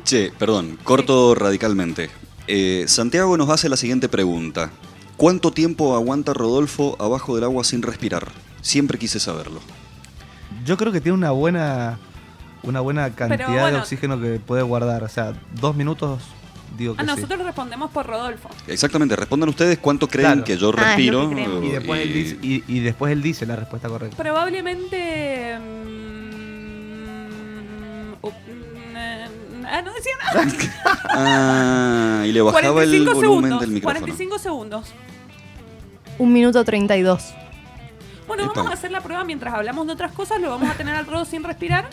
Speaker 3: che, perdón, corto radicalmente. Eh, Santiago nos hace la siguiente pregunta. ¿Cuánto tiempo aguanta Rodolfo abajo del agua sin respirar? Siempre quise saberlo.
Speaker 2: Yo creo que tiene una buena una buena cantidad de
Speaker 1: bueno.
Speaker 2: oxígeno que puede guardar. O sea, dos minutos, digo que
Speaker 1: A
Speaker 2: sí.
Speaker 1: Ah, nosotros respondemos por Rodolfo.
Speaker 3: Exactamente, respondan ustedes cuánto creen
Speaker 2: Claro.
Speaker 3: que yo
Speaker 6: Ah, es lo
Speaker 3: respiro.
Speaker 6: que creemos.
Speaker 2: Y después, él
Speaker 3: y-
Speaker 2: dice, y- y después él dice la respuesta correcta.
Speaker 1: Probablemente. mm, o- mm, eh, ah, no decía nada.
Speaker 3: Ah, y le bajaba el
Speaker 1: 45
Speaker 3: volumen
Speaker 1: segundos.
Speaker 3: del micrófono.
Speaker 1: 45 segundos.
Speaker 6: Un minuto 32.
Speaker 1: Bueno,
Speaker 3: Epa.
Speaker 1: vamos a hacer la prueba mientras hablamos de otras cosas. Lo vamos a tener al rodo sin respirar.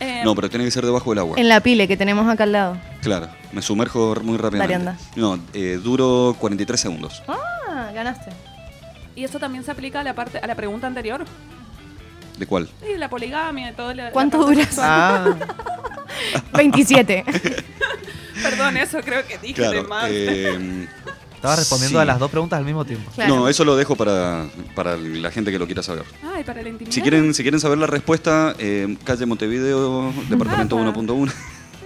Speaker 1: Eh,
Speaker 3: No, pero tiene que ser debajo del agua.
Speaker 6: En la pile que tenemos acá al lado.
Speaker 3: Claro, me sumerjo muy rápidamente.
Speaker 6: Dale, anda.
Speaker 3: No, eh, duro 43 segundos.
Speaker 6: Ah, ganaste.
Speaker 1: Y eso también se aplica a la parte a la pregunta anterior.
Speaker 3: ¿De cuál?
Speaker 1: Y la poligamia, todo. La, la
Speaker 6: ¿Cuánto
Speaker 1: parte
Speaker 6: duras?
Speaker 1: sexual.
Speaker 2: Ah,
Speaker 6: 27.
Speaker 1: Perdón, eso creo que dije de
Speaker 3: Claro.
Speaker 1: más.
Speaker 3: eh,
Speaker 2: estaba respondiendo
Speaker 3: Sí.
Speaker 2: a las dos preguntas al mismo tiempo.
Speaker 6: Claro.
Speaker 3: No, eso lo dejo para, para la gente que lo quiera saber.
Speaker 1: Ay, para la intimidad.
Speaker 3: Si quieren, si quieren saber la respuesta, eh, calle Montevideo, departamento
Speaker 1: Ajá.
Speaker 3: 1.1.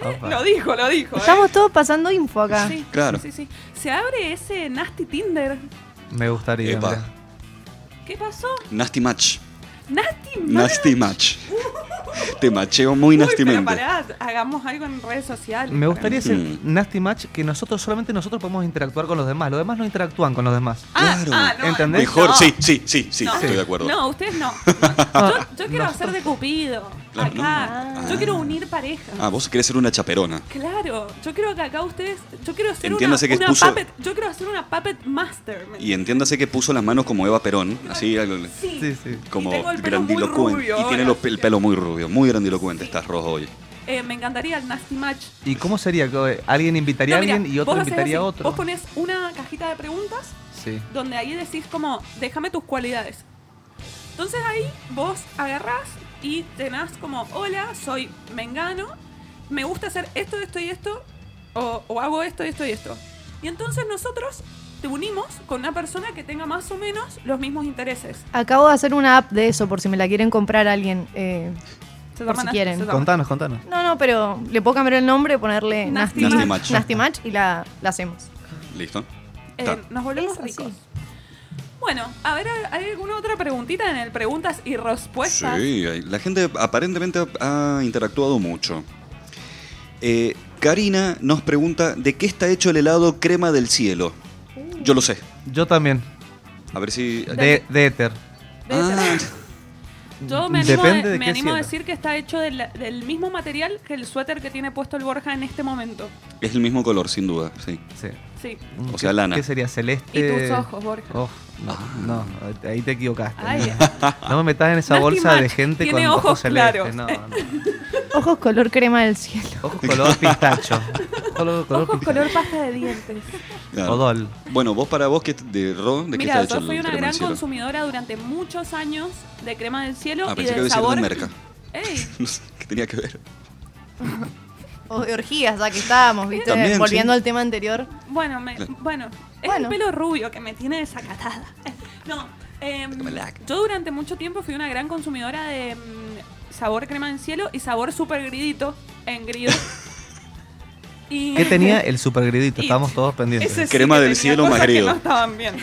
Speaker 2: Opa.
Speaker 1: Lo dijo, lo dijo. ¿eh?
Speaker 6: Estamos todos pasando info acá.
Speaker 1: Sí,
Speaker 3: Claro.
Speaker 1: Sí, sí, sí. Se abre ese nasty Tinder
Speaker 2: Me gustaría.
Speaker 3: Epa.
Speaker 2: mirá.
Speaker 1: ¿Qué pasó?
Speaker 3: Nasty match.
Speaker 1: Nasty Match.
Speaker 3: Nasty match. Te macheo
Speaker 1: Uy,
Speaker 3: muy nastymente.
Speaker 1: pero pará, hagamos algo en redes sociales.
Speaker 2: Me gustaría
Speaker 3: Para
Speaker 2: ese
Speaker 3: mí.
Speaker 2: nasty match que nosotros solamente nosotros podemos interactuar con los demás. Los demás no interactúan con los demás.
Speaker 1: Ah,
Speaker 3: Claro.
Speaker 1: ah, no,
Speaker 2: ¿Entendés?
Speaker 3: Mejor,
Speaker 1: no.
Speaker 3: sí, sí, sí, sí,
Speaker 1: No.
Speaker 3: estoy de acuerdo.
Speaker 1: No, ustedes no. Yo, yo quiero
Speaker 2: Nosotros-
Speaker 1: hacer de Cupido.
Speaker 3: Claro, no.
Speaker 1: acá.
Speaker 3: Ah.
Speaker 1: Yo quiero unir parejas.
Speaker 3: Ah, vos querés ser una chaperona.
Speaker 1: Claro, yo quiero que acá ustedes. Yo quiero hacer una,
Speaker 3: Entiéndase que
Speaker 1: una
Speaker 3: puso-
Speaker 1: puppet. Yo quiero hacer una puppet master. ¿me
Speaker 3: Y entiéndase que puso las manos como Eva Perón, así algo-
Speaker 1: Sí.
Speaker 2: Sí, sí.
Speaker 3: como
Speaker 1: Y tengo el pelo muy
Speaker 3: grandilocuente.
Speaker 1: rubio
Speaker 3: Y tiene
Speaker 1: ahora.
Speaker 3: los pe- el pelo muy rubio, muy grandilocuente. Estás rojo hoy.
Speaker 1: Eh, me encantaría el nasty match.
Speaker 2: ¿Y cómo sería? que ¿Alguien invitaría
Speaker 1: No,
Speaker 2: a
Speaker 1: mira,
Speaker 2: alguien y otro
Speaker 1: vos haces
Speaker 2: invitaría a
Speaker 1: así,
Speaker 2: otro?
Speaker 1: Vos pones una cajita de preguntas
Speaker 2: Sí.
Speaker 1: donde ahí decís como, déjame tus cualidades. Entonces ahí vos agarrás y tenás como, hola, soy Mengano, me gusta hacer esto, esto y esto, o, o hago esto, esto y esto. Y entonces nosotros te unimos con una persona que tenga más o menos los mismos intereses.
Speaker 6: Acabo de hacer una app de eso por si me la quieren comprar a alguien. eh,
Speaker 1: Se
Speaker 6: Por si
Speaker 1: nas-
Speaker 6: quieren.
Speaker 1: se llama-
Speaker 2: Contanos, contanos.
Speaker 6: no, no, pero le puedo cambiar el nombre, ponerle
Speaker 1: Nasty
Speaker 6: Nasty,
Speaker 3: Nasty
Speaker 6: Match.
Speaker 3: Match.
Speaker 6: Nasty Match y la, la hacemos.
Speaker 3: ¿Listo?
Speaker 1: Eh,
Speaker 3: Ta.
Speaker 1: nos volvemos
Speaker 6: Es así.
Speaker 1: ricos. Bueno, a ver, ¿hay alguna otra preguntita en el preguntas y respuestas?
Speaker 3: Sí, hay- la gente aparentemente ha ha interactuado mucho. Eh, Karina nos pregunta de qué está hecho el helado crema del cielo.
Speaker 1: Uh.
Speaker 3: Yo lo sé.
Speaker 2: Yo también.
Speaker 3: A ver si.
Speaker 2: De, de éter.
Speaker 1: Debe ser-
Speaker 3: Ah,
Speaker 1: Yo me animo,
Speaker 2: Depende
Speaker 1: a-
Speaker 2: de
Speaker 1: me
Speaker 2: qué
Speaker 1: animo a
Speaker 2: cielo.
Speaker 1: decir que está hecho del, del mismo material que el suéter que tiene puesto el Borja en este momento.
Speaker 3: es el mismo color, sin duda, sí.
Speaker 2: Sí.
Speaker 1: Sí.
Speaker 3: O sea, lana.
Speaker 2: ¿Qué sería?
Speaker 1: Y
Speaker 2: Celeste.
Speaker 3: Eh,
Speaker 1: tus ojos, Borja.
Speaker 2: Oh, no, no, ahí te equivocaste.
Speaker 1: Ay,
Speaker 2: No me metas en esa
Speaker 1: Nasty
Speaker 2: bolsa de
Speaker 1: Match.
Speaker 2: gente
Speaker 1: Tiene
Speaker 2: con
Speaker 1: ojos
Speaker 2: celestes.
Speaker 1: claros.
Speaker 2: No, no.
Speaker 6: Ojos color crema del cielo.
Speaker 2: Ojos color pistacho. Color, color
Speaker 1: ojos
Speaker 2: pistacho.
Speaker 1: color pasta de dientes.
Speaker 3: Claro.
Speaker 2: Odol.
Speaker 3: Bueno, vos para vos, que de Ro, ¿de qué
Speaker 1: Mira,
Speaker 3: está
Speaker 1: yo
Speaker 3: hecho
Speaker 1: fui
Speaker 3: el
Speaker 1: una
Speaker 3: crema del
Speaker 1: gran
Speaker 3: cielo?
Speaker 1: consumidora durante muchos años de crema del cielo
Speaker 3: Ah,
Speaker 1: y
Speaker 3: pensé que
Speaker 1: del
Speaker 3: había sido
Speaker 1: sabor.
Speaker 3: de merca.
Speaker 1: Ey,
Speaker 3: No sé qué tenía que ver.
Speaker 6: O de orgías, ya que estábamos, ¿viste?
Speaker 3: También, sí.
Speaker 6: Volviendo al tema anterior.
Speaker 1: bueno, me- bueno, es
Speaker 6: Bueno.
Speaker 1: el pelo rubio que me tiene desacatada. No, em,
Speaker 3: Que me lac.
Speaker 1: yo durante mucho tiempo fui una gran consumidora de mm, sabor crema del cielo y sabor super gridito en grido. Y-
Speaker 2: ¿Qué tenía el supergridito?
Speaker 1: Y-
Speaker 2: Estábamos todos pendientes.
Speaker 1: Ese sí
Speaker 3: Crema
Speaker 1: que
Speaker 3: del
Speaker 1: tenía
Speaker 3: cielo
Speaker 1: cosas
Speaker 3: más
Speaker 1: que
Speaker 3: grido.
Speaker 1: no estaban bien.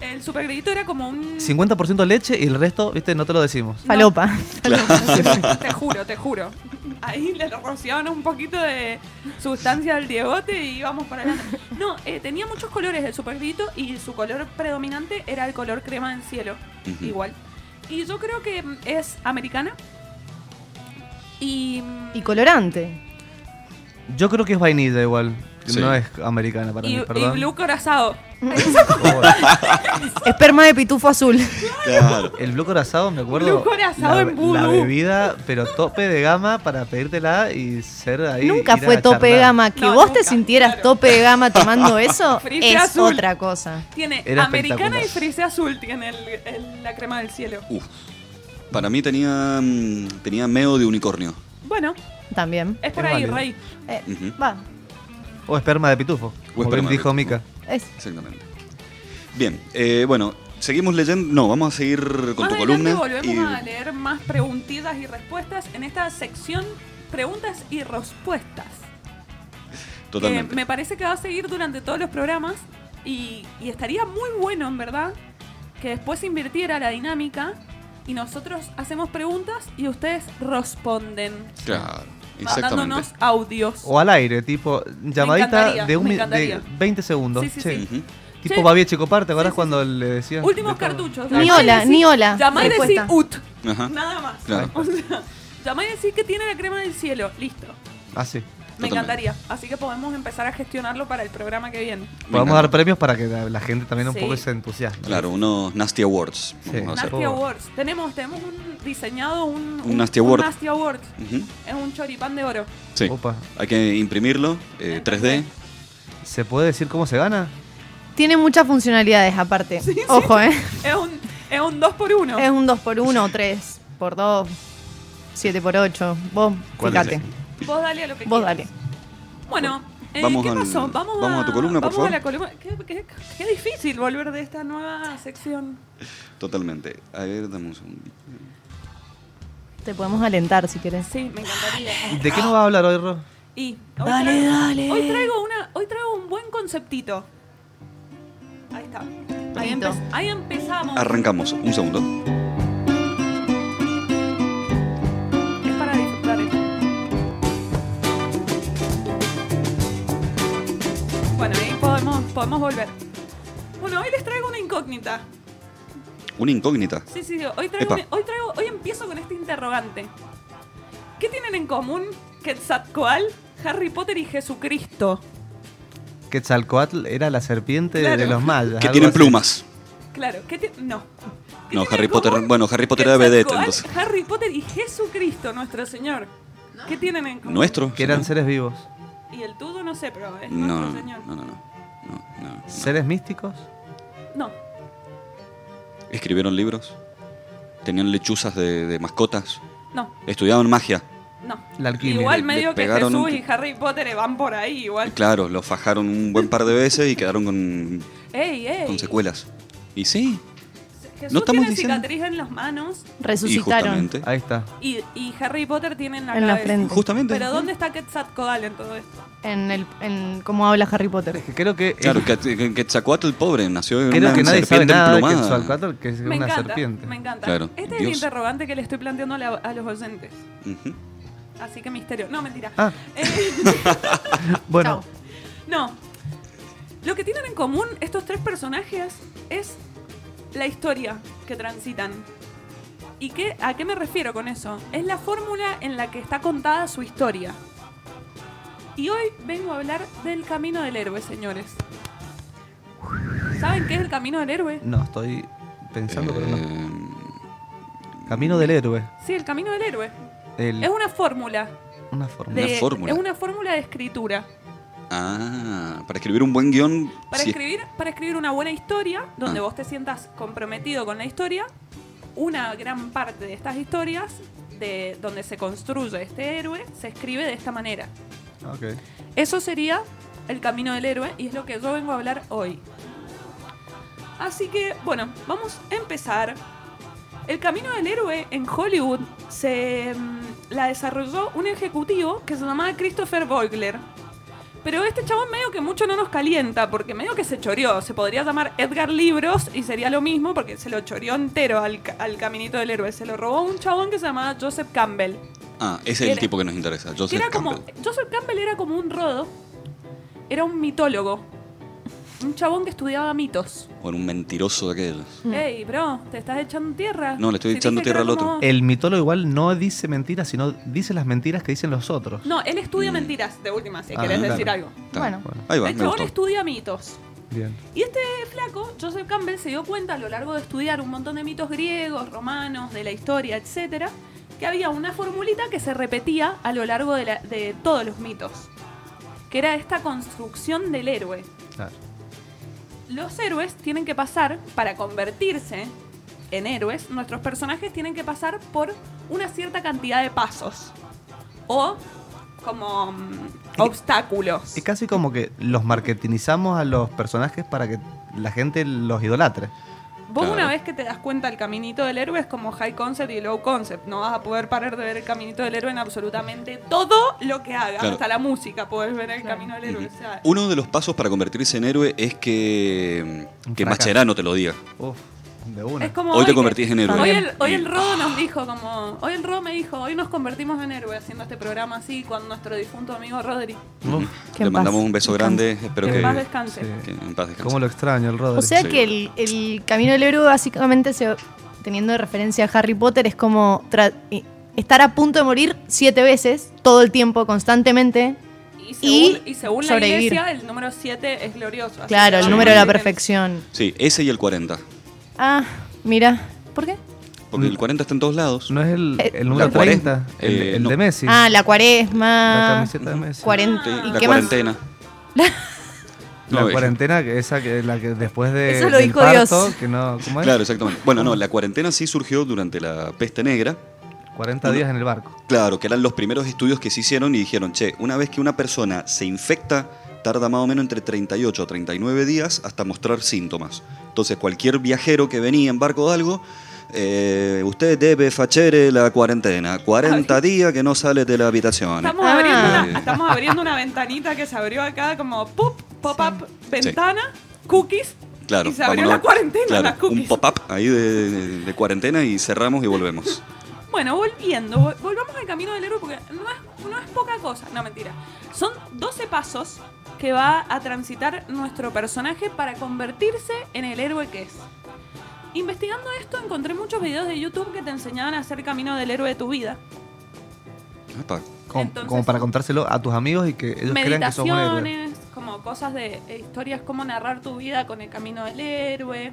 Speaker 1: El supergredito era como un...
Speaker 2: 50% leche y el resto, viste, no te lo decimos.
Speaker 1: No.
Speaker 6: Falopa.
Speaker 1: Te juro, te juro. Ahí le rociaban un poquito de sustancia al diegote y íbamos para adelante. No, eh, tenía muchos colores el supergredito y su color predominante era el color crema del cielo.
Speaker 3: Ujú.
Speaker 1: Igual. Y yo creo que mm, es americana. Y... mm,
Speaker 6: Y colorante.
Speaker 2: Yo creo que es vainilla igual.
Speaker 3: Sí.
Speaker 2: No es americana para
Speaker 1: y-
Speaker 2: mí,
Speaker 1: y
Speaker 2: perdón.
Speaker 1: blue corazado.
Speaker 2: Oh,
Speaker 6: Esperma de pitufo azul.
Speaker 3: Claro.
Speaker 2: el blue corazado, me acuerdo.
Speaker 1: Blue corazado
Speaker 2: la,
Speaker 1: en vudú.
Speaker 2: La bebida, pero tope de gama para pedírtela y ser ahí.
Speaker 6: Nunca
Speaker 2: ir a
Speaker 6: fue tope de
Speaker 2: charlar.
Speaker 6: gama. Que
Speaker 1: No,
Speaker 6: vos
Speaker 1: nunca,
Speaker 6: te sintieras
Speaker 1: claro.
Speaker 6: tope de gama tomando eso
Speaker 1: Frise
Speaker 6: es
Speaker 1: azul.
Speaker 6: otra cosa.
Speaker 1: Tiene
Speaker 2: Era
Speaker 1: americana y
Speaker 2: espectacular.
Speaker 1: frise azul tiene el- el- la crema del cielo.
Speaker 3: Uf. Para mí tenía, mm, tenía meo de unicornio.
Speaker 1: Bueno,
Speaker 6: También.
Speaker 1: es por
Speaker 2: Es
Speaker 1: ahí,
Speaker 2: válido.
Speaker 1: Rey.
Speaker 6: Eh,
Speaker 3: Ujú.
Speaker 6: Va.
Speaker 2: O esperma de pitufo. como
Speaker 3: esperma
Speaker 2: bien
Speaker 3: de
Speaker 2: dijo
Speaker 3: pitufo.
Speaker 2: Mika.
Speaker 6: Es.
Speaker 3: Exactamente. Bien, eh, bueno, seguimos leyendo. No, vamos a seguir con
Speaker 1: más
Speaker 3: tu
Speaker 1: adelante
Speaker 3: columna.
Speaker 1: volvemos
Speaker 3: y-
Speaker 1: a leer más preguntitas y respuestas en esta sección preguntas y respuestas. Que
Speaker 3: Totalmente.
Speaker 1: me parece que va a seguir durante todos los programas y, y estaría muy bueno, en verdad, que después se invirtiera la dinámica y nosotros hacemos preguntas y ustedes responden
Speaker 3: Claro, exactamente.
Speaker 1: mandándonos audios.
Speaker 2: O al aire, tipo,
Speaker 1: encantaría,
Speaker 2: llamadita de, un
Speaker 1: me
Speaker 2: mi-
Speaker 1: encantaría.
Speaker 2: de 20 segundos.
Speaker 1: Sí, sí,
Speaker 2: Che,
Speaker 1: sí.
Speaker 3: Ujú.
Speaker 2: Tipo
Speaker 1: Che.
Speaker 2: Babia Checopar, ¿te acuerdas
Speaker 1: Sí, sí,
Speaker 2: cuando le decían?
Speaker 1: Últimos
Speaker 2: de todo?
Speaker 1: cartuchos.
Speaker 6: Ni
Speaker 1: Llamá y
Speaker 6: hola,
Speaker 1: decí-
Speaker 6: ni hola.
Speaker 1: Llamá y decí
Speaker 6: Respuesta.
Speaker 1: ut.
Speaker 3: Ajá.
Speaker 1: Nada más.
Speaker 3: ¿Ah? Claro.
Speaker 1: O sea, llamá y decí que tiene la crema del cielo. Listo.
Speaker 2: Ah, sí.
Speaker 1: Me
Speaker 3: Totalmente.
Speaker 1: encantaría. Así que podemos empezar a gestionarlo para el programa que viene.
Speaker 2: Podemos
Speaker 3: encanta.
Speaker 2: dar premios para que la, la gente también
Speaker 1: Sí.
Speaker 2: un poco se entusiasme.
Speaker 3: Claro, unos Nasty Awards.
Speaker 2: Sí.
Speaker 3: vamos a hacer.
Speaker 1: Nasty
Speaker 2: favor.
Speaker 1: Awards. Tenemos, tenemos un diseñado un,
Speaker 3: Un Nasty Award.
Speaker 1: Nasty Award.
Speaker 3: Ujú,
Speaker 1: Es un choripán de oro.
Speaker 3: Sí.
Speaker 2: Opa.
Speaker 3: Hay que imprimirlo, eh, 3D.
Speaker 2: ¿Se puede decir cómo se gana?
Speaker 6: Tiene muchas funcionalidades aparte. Ojo, ¿eh?
Speaker 1: Es un, es un 2 por 1
Speaker 6: Es un 2x1, 3x2, 7x8. Vos,
Speaker 3: ¿Cuál es
Speaker 6: fíjate.
Speaker 1: Vos dale a lo que
Speaker 6: Vos
Speaker 1: quieras.
Speaker 6: dale.
Speaker 1: Bueno, eh,
Speaker 3: Vamos
Speaker 1: ¿qué
Speaker 3: al-
Speaker 1: pasó? vamos,
Speaker 3: vamos a tu columna, por
Speaker 1: vamos
Speaker 3: favor.
Speaker 1: a la columna. Qué, qué- qué difícil volver de esta nueva sección.
Speaker 3: Totalmente. A ver, dame un segundo.
Speaker 6: Te podemos alentar si querés.
Speaker 1: Sí, me encantaría.
Speaker 2: ¿De qué nos va a hablar hoy, Ro?
Speaker 1: Y hoy traigo, Hoy traigo, una, hoy traigo un buen conceptito. Ahí está. Ahí,
Speaker 6: Listo.
Speaker 1: empe- ahí empezamos.
Speaker 3: Arrancamos, un segundo.
Speaker 1: es para disfrutar esto. Bueno, ahí podemos, podemos volver. Bueno, hoy les traigo una incógnita.
Speaker 3: Una incógnita.
Speaker 1: Sí, sí, hoy traigo,
Speaker 3: Epa.
Speaker 1: hoy traigo, hoy empiezo con este interrogante. ¿Qué tienen en común Quetzalcoatl, Harry Potter y Jesucristo?
Speaker 2: Quetzalcoatl era la serpiente de- de
Speaker 1: Claro.
Speaker 2: los mayas.
Speaker 3: Que
Speaker 2: algo
Speaker 3: tienen
Speaker 2: así.
Speaker 3: plumas.
Speaker 1: Claro, ¿qué ti- no. ¿Qué
Speaker 3: No,
Speaker 1: tienen
Speaker 3: Harry
Speaker 1: en
Speaker 3: Potter.
Speaker 1: común
Speaker 3: Bueno, Harry Potter era vedette,
Speaker 1: Quetzalcóatl,
Speaker 3: entonces.
Speaker 1: Harry Potter y Jesucristo, nuestro Señor. ¿Qué tienen en común?
Speaker 3: ¿Nuestro?
Speaker 2: Que eran
Speaker 3: ¿Sí,
Speaker 2: seres vivos.
Speaker 1: Y el tudo no sé, pero es
Speaker 3: no? No,
Speaker 1: nuestro
Speaker 3: no,
Speaker 1: Señor.
Speaker 3: no, no, no, no, no.
Speaker 2: ¿Seres místicos?
Speaker 1: No,
Speaker 3: ¿Escribieron libros? ¿Tenían lechuzas de, de mascotas?
Speaker 1: no,
Speaker 3: ¿Estudiaban magia?
Speaker 1: no.
Speaker 2: La alquimia.
Speaker 1: Igual
Speaker 3: Le-
Speaker 1: medio
Speaker 3: le
Speaker 1: que Jesús
Speaker 3: pegaron un-
Speaker 1: y Harry Potter van por ahí igual.
Speaker 3: Claro, los fajaron un buen par de veces y quedaron con,
Speaker 1: Ey, ey.
Speaker 3: con secuelas. Y sí,
Speaker 1: Jesús
Speaker 3: No estamos
Speaker 1: tiene
Speaker 3: diciendo-
Speaker 1: cicatriz en las manos
Speaker 3: y
Speaker 6: Resucitaron.
Speaker 3: justamente.
Speaker 2: Ahí está.
Speaker 1: y, y Harry Potter tiene en la
Speaker 6: En la
Speaker 1: cabeza.
Speaker 6: frente.
Speaker 3: Justamente.
Speaker 1: Pero ¿dónde está Quetzalcoatl en todo esto?
Speaker 6: En, el, en cómo habla Harry Potter.
Speaker 2: Es que creo que.
Speaker 3: Claro, que, que Quetzalcóatl, el pobre, nació en
Speaker 2: creo
Speaker 3: una
Speaker 2: que nadie sabe
Speaker 3: serpiente
Speaker 2: nada de
Speaker 3: emplumada.
Speaker 2: Quetzalcoatl, que es
Speaker 1: Me
Speaker 2: una
Speaker 1: encanta,
Speaker 2: serpiente.
Speaker 1: me encanta.
Speaker 3: Claro,
Speaker 1: este es el
Speaker 3: Dios.
Speaker 1: interrogante que le estoy planteando a, la- a los oyentes.
Speaker 3: Ujú.
Speaker 1: Así que misterio. No, mentira.
Speaker 2: Ah,
Speaker 1: Eh,
Speaker 2: bueno.
Speaker 6: Chau.
Speaker 1: no. Lo que tienen en común estos tres personajes es la historia que transitan. ¿Y qué, a qué me refiero con eso? Es la fórmula en la que está contada su historia. Y hoy vengo a hablar del camino del héroe, señores. ¿Saben qué es el camino del héroe?
Speaker 2: No, estoy pensando, pero no.
Speaker 3: Eh,
Speaker 2: Camino del héroe.
Speaker 1: Sí, el camino del héroe.
Speaker 2: El-
Speaker 1: Es una fórmula.
Speaker 2: una forma.
Speaker 1: de-
Speaker 3: Una fórmula.
Speaker 1: Es una fórmula de escritura.
Speaker 3: Ah, para escribir un buen guión.
Speaker 1: Para,
Speaker 3: sí,
Speaker 1: escribir, para escribir una buena historia, donde
Speaker 3: Ah.
Speaker 1: vos te sientas comprometido con la historia, una gran parte de estas historias, de donde se construye este héroe, se escribe de esta manera.
Speaker 2: Ok.
Speaker 1: Eso sería el camino del héroe y es lo que yo vengo a hablar hoy. Así que, bueno, vamos a empezar. El camino del héroe en Hollywood se mm, la desarrolló un ejecutivo que se llamaba Christopher Vogler. Pero este chabón medio que mucho no nos calienta, porque medio que se choreó. Se podría llamar Edgar Libros y sería lo mismo porque se lo choreó entero al, ca- al caminito del héroe. Se lo robó un chabón que se llamaba Joseph Campbell.
Speaker 3: Ah, ese es el
Speaker 1: Era-
Speaker 3: tipo que nos interesa,
Speaker 1: Que
Speaker 3: Joseph
Speaker 1: era como,
Speaker 3: Campbell.
Speaker 1: Joseph Campbell era como un rodo, era un mitólogo, un chabón que estudiaba mitos.
Speaker 3: O era un mentiroso de aquellos.
Speaker 6: Mm.
Speaker 1: Ey, bro, te estás echando tierra.
Speaker 3: No, le estoy
Speaker 1: te
Speaker 3: echando
Speaker 1: dije que era
Speaker 3: tierra al otro.
Speaker 1: como-
Speaker 2: El mitólogo igual no dice mentiras, sino dice las mentiras que dicen los otros.
Speaker 1: No, él estudia
Speaker 3: Mm.
Speaker 1: mentiras, de última, si
Speaker 2: Ah,
Speaker 1: querés
Speaker 2: claro.
Speaker 1: decir algo.
Speaker 3: Está.
Speaker 6: Bueno.
Speaker 3: Ahí va,
Speaker 1: el
Speaker 3: me
Speaker 1: chabón
Speaker 3: gustó.
Speaker 1: estudia mitos.
Speaker 2: Bien.
Speaker 1: Y este flaco, Joseph Campbell, se dio cuenta a lo largo de estudiar un montón de mitos griegos, romanos, de la historia, etcétera, que había una formulita que se repetía a lo largo de, la- de todos los mitos, que era esta construcción del héroe.
Speaker 2: Claro.
Speaker 1: Los héroes tienen que pasar, para convertirse en héroes, nuestros personajes tienen que pasar por una cierta cantidad de pasos o como mm, obstáculos.
Speaker 2: Es casi como que los marketinizamos a los personajes para que la gente los idolatre.
Speaker 1: Vos
Speaker 3: Claro.
Speaker 1: una vez que te das cuenta el caminito del héroe es como high concept y low concept. No vas a poder parar de ver el caminito del héroe en absolutamente todo lo que hagas.
Speaker 3: Claro.
Speaker 1: Hasta la música podés ver el camino del héroe.
Speaker 3: Ujú.
Speaker 1: o sea,
Speaker 3: Uno de los pasos para convertirse en héroe es que,
Speaker 2: Un
Speaker 3: que
Speaker 2: fracaso.
Speaker 3: Macherano te lo diga.
Speaker 2: Uf, de una.
Speaker 1: es como
Speaker 3: Hoy te
Speaker 1: que-
Speaker 3: convertís en héroe.
Speaker 1: Hoy el, hoy el
Speaker 3: Y-
Speaker 1: Rodo
Speaker 6: Ah.
Speaker 1: nos dijo como... Hoy el Rodo me dijo, hoy nos convertimos en héroe haciendo este programa así con nuestro difunto amigo Rodri.
Speaker 2: Uf,
Speaker 6: Que
Speaker 3: Le
Speaker 6: en paz
Speaker 3: mandamos un beso
Speaker 6: descanse.
Speaker 3: grande. Espero
Speaker 1: que
Speaker 3: que,
Speaker 1: en paz descanse.
Speaker 2: sí.
Speaker 3: que en paz descanse.
Speaker 2: ¿Cómo lo extraño el Rodri?
Speaker 6: O sea
Speaker 3: Sí.
Speaker 6: que el, el camino del héroe básicamente, se- teniendo de referencia a Harry Potter, es como tra- eh, estar a punto de morir siete veces, todo el tiempo, constantemente.
Speaker 1: Y
Speaker 6: Y
Speaker 1: según, y según la
Speaker 6: sobrevivir.
Speaker 1: iglesia, el número 7 es glorioso. así
Speaker 6: Claro,
Speaker 1: que
Speaker 6: el
Speaker 1: vamos
Speaker 6: número
Speaker 1: a
Speaker 6: de la
Speaker 1: vivir en-
Speaker 6: perfección.
Speaker 3: Sí, ese y el 40.
Speaker 6: Ah, mira. ¿Por qué?
Speaker 3: Porque
Speaker 2: Mm.
Speaker 3: el 40 está en todos lados.
Speaker 2: ¿No es el,
Speaker 6: Eh,
Speaker 2: el número
Speaker 3: La cuarenta.
Speaker 2: 30? El,
Speaker 3: Eh,
Speaker 2: el
Speaker 3: no.
Speaker 2: de Messi.
Speaker 6: Ah, la
Speaker 2: La
Speaker 6: cuaresma.
Speaker 2: camiseta de Messi.
Speaker 6: cuaren-
Speaker 3: Sí,
Speaker 6: ¿Y
Speaker 3: la
Speaker 6: qué más?
Speaker 3: cuarentena.
Speaker 2: La
Speaker 3: No, eh,
Speaker 2: cuarentena, que esa que, la que después de,
Speaker 6: Eso lo
Speaker 2: del
Speaker 6: dijo
Speaker 2: parto,
Speaker 6: Dios.
Speaker 2: que no, ¿cómo es?
Speaker 3: Claro, exactamente. Bueno, no, la cuarentena sí surgió durante la peste negra.
Speaker 2: 40 días en el barco.
Speaker 3: Claro, que eran los primeros estudios que se hicieron y dijeron, che, una vez que una persona se infecta, tarda más o menos entre 38 a 39 días hasta mostrar síntomas. Entonces, cualquier viajero que venía en barco de algo, eh, usted debe fachere la cuarentena. 40 días que no sale de la habitación.
Speaker 1: Estamos,
Speaker 6: Ah.
Speaker 1: abriendo una, estamos abriendo una ventanita que se abrió acá como pop, pop-up, ventana, cookies,
Speaker 3: Claro,
Speaker 1: Y se abrió la cuarentena, las cookies.
Speaker 3: un pop-up ahí de, de- de cuarentena y cerramos y volvemos.
Speaker 1: Bueno, volviendo, vol- volvamos al camino del héroe porque no es, no es poca cosa, no mentira. Son 12 pasos que va a transitar nuestro personaje para convertirse en el héroe que es. Investigando esto encontré muchos videos de YouTube que te enseñaban a hacer camino del héroe de tu vida.
Speaker 3: Apa,
Speaker 2: Como,
Speaker 1: Entonces-
Speaker 2: como para contárselo a tus amigos y que ellos crean que sos un héroe.
Speaker 1: Meditaciones, como cosas de eh, historias, cómo narrar tu vida con el camino del héroe,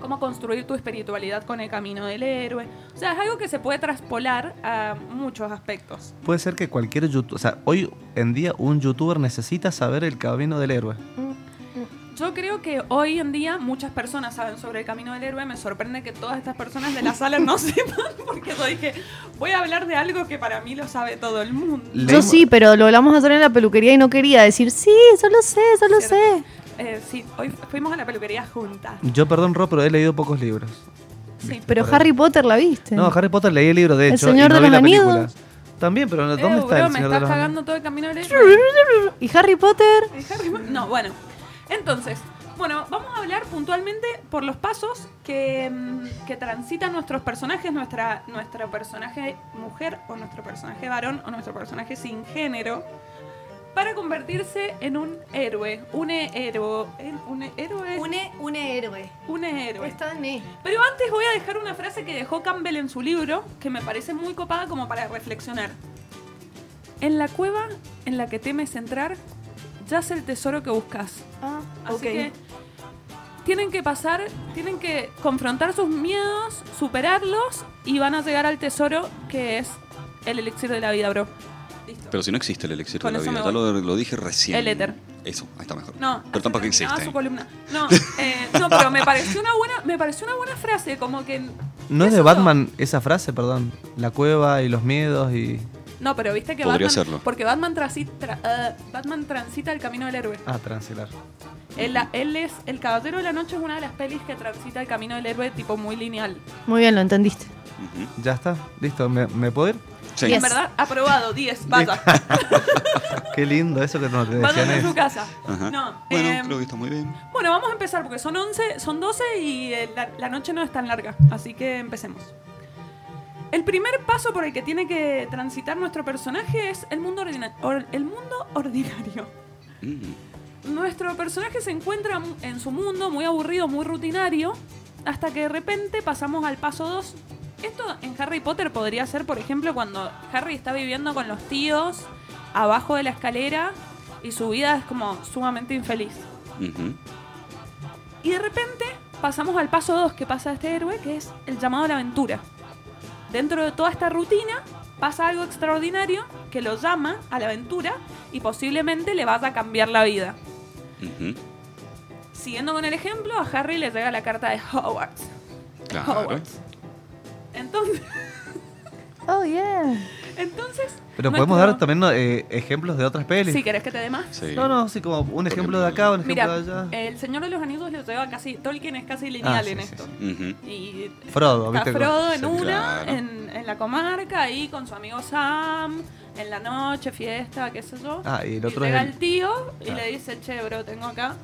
Speaker 1: cómo construir tu espiritualidad con el camino del héroe. O sea, es algo que se puede traspolar a muchos aspectos.
Speaker 2: Puede ser que cualquier youtuber, o sea, hoy en día un youtuber necesita saber el camino del héroe.
Speaker 1: Yo creo que hoy en día muchas personas saben sobre el camino del héroe. Me sorprende que todas estas personas de la sala no sepan, porque yo dije, voy a hablar de algo que para mí lo sabe todo el mundo.
Speaker 6: Yo sí, pero lo hablamos ayer en la peluquería y no quería decir, sí, solo sé, solo sé.
Speaker 1: Eh, sí, hoy fuimos a la peluquería juntas.
Speaker 2: Yo, perdón, Ro, pero he leído pocos libros.
Speaker 1: Sí.
Speaker 6: Pero
Speaker 2: Para-
Speaker 6: Harry Potter la viste.
Speaker 2: No, Harry Potter leí el libro, de
Speaker 6: El
Speaker 2: hecho.
Speaker 6: Señor
Speaker 2: y no
Speaker 6: de
Speaker 2: vi
Speaker 6: los
Speaker 2: la película.
Speaker 6: Anillos.
Speaker 2: También, pero no- ¿dónde
Speaker 1: Eh,
Speaker 2: está
Speaker 1: bro, me
Speaker 2: el Señor de
Speaker 1: estás
Speaker 2: los Anillos?
Speaker 1: cagando todo el camino del héroe.
Speaker 6: Y Harry Potter,
Speaker 1: No, bueno. Entonces, bueno, vamos a hablar puntualmente por los pasos que, mm, que transitan nuestros personajes, nuestra, nuestro personaje mujer o nuestro personaje varón o nuestro personaje sin género, para convertirse en un héroe. Un héroe. Un héroe. Un,
Speaker 6: un héroe.
Speaker 1: héroe.
Speaker 6: en mí.
Speaker 1: Pero antes voy a dejar una frase que dejó Campbell en su libro, que me parece muy copada como para reflexionar. En la cueva en la que temes entrar, yace el tesoro que buscas.
Speaker 6: Ah,
Speaker 1: Así que tienen que pasar, tienen que confrontar sus miedos, superarlos y van a llegar al tesoro que es el elixir de la vida, bro. Listo.
Speaker 3: Pero si no existe el elixir
Speaker 1: Con
Speaker 3: de la
Speaker 1: eso
Speaker 3: vida,
Speaker 1: me
Speaker 3: ya
Speaker 1: voy.
Speaker 3: lo, lo dije recién.
Speaker 1: El éter.
Speaker 3: Eso, ahí está mejor.
Speaker 1: No,
Speaker 3: Pero tampoco
Speaker 1: así terminaba
Speaker 3: existe.
Speaker 1: su columna. No, eh, no, pero me pareció una buena, me pareció una buena frase, como que
Speaker 2: ¿No es de
Speaker 1: Eso-
Speaker 2: Batman esa frase, perdón? La cueva y los miedos y...
Speaker 1: no, pero viste que
Speaker 3: Podría
Speaker 1: Batman,
Speaker 3: serlo.
Speaker 1: porque Batman transita, eh, Batman transita el camino del héroe.
Speaker 2: Ah, transilar.
Speaker 1: Él, la- él es el Caballero de la Noche es una de las pelis que transita el camino del héroe tipo muy lineal.
Speaker 6: Muy bien, lo entendiste.
Speaker 3: Ujú.
Speaker 2: Ya está, listo, ¿me, me puedo ir?
Speaker 3: Sí.
Speaker 1: Y en
Speaker 6: Yes.
Speaker 1: verdad, aprobado, 10, vaya.
Speaker 2: Qué lindo eso que no te
Speaker 1: Vaya
Speaker 2: decían
Speaker 1: a
Speaker 2: eso.
Speaker 1: su casa.
Speaker 3: Ajá.
Speaker 1: No,
Speaker 3: bueno,
Speaker 1: em,
Speaker 3: creo que está muy bien.
Speaker 1: Bueno, vamos a empezar porque son 11, son 12 y eh, la, la noche no es tan larga, así que empecemos. El primer paso por el que tiene que transitar nuestro personaje es el mundo, ordina- or- el mundo ordinario.
Speaker 3: Mm.
Speaker 1: Nuestro personaje se encuentra mu- en su mundo muy aburrido, muy rutinario, hasta que de repente pasamos al paso 2. Esto en Harry Potter podría ser, por ejemplo, cuando Harry está viviendo con los tíos abajo de la escalera y su vida es como sumamente infeliz.
Speaker 3: Ujú.
Speaker 1: Y de repente pasamos al paso 2 que pasa este héroe, que es el llamado a la aventura. Dentro de toda esta rutina pasa algo extraordinario que lo llama a la aventura y posiblemente le vaya a cambiar la vida.
Speaker 3: Ujú.
Speaker 1: Siguiendo con el ejemplo, a Harry le llega la carta de Hogwarts.
Speaker 3: Claro.
Speaker 1: Hogwarts. Entonces,
Speaker 6: Oh, yeah.
Speaker 1: entonces
Speaker 2: Pero
Speaker 1: nuestro-
Speaker 2: podemos dar también ¿no? eh, ejemplos de otras pelis.
Speaker 1: Si querés que te dé más.
Speaker 3: Sí.
Speaker 2: No, no, sí, como un ejemplo de acá, un ejemplo
Speaker 1: Mira, eh,
Speaker 2: de allá. Ah,
Speaker 1: el Señor de los Anillos le lleva casi Tolkien es casi lineal
Speaker 2: sí,
Speaker 1: en
Speaker 2: sí,
Speaker 1: esto.
Speaker 3: Ujú.
Speaker 1: Y
Speaker 2: Frodo,
Speaker 1: Está
Speaker 2: ¿viste?
Speaker 1: Frodo en
Speaker 3: Sí,
Speaker 1: una,
Speaker 3: claro.
Speaker 1: en, en la comarca, ahí con su amigo Sam, en la noche, fiesta, qué sé yo.
Speaker 2: Ah, y el otro
Speaker 1: llega
Speaker 2: es el-
Speaker 1: el tío y
Speaker 2: Ah.
Speaker 1: le dice, che, bro, tengo acá.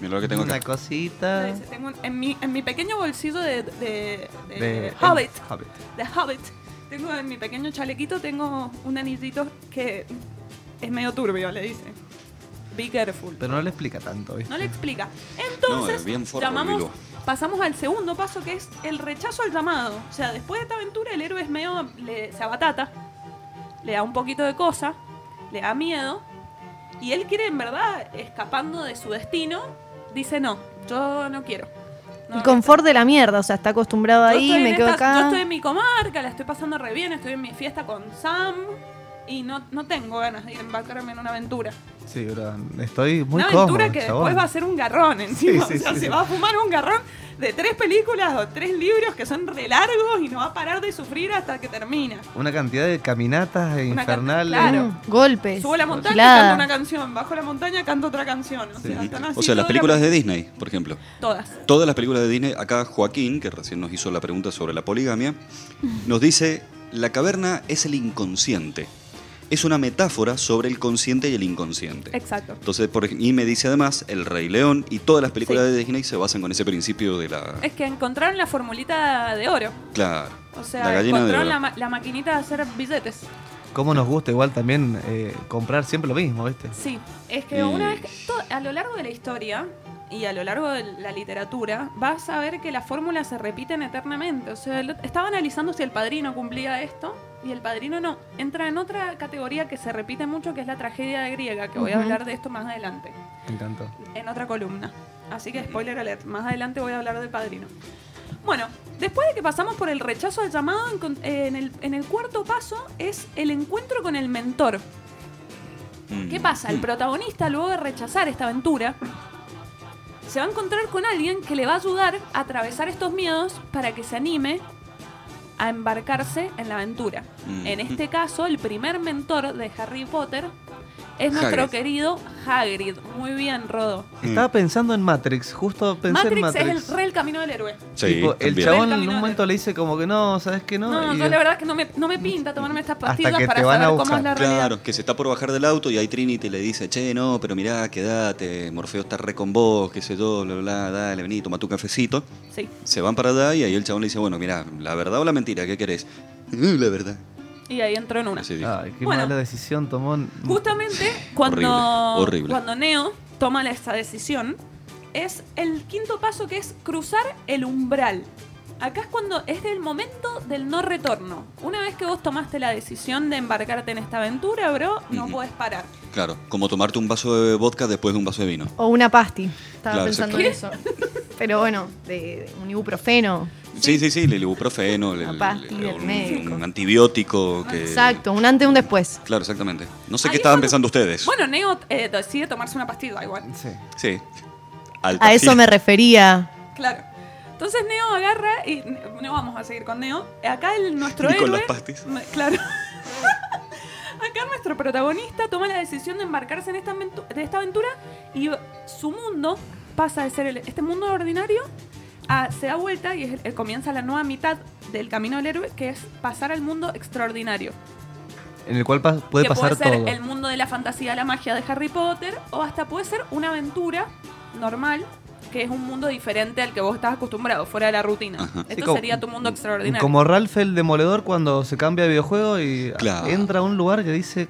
Speaker 3: Mira lo que tengo
Speaker 2: Una
Speaker 3: acá.
Speaker 2: cosita...
Speaker 1: Le dice, tengo un- en, mi, en mi pequeño bolsillo de, de, de
Speaker 2: de-
Speaker 1: eh, Hobbit,
Speaker 2: Hobbit.
Speaker 1: de Hobbit, tengo en mi pequeño chalequito, tengo un anillito que es medio turbio, le dice. Be careful.
Speaker 2: Pero no le explica tanto, ¿viste?
Speaker 1: No le explica.
Speaker 3: No,
Speaker 1: Entonces,
Speaker 3: bien forro,
Speaker 1: llamamos,
Speaker 3: Bilbo.
Speaker 1: pasamos al segundo paso que es el rechazo al llamado. O sea, después de esta aventura, el héroe es medio. le- se abatata, le da un poquito de cosa, le da miedo. Y él quiere, en verdad, escapando de su destino, dice: No, yo no quiero. No,
Speaker 6: El confort de la mierda, o sea, está acostumbrado
Speaker 1: yo
Speaker 6: ahí,
Speaker 1: estoy
Speaker 6: me
Speaker 1: en
Speaker 6: quedo
Speaker 1: esta- Yo
Speaker 6: acá.
Speaker 1: estoy en mi comarca, la estoy pasando re bien, estoy en mi fiesta con Sam. Y no, no tengo ganas de ir a embarcarme en una aventura.
Speaker 2: Sí, bro, estoy muy
Speaker 1: una
Speaker 2: cómodo.
Speaker 1: aventura que
Speaker 2: chabón.
Speaker 1: después va a ser un garrón encima.
Speaker 2: Sí, sí,
Speaker 1: o sea,
Speaker 2: sí,
Speaker 1: se
Speaker 2: sí.
Speaker 1: va a fumar un garrón de tres películas o tres libros que son re largos y no va a parar de sufrir hasta que termina.
Speaker 2: Una cantidad de caminatas infernales.
Speaker 1: claro.
Speaker 6: Mm, golpes.
Speaker 1: Subo a la montaña y
Speaker 6: Gilada.
Speaker 1: canto una canción, bajo la montaña canto otra canción. O sea,
Speaker 2: Sí.
Speaker 1: están
Speaker 3: Ujú.
Speaker 1: así
Speaker 3: O sea, las
Speaker 1: toda
Speaker 3: películas
Speaker 1: la-
Speaker 3: de Disney, por ejemplo.
Speaker 1: Todas.
Speaker 3: Todas las películas de Disney, acá Joaquín, que recién nos hizo la pregunta sobre la poligamia, nos dice, la caverna es el inconsciente. es una metáfora sobre el consciente y el inconsciente.
Speaker 1: Exacto.
Speaker 3: Entonces, por, ej- y me dice además, El Rey León y todas las películas de Disney se basan con ese principio de la...
Speaker 1: Es que encontraron la formulita de oro.
Speaker 3: Claro.
Speaker 1: O
Speaker 3: La
Speaker 1: sea,
Speaker 3: gallina de
Speaker 1: encontraron
Speaker 3: oro.
Speaker 1: la, ma- la maquinita de hacer billetes.
Speaker 2: Como nos gusta igual también eh, comprar siempre lo mismo, ¿viste?
Speaker 1: Sí, es que
Speaker 3: Y-
Speaker 1: una vez que, to- a lo largo de la historia y a lo largo de la literatura vas a ver que las fórmulas se repiten eternamente. O sea, el ot- estaba analizando si el padrino cumplía esto y el padrino no. Entra en otra categoría que se repite mucho, que es la tragedia griega, que voy a
Speaker 6: Ujú.
Speaker 1: hablar de esto más adelante,
Speaker 2: Me encantó.
Speaker 1: en otra columna. Así que spoiler alert, más adelante voy a hablar del padrino. Bueno, después de que pasamos por el rechazo del llamado, encon- eh, en el- en el cuarto paso es el encuentro con el mentor.
Speaker 3: Mm.
Speaker 1: ¿Qué pasa? El protagonista, luego de rechazar esta aventura, se va a encontrar con alguien que le va a ayudar a atravesar estos miedos para que se anime a embarcarse en la aventura.
Speaker 3: Mm.
Speaker 1: En este caso, el primer mentor de Harry Potter es nuestro
Speaker 3: Hagrid.
Speaker 1: querido Hagrid. Muy bien, Rodo.
Speaker 3: Mm.
Speaker 2: Estaba pensando en Matrix, justo pensé en
Speaker 1: Matrix,
Speaker 2: Matrix.
Speaker 1: es el re el camino del héroe.
Speaker 3: Sí,
Speaker 2: Tipo, el
Speaker 3: también.
Speaker 1: Del
Speaker 2: chabón en
Speaker 1: camino
Speaker 2: un
Speaker 1: del
Speaker 2: momento le dice como que no, ¿sabes qué? No,
Speaker 1: No,
Speaker 2: y
Speaker 1: yo la verdad es que no me, no me pinta tomarme estas
Speaker 2: Hasta
Speaker 1: pastillas
Speaker 2: que
Speaker 1: para
Speaker 2: te van a
Speaker 1: saber cómo
Speaker 2: buscar.
Speaker 1: es la realidad.
Speaker 3: Claro, que se está por bajar del auto y ahí Trinity le dice, che, no, pero mirá, quedate, Morfeo está re con vos, qué sé yo, bla, bla, dale, vení, toma tu cafecito.
Speaker 1: Sí.
Speaker 3: Se van para allá y ahí el chabón le dice, bueno, mirá, la verdad o la mentira, ¿qué querés? "Mm, La verdad.
Speaker 1: Y ahí entro en una.
Speaker 3: Así dijo.
Speaker 2: Ay, qué
Speaker 1: Bueno.
Speaker 2: mala decisión tomó.
Speaker 1: Justamente cuando,
Speaker 3: horrible.
Speaker 1: cuando Neo toma la- esta decisión, es el quinto paso que es cruzar el umbral. Acá es cuando es el momento del no retorno. Una vez que vos tomaste la decisión de embarcarte en esta aventura, bro, no
Speaker 3: Ujú.
Speaker 1: puedes parar.
Speaker 3: Claro, como tomarte un vaso de vodka después de un vaso de vino.
Speaker 6: O una pasti. Estaba
Speaker 3: Claro,
Speaker 6: pensando en eso. Pero bueno, de, de un ibuprofeno.
Speaker 3: Sí, sí, sí, el ibuprofeno, el-
Speaker 6: Una
Speaker 3: el-
Speaker 6: pastilla
Speaker 3: un-
Speaker 6: médico.
Speaker 3: un antibiótico. Que...
Speaker 6: Exacto, un antes y un después.
Speaker 3: Claro, exactamente. No sé
Speaker 1: Ahí
Speaker 3: qué estaban
Speaker 1: cuando-
Speaker 3: pensando ustedes.
Speaker 1: Bueno, Neo eh, decide tomarse una pastilla igual.
Speaker 2: Sí.
Speaker 3: Sí. Alta
Speaker 6: A eso
Speaker 3: fila.
Speaker 6: me refería.
Speaker 1: Claro. Entonces Neo agarra y no vamos a seguir con Neo. Acá el nuestro
Speaker 3: Ni con
Speaker 1: héroe-
Speaker 3: las pastis.
Speaker 1: Me- Claro. Acá nuestro protagonista toma la decisión de embarcarse en esta, aventu- de esta aventura y su mundo pasa de ser el- este mundo ordinario a se da vuelta y es el- eh, comienza la nueva mitad del camino del héroe que es pasar al mundo extraordinario.
Speaker 2: En el cual pa- puede
Speaker 1: que
Speaker 2: pasar
Speaker 1: puede ser
Speaker 2: todo.
Speaker 1: el mundo de la fantasía, la magia de Harry Potter o hasta puede ser una aventura normal que es un mundo diferente al que vos estás acostumbrado, fuera de la rutina.
Speaker 3: Ajá.
Speaker 1: Esto
Speaker 2: Sí, como-
Speaker 1: sería tu mundo extraordinario.
Speaker 2: Como Ralph el Demoledor cuando se cambia de videojuego y
Speaker 3: Claro.
Speaker 2: entra a un lugar que dice,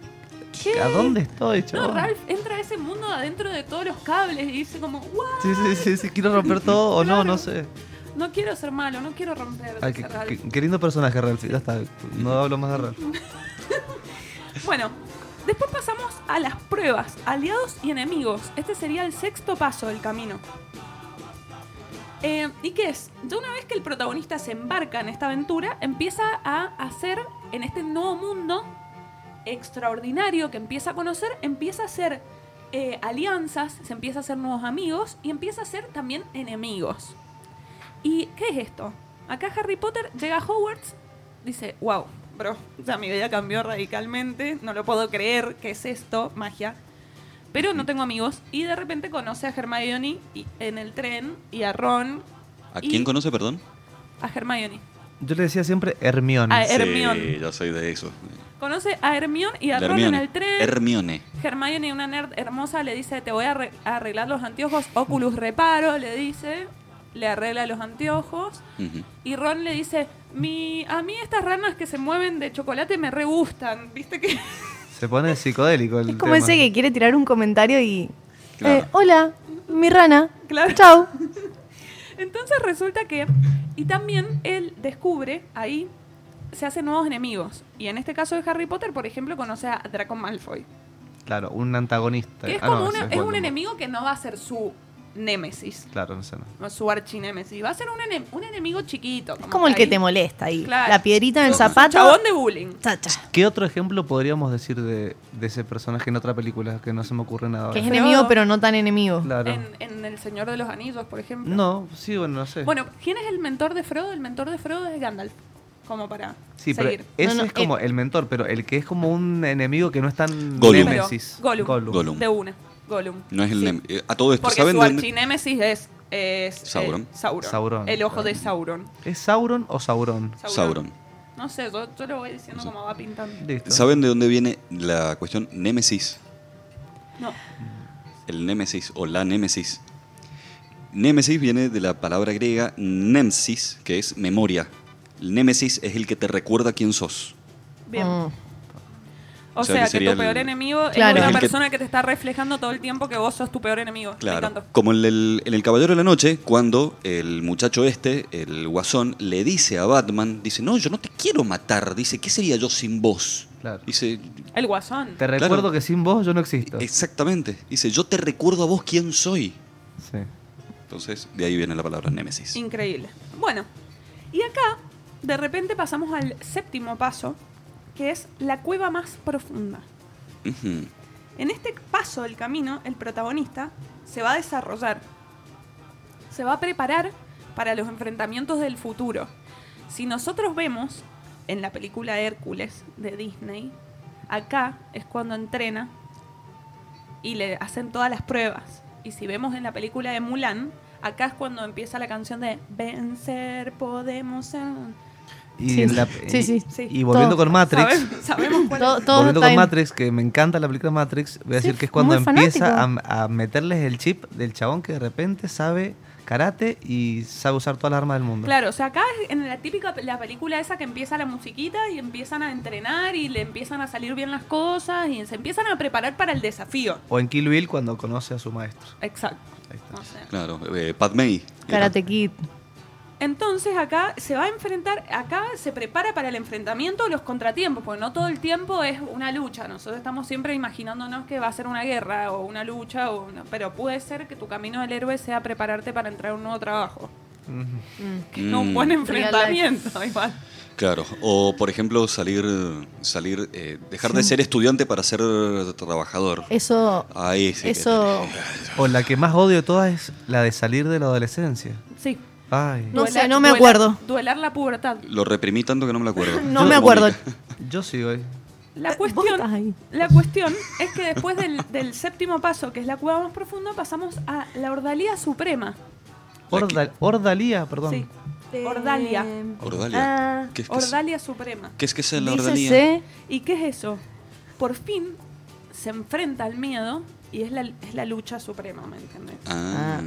Speaker 2: ¿a dónde estoy,
Speaker 1: No,
Speaker 2: chabón?
Speaker 1: Ralph entra a ese mundo adentro de todos los cables y dice como, wow,
Speaker 2: Sí, sí, sí, sí, quiero romper todo o no,
Speaker 1: Claro.
Speaker 2: no sé.
Speaker 1: no quiero ser malo, no quiero romper.
Speaker 2: Ay,
Speaker 1: dice
Speaker 2: qué,
Speaker 1: Ralph.
Speaker 2: qué- qué lindo personaje, Ralph. Ya está, no hablo más de Ralph.
Speaker 1: Bueno, después pasamos a las pruebas, aliados y enemigos. Este sería el sexto paso del camino. Eh, ¿Y qué es? Ya una vez que el protagonista se embarca en esta aventura, empieza a hacer en este nuevo mundo extraordinario que empieza a conocer, empieza a hacer eh, alianzas, se empieza a hacer nuevos amigos y empieza a hacer también enemigos. ¿Y qué es esto? Acá Harry Potter llega a Hogwarts, dice, wow, bro, ya mi vida cambió radicalmente, no lo puedo creer, ¿qué es esto? Magia. Pero no tengo amigos y de repente conoce a Hermione y- en el tren y a Ron,
Speaker 3: ¿A quién
Speaker 1: Y-
Speaker 3: conoce, perdón?
Speaker 1: a Hermione.
Speaker 2: Yo le decía siempre Hermione.
Speaker 1: A Hermione.
Speaker 3: Sí, yo soy de eso.
Speaker 1: Conoce a Hermione y a
Speaker 3: La
Speaker 1: Ron
Speaker 3: Hermione.
Speaker 1: en el tren.
Speaker 3: Hermione.
Speaker 1: Hermione, una nerd hermosa, le dice, te voy a arre- a arreglar los anteojos, Oculus reparo, le dice, le arregla los anteojos.
Speaker 3: Ujú.
Speaker 1: Y Ron le dice, Mi, a mí estas ranas que se mueven de chocolate me re gustan, ¿viste que?
Speaker 2: Se pone psicodélico el
Speaker 6: Es como
Speaker 2: tema.
Speaker 6: ese que quiere tirar un comentario y.
Speaker 3: Claro.
Speaker 6: eh, hola, mi rana.
Speaker 1: Claro.
Speaker 6: Chau.
Speaker 1: Entonces resulta que, y también él descubre ahí, se hacen nuevos enemigos. Y en este caso de Harry Potter, por ejemplo, conoce a Draco Malfoy.
Speaker 2: Claro, un antagonista.
Speaker 1: Que es
Speaker 2: Ah, no,
Speaker 1: como una-
Speaker 2: ese
Speaker 1: es un
Speaker 2: Voldemort.
Speaker 1: enemigo que no va a ser su némesis,
Speaker 2: Claro, no sé. no.
Speaker 1: no su archinémesis, va a ser un, ene- un enemigo chiquito.
Speaker 6: Es como el que
Speaker 1: ahí.
Speaker 6: te molesta ahí.
Speaker 1: Claro.
Speaker 6: La piedrita en el
Speaker 1: Es un
Speaker 6: zapato.
Speaker 1: Chabón de bullying.
Speaker 6: Cha, cha.
Speaker 2: ¿Qué otro ejemplo podríamos decir de, de ese personaje en otra película que no se me ocurre nada?
Speaker 6: Que es
Speaker 1: Pero-
Speaker 6: enemigo, pero no tan enemigo.
Speaker 2: Claro.
Speaker 1: En, en El Señor de los Anillos, por ejemplo.
Speaker 2: No, sí, bueno, no sé.
Speaker 1: Bueno, ¿quién es el mentor de Frodo? El mentor de Frodo es Gandalf. Como para
Speaker 2: sí, pero
Speaker 1: seguir.
Speaker 2: ese
Speaker 6: No, no,
Speaker 2: es como
Speaker 6: eh.
Speaker 2: el mentor, pero el que es como un enemigo que no es tan
Speaker 3: Gollum.
Speaker 2: némesis.
Speaker 1: Gollum.
Speaker 3: Gollum.
Speaker 1: De una. Gollum.
Speaker 3: No es el
Speaker 1: Sí.
Speaker 3: nem- eh, A todo esto,
Speaker 1: Porque
Speaker 3: ¿saben
Speaker 1: su
Speaker 3: dónde?
Speaker 1: archinémesis es, es, eh,
Speaker 3: Sauron.
Speaker 1: Sauron.
Speaker 2: Sauron,
Speaker 1: El ojo
Speaker 2: claro.
Speaker 1: de Sauron.
Speaker 2: ¿Es Sauron o Sauron?
Speaker 3: Sauron.
Speaker 1: No sé, yo, yo lo voy diciendo como va pintando.
Speaker 2: Listo.
Speaker 3: ¿Saben de dónde viene la cuestión némesis?
Speaker 1: No.
Speaker 3: El némesis o la némesis. Némesis viene de la palabra griega nemsis, que es memoria. El némesis es el que te recuerda quién sos.
Speaker 1: Bien.
Speaker 6: Mm.
Speaker 1: O
Speaker 3: O sea,
Speaker 1: sea,
Speaker 3: que
Speaker 1: que,
Speaker 3: sería
Speaker 1: tu peor
Speaker 3: el-
Speaker 1: enemigo es
Speaker 6: Claro.
Speaker 3: Es
Speaker 1: una
Speaker 3: el que-
Speaker 1: persona que... te está reflejando todo el tiempo que vos sos tu peor enemigo. Me
Speaker 3: Claro.
Speaker 1: encantó.
Speaker 3: Como en el, en el Caballero de la Noche, cuando el muchacho este, el guasón, le dice a Batman, dice, no, yo no te quiero matar. Dice, ¿qué sería yo sin vos?
Speaker 2: Claro.
Speaker 3: Dice,
Speaker 1: El guasón.
Speaker 2: Te recuerdo que sin vos yo no existo.
Speaker 3: exactamente. Dice, yo te recuerdo a vos quién soy.
Speaker 2: Sí.
Speaker 3: Entonces, de ahí viene la palabra némesis.
Speaker 1: Increíble. Bueno, y acá de repente pasamos al séptimo paso, que es la cueva más profunda.
Speaker 3: Ujú.
Speaker 1: En este paso del camino, el protagonista se va a desarrollar, se va a preparar para los enfrentamientos del futuro. Si nosotros vemos en la película Hércules de Disney, acá es cuando entrena y le hacen todas las pruebas. Y si vemos en la película de Mulan, acá es cuando empieza la canción de Vencer podemos. ser".
Speaker 2: Y,
Speaker 6: Sí,
Speaker 2: en la-
Speaker 6: sí, sí.
Speaker 1: Sí.
Speaker 2: y volviendo
Speaker 6: Todo.
Speaker 2: con Matrix.
Speaker 1: Sabe- Sabemos cuál
Speaker 6: Todo,
Speaker 1: es.
Speaker 6: todo
Speaker 2: Volviendo
Speaker 6: está
Speaker 2: con
Speaker 6: en-
Speaker 2: Matrix, que me encanta la película Matrix, voy a
Speaker 6: Sí,
Speaker 2: decir que es cuando
Speaker 6: muy
Speaker 2: empieza a, a meterles el chip del chabón que de repente sabe karate y sabe usar todas las armas del mundo.
Speaker 1: Claro, o sea, acá es en la típica la película esa que empieza la musiquita y empiezan a entrenar y le empiezan a salir bien las cosas y se empiezan a preparar para el desafío.
Speaker 2: O en Kill Bill cuando conoce a su maestro.
Speaker 1: Exacto.
Speaker 2: Ahí está.
Speaker 6: Ah.
Speaker 1: O sea,
Speaker 3: Claro, eh, Padmei. era.
Speaker 6: Karate Kid.
Speaker 1: Entonces acá se va a enfrentar, acá se prepara para el enfrentamiento de los contratiempos, porque no todo el tiempo es una lucha. Nosotros estamos siempre imaginándonos que va a ser una guerra o una lucha, o una- pero puede ser que tu camino del héroe sea prepararte para entrar a un nuevo trabajo.
Speaker 2: Ujú.
Speaker 6: Mm.
Speaker 1: Que es un
Speaker 3: Mm.
Speaker 1: buen
Speaker 6: life.
Speaker 1: enfrentamiento, igual.
Speaker 3: Claro, o por ejemplo salir, salir, eh, dejar de ser estudiante para ser trabajador.
Speaker 6: Eso,
Speaker 3: Ahí sí. que-
Speaker 6: eso,
Speaker 2: O la que más odio de todas es la de salir de la adolescencia.
Speaker 1: Sí.
Speaker 2: Ay.
Speaker 6: No sé, no me acuerdo.
Speaker 1: Duelar la pubertad.
Speaker 3: Lo reprimí tanto que no me lo acuerdo.
Speaker 6: no me acuerdo.
Speaker 2: Yo sí hoy.
Speaker 1: La
Speaker 6: Eh, Vos
Speaker 1: cuestión,
Speaker 6: estás ahí.
Speaker 1: la cuestión es que después del, del séptimo paso, que es la cueva más profunda, pasamos a la ordalía suprema.
Speaker 2: Orda- ordalía, perdón.
Speaker 1: Sí.
Speaker 6: Eh,
Speaker 1: Ordalia.
Speaker 3: Ordalia.
Speaker 6: Ah,
Speaker 3: ¿Qué, es que es,
Speaker 1: Ordalia suprema.
Speaker 3: ¿Qué es que es la ordalia?
Speaker 6: Dícese
Speaker 1: ¿Y qué es eso? Por fin se enfrenta al miedo y es la, es la lucha suprema, ¿me entiendes?
Speaker 3: Ah,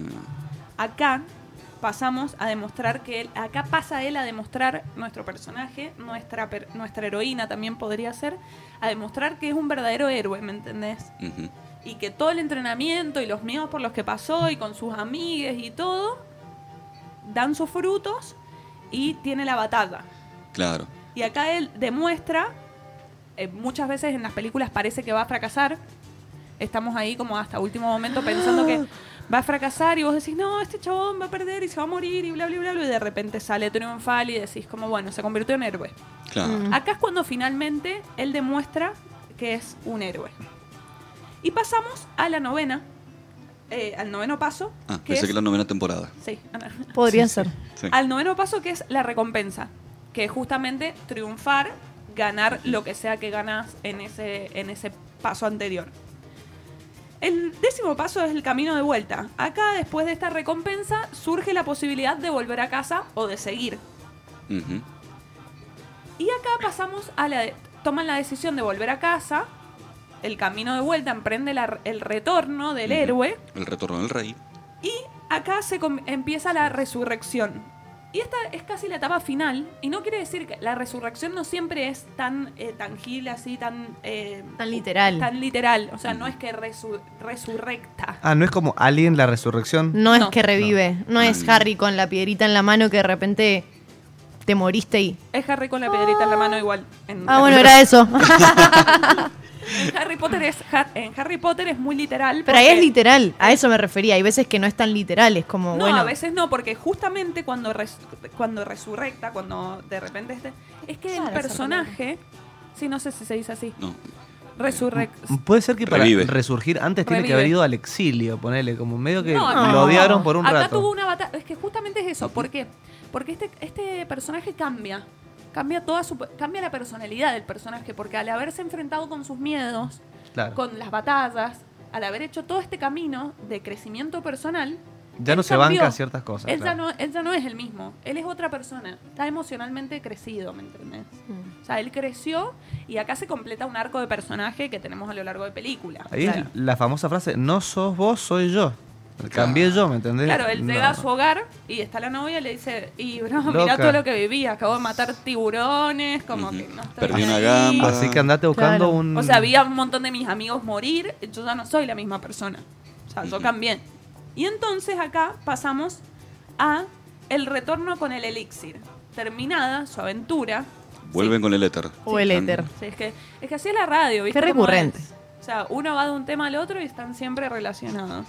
Speaker 1: Acá pasamos a demostrar que él, acá pasa él a demostrar nuestro personaje, nuestra, per- nuestra heroína también podría ser, a demostrar que es un verdadero héroe, ¿me entendés?
Speaker 3: ujú.
Speaker 1: y que todo el entrenamiento y los miedos por los que pasó y con sus amigues y todo dan sus frutos y tiene la batalla.
Speaker 3: Claro.
Speaker 1: Y acá él demuestra, eh, muchas veces en las películas parece que va a fracasar, estamos ahí como hasta último momento pensando que va a fracasar y vos decís, no, este chabón va a perder y se va a morir y bla, bla, bla, bla, y de repente sale triunfal y decís como, bueno, se convirtió en héroe.
Speaker 3: Claro.
Speaker 6: Mm.
Speaker 1: Acá es cuando finalmente él demuestra que es un héroe. Y pasamos a la novena, eh, al noveno paso.
Speaker 3: Ah,
Speaker 1: que
Speaker 3: pensé
Speaker 1: es-
Speaker 3: que la novena temporada.
Speaker 1: sí, a la-
Speaker 6: podría ser.
Speaker 3: Sí.
Speaker 1: al noveno paso que es la recompensa, que es justamente triunfar, ganar lo que sea que ganas en ese, en ese paso anterior. El décimo paso es el camino de vuelta. Acá, después de esta recompensa, surge la posibilidad de volver a casa o de seguir.
Speaker 3: Ujú.
Speaker 1: Y acá pasamos a la... de- toman la decisión de volver a casa, el camino de vuelta, emprende la- el retorno del
Speaker 3: Ujú.
Speaker 1: héroe,
Speaker 3: El retorno del rey.
Speaker 1: y acá se com- empieza la resurrección. Y esta es casi la etapa final, y no quiere decir que la resurrección no siempre es tan eh, tangible, así, tan... eh,
Speaker 6: Tan literal.
Speaker 1: Tan literal, o sea, no es que resu- resurrecta.
Speaker 2: Ah, no es como Alien la resurrección.
Speaker 6: No,
Speaker 1: No.
Speaker 6: es que revive, no, es
Speaker 3: Mm.
Speaker 6: Harry con la piedrita en la mano que de repente te moriste y...
Speaker 1: Es Harry con la piedrita en la mano igual. En
Speaker 6: Ah, bueno, era eso.
Speaker 1: en Harry Potter es Har- en Harry Potter es muy literal.
Speaker 6: Pero ahí es
Speaker 1: porque-
Speaker 6: literal, a eso me refería. Hay veces que no es tan literal, es como,
Speaker 1: No,
Speaker 6: bueno,
Speaker 1: a veces no, porque justamente cuando, res- cuando resurrecta, cuando de repente este, es que el
Speaker 6: Claro,
Speaker 1: personaje, sí, no sé si se dice así,
Speaker 3: No.
Speaker 1: resurrecta.
Speaker 2: Puede ser que para
Speaker 3: Revive.
Speaker 2: resurgir antes tiene que
Speaker 1: Revive.
Speaker 2: haber ido al exilio, ponele, como medio que
Speaker 1: No, acá-
Speaker 2: lo odiaron por un
Speaker 1: Acá
Speaker 2: rato.
Speaker 1: tuvo una batalla, es que justamente es eso, ¿por qué? Porque este, este personaje cambia, cambia toda su, cambia la personalidad del personaje, porque al haberse enfrentado con sus miedos,
Speaker 2: Claro.
Speaker 1: con las batallas, al haber hecho todo este camino de crecimiento personal,
Speaker 2: Ya no
Speaker 1: Él
Speaker 2: se
Speaker 1: cambió.
Speaker 2: banca ciertas cosas.
Speaker 1: Él ya, no,
Speaker 2: claro.
Speaker 1: él ya no es el mismo, él es otra persona, está emocionalmente crecido, ¿me entendés? O sea, él creció y acá se completa un arco de personaje que tenemos a lo largo de película.
Speaker 2: Ahí
Speaker 1: O
Speaker 2: es
Speaker 1: sea,
Speaker 2: la famosa frase, no sos vos, soy yo. Cambié yo, ¿me entendés?
Speaker 1: Claro, él
Speaker 2: No.
Speaker 1: llega a su hogar y está la novia y le dice, y bro,
Speaker 2: Loca.
Speaker 1: mira todo lo que viví, acabo de matar tiburones, como que no estoy
Speaker 3: Perdí una
Speaker 1: ahí".
Speaker 3: gamba.
Speaker 2: Así que andate buscando
Speaker 6: Claro.
Speaker 2: un...
Speaker 1: O sea, vi a un montón de mis amigos morir, yo ya no soy la misma persona. O sea, yo cambié. Y entonces acá pasamos a el retorno con el elixir. Terminada su aventura.
Speaker 3: Vuelven con el éter.
Speaker 6: O el éter.
Speaker 1: Sí, es, que, es que así es la radio, ¿viste?
Speaker 6: Qué
Speaker 1: cómo
Speaker 6: recurrente.
Speaker 1: es? O sea, uno va de un tema al otro y están siempre relacionados.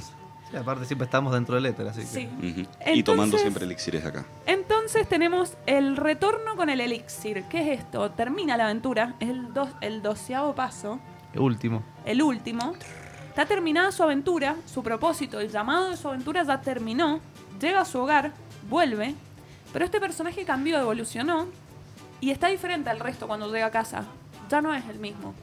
Speaker 2: Sí, aparte siempre estamos dentro del éter, así que...
Speaker 1: Sí. Mm.
Speaker 3: Ujú. Y tomando
Speaker 1: Entonces-
Speaker 3: siempre elixires acá.
Speaker 1: Entonces tenemos el retorno con el elixir. ¿Qué es esto? Termina la aventura, es el, dos, el doceavo paso.
Speaker 2: Último.
Speaker 1: el último. Está terminada su aventura, su propósito, el llamado de su aventura ya terminó. Llega a su hogar, vuelve, pero este personaje cambió, evolucionó y está diferente al resto cuando llega a casa. Ya no es el mismo.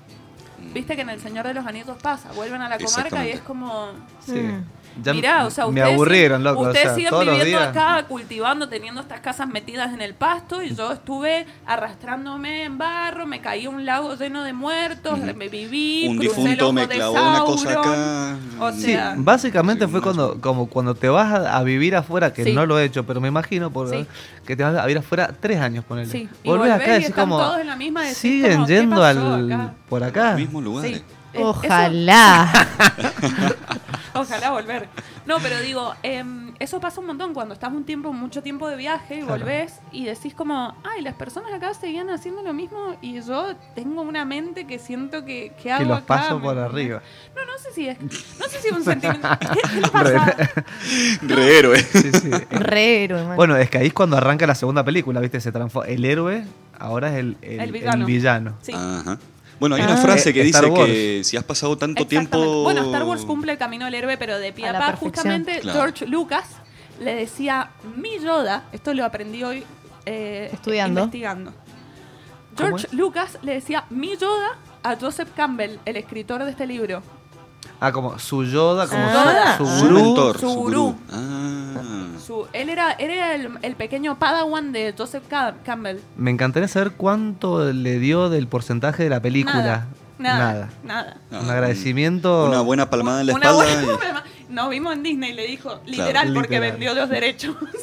Speaker 1: Viste que en El Señor de los Anillos pasa, vuelven a la comarca y
Speaker 3: Exactamente.
Speaker 1: es como...
Speaker 2: Sí.
Speaker 6: Mm.
Speaker 2: Ya
Speaker 1: Mirá, o sea,
Speaker 2: me
Speaker 1: ustedes
Speaker 2: aburrieron,
Speaker 1: sig-
Speaker 2: loco. o
Speaker 1: Ustedes
Speaker 2: sea,
Speaker 1: siguen
Speaker 2: todos los
Speaker 1: viviendo
Speaker 2: días.
Speaker 1: acá, cultivando, teniendo estas casas metidas en el pasto y yo estuve arrastrándome en barro, me caí a un lago lleno de muertos,
Speaker 3: Ujú.
Speaker 1: me viví,
Speaker 3: Un
Speaker 1: crucé el
Speaker 3: difunto
Speaker 1: ojo
Speaker 3: me
Speaker 1: de
Speaker 3: clavó una cosa
Speaker 1: Sauron.
Speaker 3: acá.
Speaker 1: O
Speaker 3: Mm.
Speaker 2: Sí,
Speaker 1: sea,
Speaker 2: básicamente
Speaker 3: Sí,
Speaker 2: fue
Speaker 3: no.
Speaker 2: cuando, como cuando te vas a, a vivir afuera, que
Speaker 1: Sí.
Speaker 2: no lo he hecho, pero me imagino por,
Speaker 1: Sí.
Speaker 2: que te vas a vivir afuera tres años, ponele.
Speaker 1: Sí, y
Speaker 2: Volvés
Speaker 1: volvés
Speaker 2: acá
Speaker 1: y
Speaker 2: y decís
Speaker 1: están
Speaker 2: como,
Speaker 1: todos en la misma, decís
Speaker 2: siguen
Speaker 1: como, ¿qué
Speaker 2: yendo
Speaker 1: pasó
Speaker 2: al,
Speaker 1: acá?
Speaker 2: por acá.
Speaker 3: Los mismos lugares.
Speaker 1: Sí. Eh, eso-
Speaker 6: Ojalá.
Speaker 1: ojalá volver. No, pero digo, em, eso pasa un montón cuando estás un tiempo, mucho tiempo de viaje y
Speaker 2: Claro.
Speaker 1: volvés y decís como, ay, las personas acá seguían haciendo lo mismo y yo tengo una mente que siento que, que hago
Speaker 2: Que los
Speaker 1: acá,
Speaker 2: paso
Speaker 1: ¿me
Speaker 2: por
Speaker 1: entendés?
Speaker 2: arriba.
Speaker 1: No, no sé si es, no sé si es un sentimiento. ¿Qué, qué le pasa?
Speaker 3: Re héroe.
Speaker 2: Sí, sí. Eh,
Speaker 6: Re héroe, man.
Speaker 2: bueno, es que ahí es cuando arranca la segunda película, ¿viste? Se transforma. El héroe ahora es el, el-
Speaker 1: El
Speaker 2: el villano.
Speaker 1: villano. Sí.
Speaker 3: Ajá. Bueno, hay una
Speaker 6: Ah.
Speaker 3: frase que
Speaker 2: Eh,
Speaker 3: dice
Speaker 2: Star Wars.
Speaker 3: que si has pasado tanto
Speaker 1: Exactamente.
Speaker 3: tiempo.
Speaker 1: Bueno, Star Wars cumple el camino del héroe, pero de pie
Speaker 6: A
Speaker 1: a
Speaker 6: la
Speaker 1: pa.
Speaker 6: perfección.
Speaker 1: Justamente
Speaker 3: Claro.
Speaker 1: George Lucas le decía mi Yoda, esto lo aprendí hoy eh,
Speaker 6: Estudiando.
Speaker 1: investigando.
Speaker 2: ¿Cómo
Speaker 1: George
Speaker 2: es?
Speaker 1: Lucas le decía mi Yoda a Joseph Campbell, el escritor de este libro.
Speaker 2: Ah, como su Yoda, como
Speaker 6: Ah.
Speaker 2: su-
Speaker 1: Yoda.
Speaker 2: su,
Speaker 3: Su
Speaker 2: gurú.
Speaker 3: mentor,
Speaker 1: Su
Speaker 3: su
Speaker 1: gurú.
Speaker 3: gurú. Ah.
Speaker 1: Su- él era, él era el, el pequeño padawan de Joseph Ca- Campbell.
Speaker 2: Me encantaría saber cuánto le dio del porcentaje de la película.
Speaker 1: Nada. Nada. nada.
Speaker 3: Ah,
Speaker 2: Un agradecimiento.
Speaker 3: Una buena palmada en la
Speaker 1: Una
Speaker 3: espalda.
Speaker 1: buena- Nos vimos en Disney, le dijo, literal, porque
Speaker 2: Literal.
Speaker 1: vendió los derechos.
Speaker 3: y-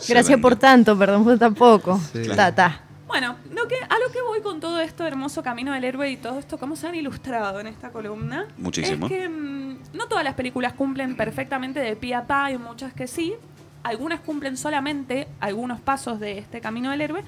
Speaker 3: se
Speaker 6: Gracias
Speaker 3: vende.
Speaker 6: por tanto, perdón por tampoco.
Speaker 2: Sí.
Speaker 6: Ta, ta.
Speaker 1: Bueno, lo que, a lo que voy con todo esto hermoso camino del héroe y todo esto, cómo se han ilustrado en esta columna.
Speaker 3: Muchísimo.
Speaker 1: Es que mm, no todas las películas cumplen perfectamente de pie a pa, hay muchas que sí. Algunas cumplen solamente algunos pasos de este camino del héroe.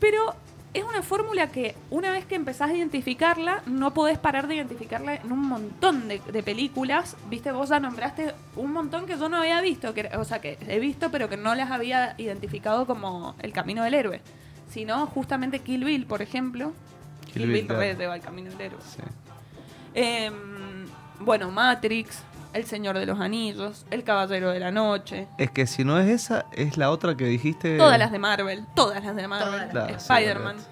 Speaker 1: Pero es una fórmula que una vez que empezás a identificarla, no podés parar de identificarla en un montón de, de películas. Viste, vos ya nombraste un montón que yo no había visto, que, o sea, que he visto, pero que no las había identificado como el camino del héroe. Sino justamente Kill Bill, por ejemplo.
Speaker 2: Kill
Speaker 1: Kill,
Speaker 2: Bill,
Speaker 1: Bill,
Speaker 2: claro.
Speaker 1: re lleva el camino del héroe.
Speaker 2: Sí.
Speaker 1: Em, bueno, Matrix, El Señor de los Anillos, El Caballero de la Noche.
Speaker 2: Es que si no es esa, es la otra que dijiste.
Speaker 1: Todas las de Marvel, todas las de Marvel,
Speaker 6: Todas
Speaker 2: Claro, sí,
Speaker 1: Spider-Man.
Speaker 2: olvidate.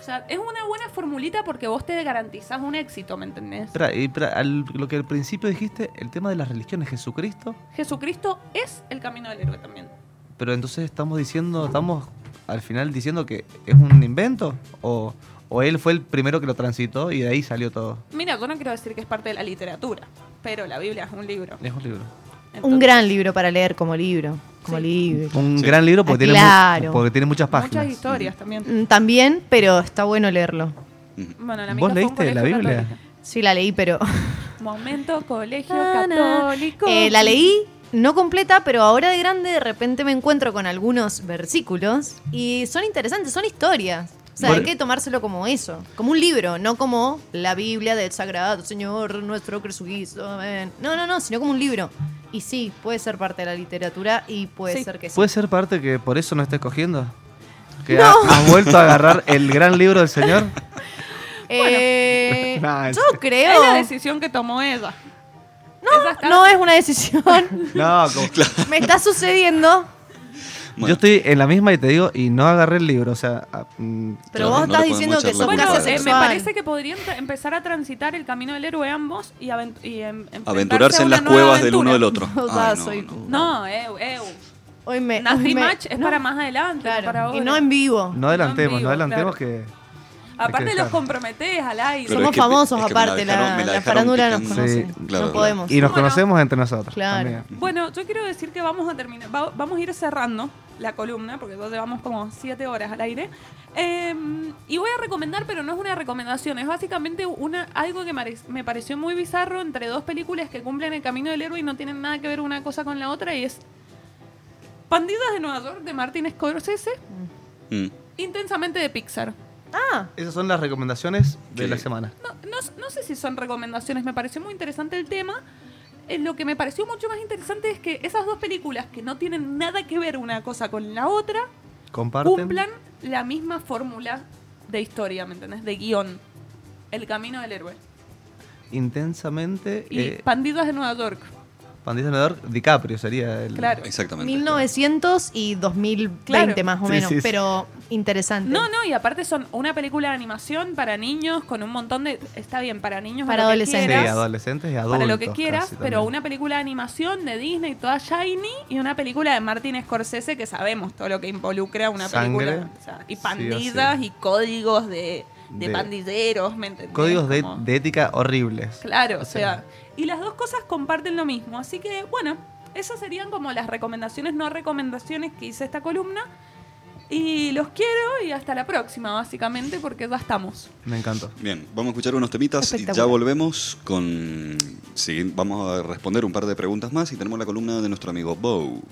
Speaker 1: O sea, es una buena formulita porque vos te garantizás un éxito, ¿me entendés?
Speaker 2: Espera, y espera, al- lo que al principio dijiste, el tema de las religiones, Jesucristo.
Speaker 1: Jesucristo es el camino del héroe también.
Speaker 2: Pero entonces estamos diciendo, estamos al final diciendo que es un invento. O, o él fue el primero que lo transitó y de ahí salió todo.
Speaker 1: Mira, yo no quiero decir que es parte de la literatura, pero la Biblia es un libro.
Speaker 2: Es un libro.
Speaker 6: Un
Speaker 1: Entonces,
Speaker 6: gran libro para leer como libro. Como
Speaker 1: Sí.
Speaker 6: libro.
Speaker 2: Un
Speaker 3: Sí.
Speaker 2: gran libro porque,
Speaker 6: Ah,
Speaker 2: tiene, mu-
Speaker 6: claro.
Speaker 2: porque tiene muchas páginas.
Speaker 1: Muchas historias también.
Speaker 6: Mm, También, pero está bueno leerlo.
Speaker 1: Bueno, la mía
Speaker 2: ¿Vos
Speaker 1: fue un
Speaker 2: leíste
Speaker 1: colegio
Speaker 2: la Biblia?
Speaker 1: católico.
Speaker 6: Sí, la leí, pero.
Speaker 1: Momento, colegio
Speaker 6: Na, na.
Speaker 1: católico.
Speaker 6: Eh, la leí no completa, pero ahora de grande de repente me encuentro con algunos versículos y son interesantes, son historias. O sea,
Speaker 2: Por-
Speaker 6: hay que tomárselo como eso, como un libro, no como la Biblia del Sagrado Señor nuestro Jesucristo. amén. No, no, no, sino como un libro. Y sí, puede ser parte de la literatura y puede
Speaker 1: Sí.
Speaker 6: ser que sí.
Speaker 2: ¿Puede ser parte que por eso no estés cogiendo? ¿Que
Speaker 6: No.
Speaker 2: ha- has vuelto a agarrar el gran libro del Señor?
Speaker 6: Eh,
Speaker 2: Nah, en
Speaker 6: yo
Speaker 2: serio.
Speaker 1: Es
Speaker 6: creo.
Speaker 1: la decisión que tomó ella.
Speaker 6: No, no es una decisión.
Speaker 2: No, como-
Speaker 6: me está sucediendo.
Speaker 3: Bueno.
Speaker 2: Yo estoy en la misma y te digo, y no agarré el libro, o sea... ah, mm,
Speaker 6: Pero
Speaker 3: Claro,
Speaker 6: vos
Speaker 3: no
Speaker 6: estás
Speaker 3: le podemos
Speaker 6: diciendo
Speaker 3: echar
Speaker 6: que
Speaker 3: la
Speaker 6: sos
Speaker 3: culpa
Speaker 1: Bueno,
Speaker 6: casa
Speaker 3: a
Speaker 1: eh,
Speaker 3: nadie.
Speaker 6: sexual.
Speaker 1: me parece que podrían tra- empezar a transitar el camino del héroe ambos y, avent- y em- enfrentarse
Speaker 3: Aventurarse
Speaker 1: a
Speaker 3: en
Speaker 1: una
Speaker 3: las
Speaker 1: nueva
Speaker 3: cuevas del
Speaker 1: aventura.
Speaker 3: uno del otro.
Speaker 6: O sea,
Speaker 3: Ay, no,
Speaker 6: soy-
Speaker 3: no.
Speaker 1: No, eu, eu.
Speaker 6: Hoy me, hoy
Speaker 1: Nasty
Speaker 6: Eh, me-
Speaker 1: Match es
Speaker 6: no,
Speaker 1: para más adelante,
Speaker 6: claro,
Speaker 1: para ahora.
Speaker 6: y no en vivo.
Speaker 2: No adelantemos, no
Speaker 1: vivo,
Speaker 2: adelantemos
Speaker 1: claro.
Speaker 2: hay
Speaker 1: Aparte
Speaker 2: que
Speaker 1: los
Speaker 2: dejar.
Speaker 1: comprometes al aire.
Speaker 3: Pero
Speaker 6: Somos
Speaker 3: es que-
Speaker 6: famosos,
Speaker 3: es que me la
Speaker 6: aparte, la,
Speaker 3: dejaron- me la
Speaker 6: la
Speaker 3: dejaron
Speaker 6: farándula nos
Speaker 3: picando.
Speaker 6: conoce.
Speaker 2: Sí,
Speaker 6: no
Speaker 3: claro, claro.
Speaker 6: podemos.
Speaker 2: que... Y nos
Speaker 1: Bueno.
Speaker 2: conocemos entre nosotros.
Speaker 6: Claro.
Speaker 2: también.
Speaker 1: Bueno, yo quiero decir que vamos a terminar, va- vamos a ir cerrando la columna, porque ya llevamos como siete horas al aire. Eh, y voy a recomendar, pero no es una recomendación, es básicamente una, algo que mare- me pareció muy bizarro entre dos películas que cumplen el camino del héroe y no tienen nada que ver una cosa con la otra, y es Pandidas de Nueva York de Martin Scorsese,
Speaker 3: Mm.
Speaker 1: intensamente de Pixar.
Speaker 6: Ah,
Speaker 2: Esas son las recomendaciones de
Speaker 3: Sí.
Speaker 2: la semana.
Speaker 1: No, no- no sé si son recomendaciones, me pareció muy interesante el tema. Eh, lo que me pareció mucho más interesante es que esas dos películas que no tienen nada que ver una cosa con la otra,
Speaker 2: Comparten.
Speaker 1: cumplan la misma fórmula de historia, ¿me entendés? De guión. El camino del héroe.
Speaker 2: Intensamente.
Speaker 1: Y
Speaker 2: eh,
Speaker 1: Pandidas de Nueva York.
Speaker 2: Pandilla Nadador, DiCaprio sería el.
Speaker 1: Claro.
Speaker 3: Mm, Exactamente.
Speaker 6: 1900 y 2020
Speaker 1: Claro.
Speaker 6: más o
Speaker 2: Sí,
Speaker 6: menos,
Speaker 2: sí, sí.
Speaker 6: pero interesante.
Speaker 1: No, no, y aparte son una película de animación para niños con un montón de... Está bien, para niños...
Speaker 6: Para
Speaker 1: lo que
Speaker 2: Sí,
Speaker 6: adolescentes.
Speaker 1: quieras.
Speaker 2: adolescentes y adultos.
Speaker 1: para lo que quieras,
Speaker 2: casi
Speaker 1: pero
Speaker 2: también.
Speaker 1: una película de animación de Disney toda shiny y una película de Martin Scorsese que sabemos todo lo que involucra una
Speaker 2: Sangre,
Speaker 1: película. o sea, y
Speaker 2: sí o
Speaker 1: pandidas
Speaker 2: sí.
Speaker 1: y códigos de, de
Speaker 2: De-
Speaker 1: pandilleros, ¿me entendés?
Speaker 2: Códigos de,
Speaker 1: Como-
Speaker 2: de ética horribles.
Speaker 1: Claro,
Speaker 2: O
Speaker 1: o
Speaker 2: sea-
Speaker 1: sea, y las dos cosas comparten lo mismo, así que bueno, esas serían como las recomendaciones, no recomendaciones que hice esta columna. Y los quiero y hasta la próxima, básicamente, porque ya estamos.
Speaker 2: Me encantó.
Speaker 3: Bien, vamos a escuchar unos temitas y ya
Speaker 6: Espectacular.
Speaker 3: volvemos con... Sí, vamos a responder un par de preguntas más y tenemos la columna de nuestro amigo Bow.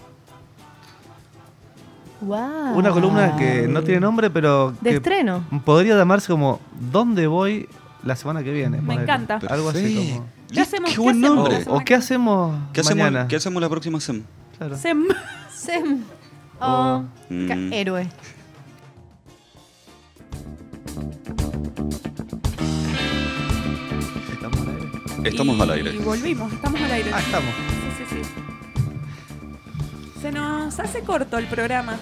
Speaker 6: Wow.
Speaker 2: Una columna que no tiene nombre, pero.
Speaker 6: De
Speaker 2: que
Speaker 6: estreno.
Speaker 2: Podría llamarse como ¿Dónde voy la semana que viene?
Speaker 1: Me
Speaker 2: Ponele.
Speaker 1: encanta.
Speaker 2: Algo así
Speaker 3: Perfecto.
Speaker 2: como.
Speaker 1: ¿Qué hacemos?
Speaker 3: Qué
Speaker 1: ¿Qué
Speaker 3: buen
Speaker 1: hacemos?
Speaker 3: nombre.
Speaker 1: ¿Qué
Speaker 2: O, o ¿qué hacemos
Speaker 3: ¿Qué hacemos,
Speaker 2: mañana?
Speaker 3: ¿Qué hacemos la próxima semana?
Speaker 2: Claro.
Speaker 1: Sem-
Speaker 6: Sem.
Speaker 2: O-
Speaker 6: Oh, ca-
Speaker 3: Mm.
Speaker 6: héroe.
Speaker 2: Estamos al aire.
Speaker 3: Estamos
Speaker 1: Y-
Speaker 3: al aire.
Speaker 1: Y volvimos, estamos al aire.
Speaker 2: Ah, estamos.
Speaker 1: Sí, sí, sí. Se nos hace corto el programa.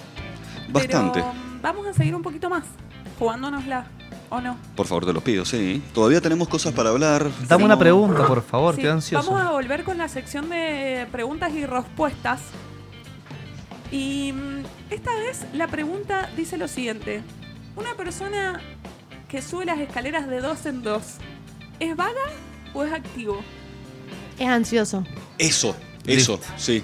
Speaker 3: Bastante.
Speaker 1: Pero vamos a seguir un poquito más, jugándonosla, ¿o no?
Speaker 3: Por favor, te los pido, sí. Todavía tenemos cosas para hablar.
Speaker 2: Dame una pregunta, por favor,
Speaker 1: Sí,
Speaker 2: estoy ansioso.
Speaker 1: Vamos a volver con la sección de preguntas y respuestas. Y mm, esta vez la pregunta dice lo siguiente. ¿Una persona que sube las escaleras de dos en dos es vaga o es activo?
Speaker 6: Es ansioso.
Speaker 3: Eso, eso, sí.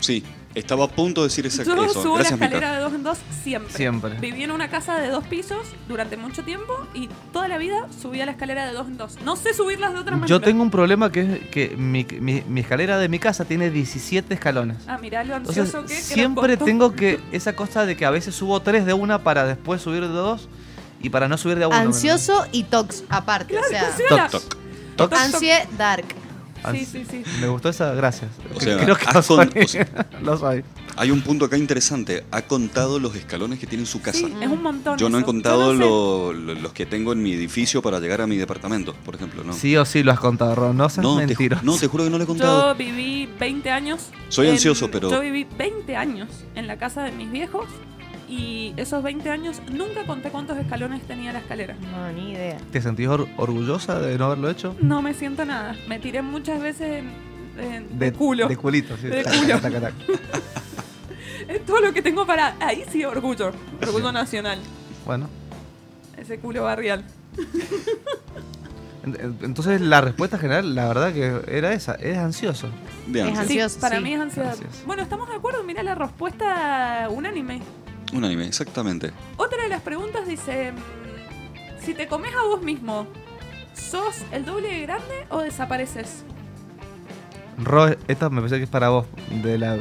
Speaker 3: Sí, estaba a punto de decir esa-
Speaker 1: Yo
Speaker 3: eso.
Speaker 1: subo
Speaker 3: Gracias,
Speaker 1: la
Speaker 3: Mica.
Speaker 1: escalera de dos en dos siempre.
Speaker 2: Siempre.
Speaker 1: Viví en una casa de dos pisos durante mucho tiempo y toda la vida subía la escalera de dos en dos. No sé subirlas de otra manera.
Speaker 2: Yo tengo un problema que es que mi, mi- mi escalera de mi casa tiene 17 escalones.
Speaker 1: Ah, mirá lo
Speaker 2: Entonces,
Speaker 1: ansioso que- que
Speaker 2: siempre
Speaker 1: era un
Speaker 2: tengo que esa cosa de que a veces subo tres de una para después subir de dos y para no subir de a uno.
Speaker 6: Ansioso y tox, aparte. o sea,
Speaker 1: botón.
Speaker 2: Toc, toc.
Speaker 1: Toc, toc.
Speaker 6: ansie dark.
Speaker 1: Sí, sí, sí.
Speaker 2: Me gustó esa, gracias.
Speaker 3: O sea,
Speaker 2: Creo que
Speaker 3: haz
Speaker 2: lo
Speaker 3: con-
Speaker 2: soy.
Speaker 3: o sea-
Speaker 2: Lo soy.
Speaker 3: Hay un punto acá interesante. Ha contado los escalones que tiene en su casa.
Speaker 1: Sí, es un montón.
Speaker 3: Yo no he
Speaker 1: eso.
Speaker 3: contado
Speaker 1: Yo no sé.
Speaker 3: lo- lo- los que tengo en mi edificio para llegar a mi departamento, por ejemplo. No,
Speaker 2: Sí o sí lo has contado, Ron. No seas
Speaker 3: no, te, ju-
Speaker 2: mentiroso.
Speaker 3: no te juro que no lo he
Speaker 1: Yo
Speaker 3: contado.
Speaker 1: viví 20 años.
Speaker 3: Soy
Speaker 1: en-
Speaker 3: ansioso, pero-
Speaker 1: Yo viví 20 años en la casa de mis viejos y esos 20 años nunca conté cuántos escalones tenía la escalera.
Speaker 6: No, ni idea.
Speaker 2: ¿Te sentís or- orgullosa de no haberlo hecho?
Speaker 1: No me siento nada. Me tiré muchas veces en- en- de,
Speaker 2: De
Speaker 1: culo.
Speaker 2: De culito, sí.
Speaker 1: De
Speaker 2: Tac,
Speaker 1: culo.
Speaker 2: tac, tac, tac.
Speaker 1: Es todo lo que tengo para. Ahí sí, orgullo. Orgullo nacional.
Speaker 2: Bueno.
Speaker 1: Ese culo barrial.
Speaker 2: En- en- Entonces la respuesta general, la verdad que era esa, es ansioso.
Speaker 3: Bien,
Speaker 6: Es
Speaker 3: sí.
Speaker 6: Ansioso,
Speaker 1: Sí, para
Speaker 6: sí.
Speaker 1: mí es ansiedad.
Speaker 2: Ansioso.
Speaker 1: Bueno, estamos de acuerdo. Mira la respuesta unánime.
Speaker 3: un anime, exactamente.
Speaker 1: Otra de las preguntas dice: mm, Si te comes a vos mismo, ¿sos el doble de grande o desapareces?
Speaker 2: Ro, esta me parece que es para vos, de la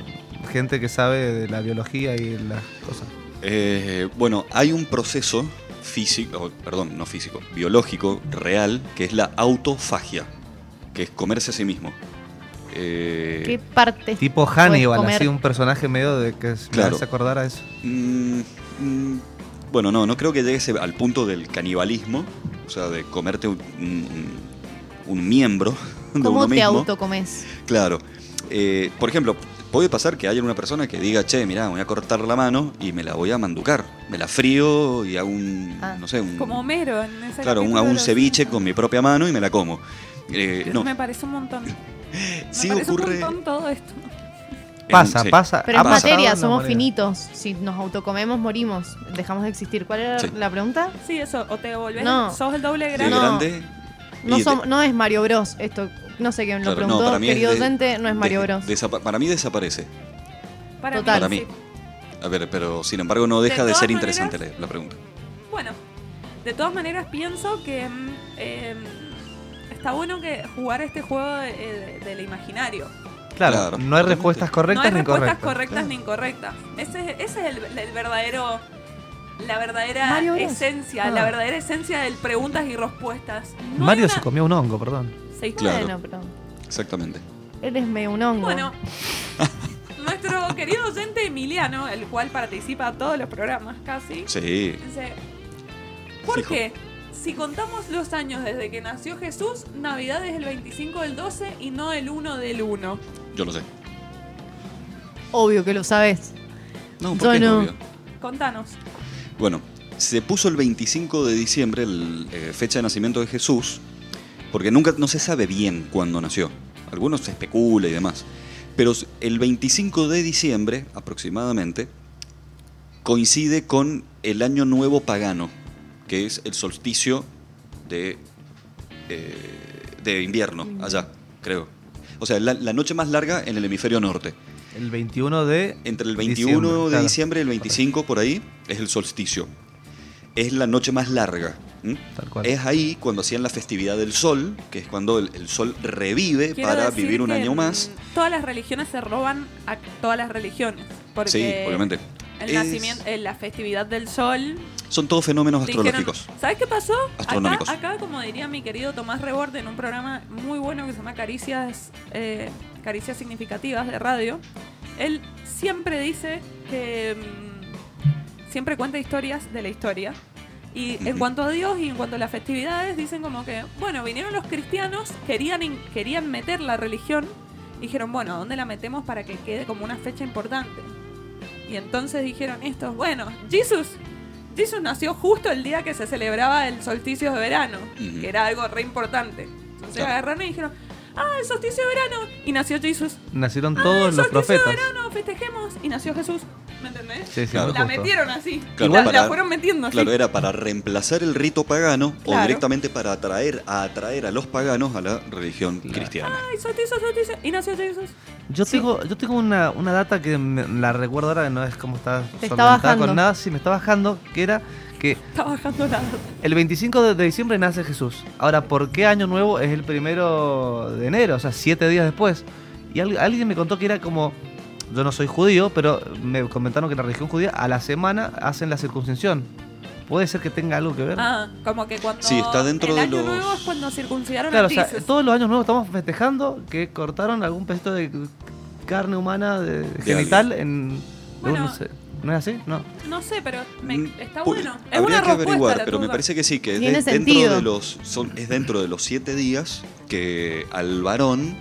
Speaker 2: gente que sabe de la biología y las cosas.
Speaker 3: Eh, bueno, hay un proceso físico, oh, perdón, no físico, biológico, real, que es la autofagia, que es comerse a sí mismo. Eh,
Speaker 6: ¿Qué parte?
Speaker 2: Tipo
Speaker 6: Puedes
Speaker 2: Hannibal,
Speaker 6: comer.
Speaker 2: así un personaje medio de que se
Speaker 3: Claro.
Speaker 2: me hace acordar a eso.
Speaker 3: Mm, mm, bueno, no, no creo que llegues al punto del canibalismo, o sea, de comerte un, un- un miembro de
Speaker 6: ¿Cómo
Speaker 3: uno
Speaker 6: te
Speaker 3: mismo.
Speaker 6: autocomes?
Speaker 3: Claro. Eh, por ejemplo, Puede pasar que haya una persona que diga, che, mirá, voy a cortar la mano y me la voy a manducar. Me la frío y hago un,
Speaker 6: Ah.
Speaker 3: no sé, un,
Speaker 1: Como Homero en ese
Speaker 3: Mm. claro, un,
Speaker 1: capítulo
Speaker 3: a
Speaker 1: de
Speaker 3: un
Speaker 1: los
Speaker 3: ceviche
Speaker 1: Simpsons.
Speaker 3: con mi propia mano y me la como. Eh, no,
Speaker 1: Me parece un montón. Me
Speaker 3: sí
Speaker 1: parece
Speaker 3: ocurre...
Speaker 1: un montón todo esto.
Speaker 3: en-
Speaker 2: Pasa,
Speaker 3: sí.
Speaker 2: pasa.
Speaker 6: Pero
Speaker 2: ha
Speaker 6: es
Speaker 3: pasado
Speaker 2: pasado
Speaker 6: materia,
Speaker 2: en la
Speaker 6: somos
Speaker 2: moneda.
Speaker 6: finitos. Si nos autocomemos, morimos. Dejamos de existir. ¿Cuál era
Speaker 3: Sí.
Speaker 6: la pregunta?
Speaker 1: Sí, eso, o te volvés,
Speaker 6: No.
Speaker 1: sos el doble
Speaker 3: De
Speaker 1: grande.
Speaker 6: No.
Speaker 3: grande.
Speaker 6: No,
Speaker 3: y de-
Speaker 6: som- no es Mario Bros. Esto, no sé quién lo
Speaker 3: claro, no,
Speaker 6: preguntó.
Speaker 3: para mí es
Speaker 6: Querido
Speaker 3: de-
Speaker 6: oyente, no es Mario
Speaker 3: de-
Speaker 6: Bros.
Speaker 3: desapa- para mí desaparece.
Speaker 1: Para
Speaker 6: Total.
Speaker 3: Para mí.
Speaker 1: sí.
Speaker 3: A ver, pero sin embargo no deja de,
Speaker 1: todas
Speaker 3: ser
Speaker 1: maneras-
Speaker 3: interesante la, la pregunta.
Speaker 1: Bueno, de todas maneras pienso que mm, eh, está bueno que jugar este juego de- de- del imaginario.
Speaker 2: Claro,
Speaker 3: Claro,
Speaker 2: no hay
Speaker 3: totalmente.
Speaker 2: respuestas correctas
Speaker 1: no hay
Speaker 2: ni
Speaker 1: respuestas
Speaker 2: incorrectas.
Speaker 1: correctas ni incorrectas. Ese, ese es el, el verdadero, la verdadera
Speaker 6: Mario Bros.
Speaker 1: esencia,
Speaker 6: Ah.
Speaker 1: la verdadera esencia del preguntas y respuestas. No hay
Speaker 2: Mario
Speaker 1: una-
Speaker 2: se comió un hongo, perdón.
Speaker 1: se-
Speaker 3: Claro.
Speaker 6: Bueno, pero
Speaker 3: Exactamente.
Speaker 6: eres medio un hongo.
Speaker 1: Bueno, nuestro querido oyente Emiliano, el cual participa a todos los programas casi,
Speaker 3: Sí.
Speaker 1: dice, ¿por
Speaker 3: Fijo.
Speaker 1: qué? Si contamos los años desde que nació Jesús, Navidad es el 25 del 12 y no el 1 del 1.
Speaker 3: Yo lo sé.
Speaker 6: Obvio que lo sabes.
Speaker 3: No,
Speaker 6: Yo
Speaker 3: ¿por qué es
Speaker 6: no.
Speaker 3: obvio?
Speaker 1: Contanos.
Speaker 3: Bueno, se puso el 25 de diciembre, el, eh, fecha de nacimiento de Jesús, porque nunca no se sabe bien cuándo nació. Algunos se especula y demás. Pero s- el 25 de diciembre, aproximadamente, coincide con el año nuevo pagano, que es el solsticio de, eh, de invierno, allá, creo. O sea, la- la noche más larga en el hemisferio norte
Speaker 2: El 21 de.
Speaker 3: entre el
Speaker 2: Diciembre,
Speaker 3: 21 de
Speaker 2: claro.
Speaker 3: diciembre y el 25 por ahí es el solsticio. Es la noche más larga. ¿m?
Speaker 2: Tal cual.
Speaker 3: Es ahí cuando hacían la festividad del sol, que es cuando el, el sol revive
Speaker 1: Quiero
Speaker 3: Eh, para
Speaker 1: decir
Speaker 3: vivir un
Speaker 1: que,
Speaker 3: año
Speaker 1: mm,
Speaker 3: más.
Speaker 1: Todas las religiones se roban a todas las religiones. mm, Porque
Speaker 3: Sí, obviamente.
Speaker 1: El
Speaker 3: Es-
Speaker 1: nacimiento, eh, la festividad del sol.
Speaker 3: Son todos fenómenos
Speaker 1: dijeron-
Speaker 3: astrológicos.
Speaker 1: ¿Sabes qué pasó? Acá,
Speaker 3: Astronómicos.
Speaker 1: acá, como diría mi querido Tomás Reborde en un programa muy bueno que se llama Caricias, eh, Caricias Significativas de radio, él siempre dice que mm, siempre cuenta historias de la historia. Y en
Speaker 3: Ujú.
Speaker 1: cuanto a Dios y en cuanto a las festividades, dicen como que, bueno, vinieron los cristianos, querían, in- querían meter la religión, dijeron, bueno, ¿a dónde la metemos para que quede como una fecha importante? Y entonces dijeron estos, bueno, Jesús, Jesús nació justo el día que se celebraba el solsticio de verano,
Speaker 3: Ujú.
Speaker 1: que era algo re importante. Entonces
Speaker 3: Claro.
Speaker 1: agarraron y dijeron, ah, el solsticio de verano, y nació Jesús.
Speaker 2: Nacieron
Speaker 1: Ah,
Speaker 2: todos los profetas.
Speaker 1: No, festejemos, y nació Jesús, ¿me entendés?
Speaker 2: Sí, sí,
Speaker 3: Claro.
Speaker 2: muy
Speaker 1: La
Speaker 2: justo.
Speaker 1: metieron así,
Speaker 3: Claro,
Speaker 1: la,
Speaker 3: para-
Speaker 1: la fueron metiendo así.
Speaker 3: Claro, era para reemplazar el rito pagano o
Speaker 1: Claro.
Speaker 3: directamente para atraer a atraer a los paganos a la religión
Speaker 2: Claro.
Speaker 3: cristiana.
Speaker 1: Ay, solsticio, solsticio, y nació Jesús.
Speaker 2: Yo tengo, yo tengo una, una data que me- la recuerdo ahora, que no es como está
Speaker 6: Te está
Speaker 2: solventada
Speaker 6: bajando.
Speaker 2: con nada, sí, me está bajando, que era que
Speaker 1: Está bajando la...
Speaker 2: el 25 de, de diciembre nace Jesús. Ahora, ¿por qué Año Nuevo es el primero de enero? O sea, siete días después. Y al- alguien me contó que era como, yo no soy judío, pero me comentaron que en la religión judía a la semana hacen la circuncisión. ¿Puede ser que tenga algo que ver?
Speaker 1: Ah, como que cuando...
Speaker 3: Sí, está dentro
Speaker 1: el
Speaker 3: de
Speaker 1: año
Speaker 3: los-
Speaker 1: nuevo es cuando circuncidaron
Speaker 2: Claro,
Speaker 1: a
Speaker 2: o sea,
Speaker 1: Jesús.
Speaker 2: todos los años nuevos estamos festejando que cortaron algún pedacito de carne humana de, genital en. de
Speaker 1: Bueno.
Speaker 2: un- ¿No es así? No.
Speaker 1: No sé, pero me- está
Speaker 3: Mm, Pu-
Speaker 1: bueno. Es
Speaker 3: Habría
Speaker 1: una
Speaker 3: que
Speaker 1: respuesta
Speaker 3: averiguar,
Speaker 1: la
Speaker 3: pero me
Speaker 1: tuya.
Speaker 3: parece que sí, que es,
Speaker 6: Tiene
Speaker 3: de- dentro
Speaker 6: sentido.
Speaker 3: de los, son- es dentro de los siete días que al varón,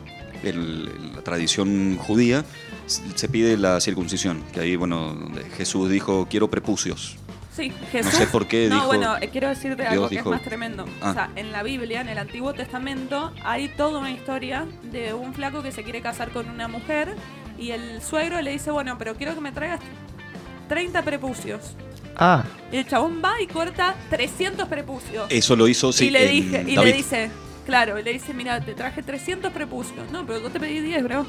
Speaker 3: en en la tradición judía, s- se pide la circuncisión. Que ahí, bueno, donde Jesús dijo, quiero prepucios.
Speaker 1: Sí,
Speaker 3: No
Speaker 1: Jesús.
Speaker 3: sé por qué
Speaker 1: No,
Speaker 3: dijo...
Speaker 1: bueno, eh, quiero decirte
Speaker 3: Dios
Speaker 1: algo que
Speaker 3: dijo-
Speaker 1: es más tremendo.
Speaker 3: Ah.
Speaker 1: O sea, en la Biblia, en el Antiguo Testamento, hay toda una historia de un flaco que se quiere casar con una mujer y el suegro le dice, bueno, pero quiero que me traigas 30 prepucios.
Speaker 2: Ah,
Speaker 1: Y el chabón va y corta 300 prepucios.
Speaker 3: Eh, Eso lo hizo, sí,
Speaker 1: y le,
Speaker 3: en
Speaker 1: dije, y le
Speaker 3: David.
Speaker 1: dice, claro, y le dice, mira, te traje 300 prepucios. No, pero yo te pedí 10, bro.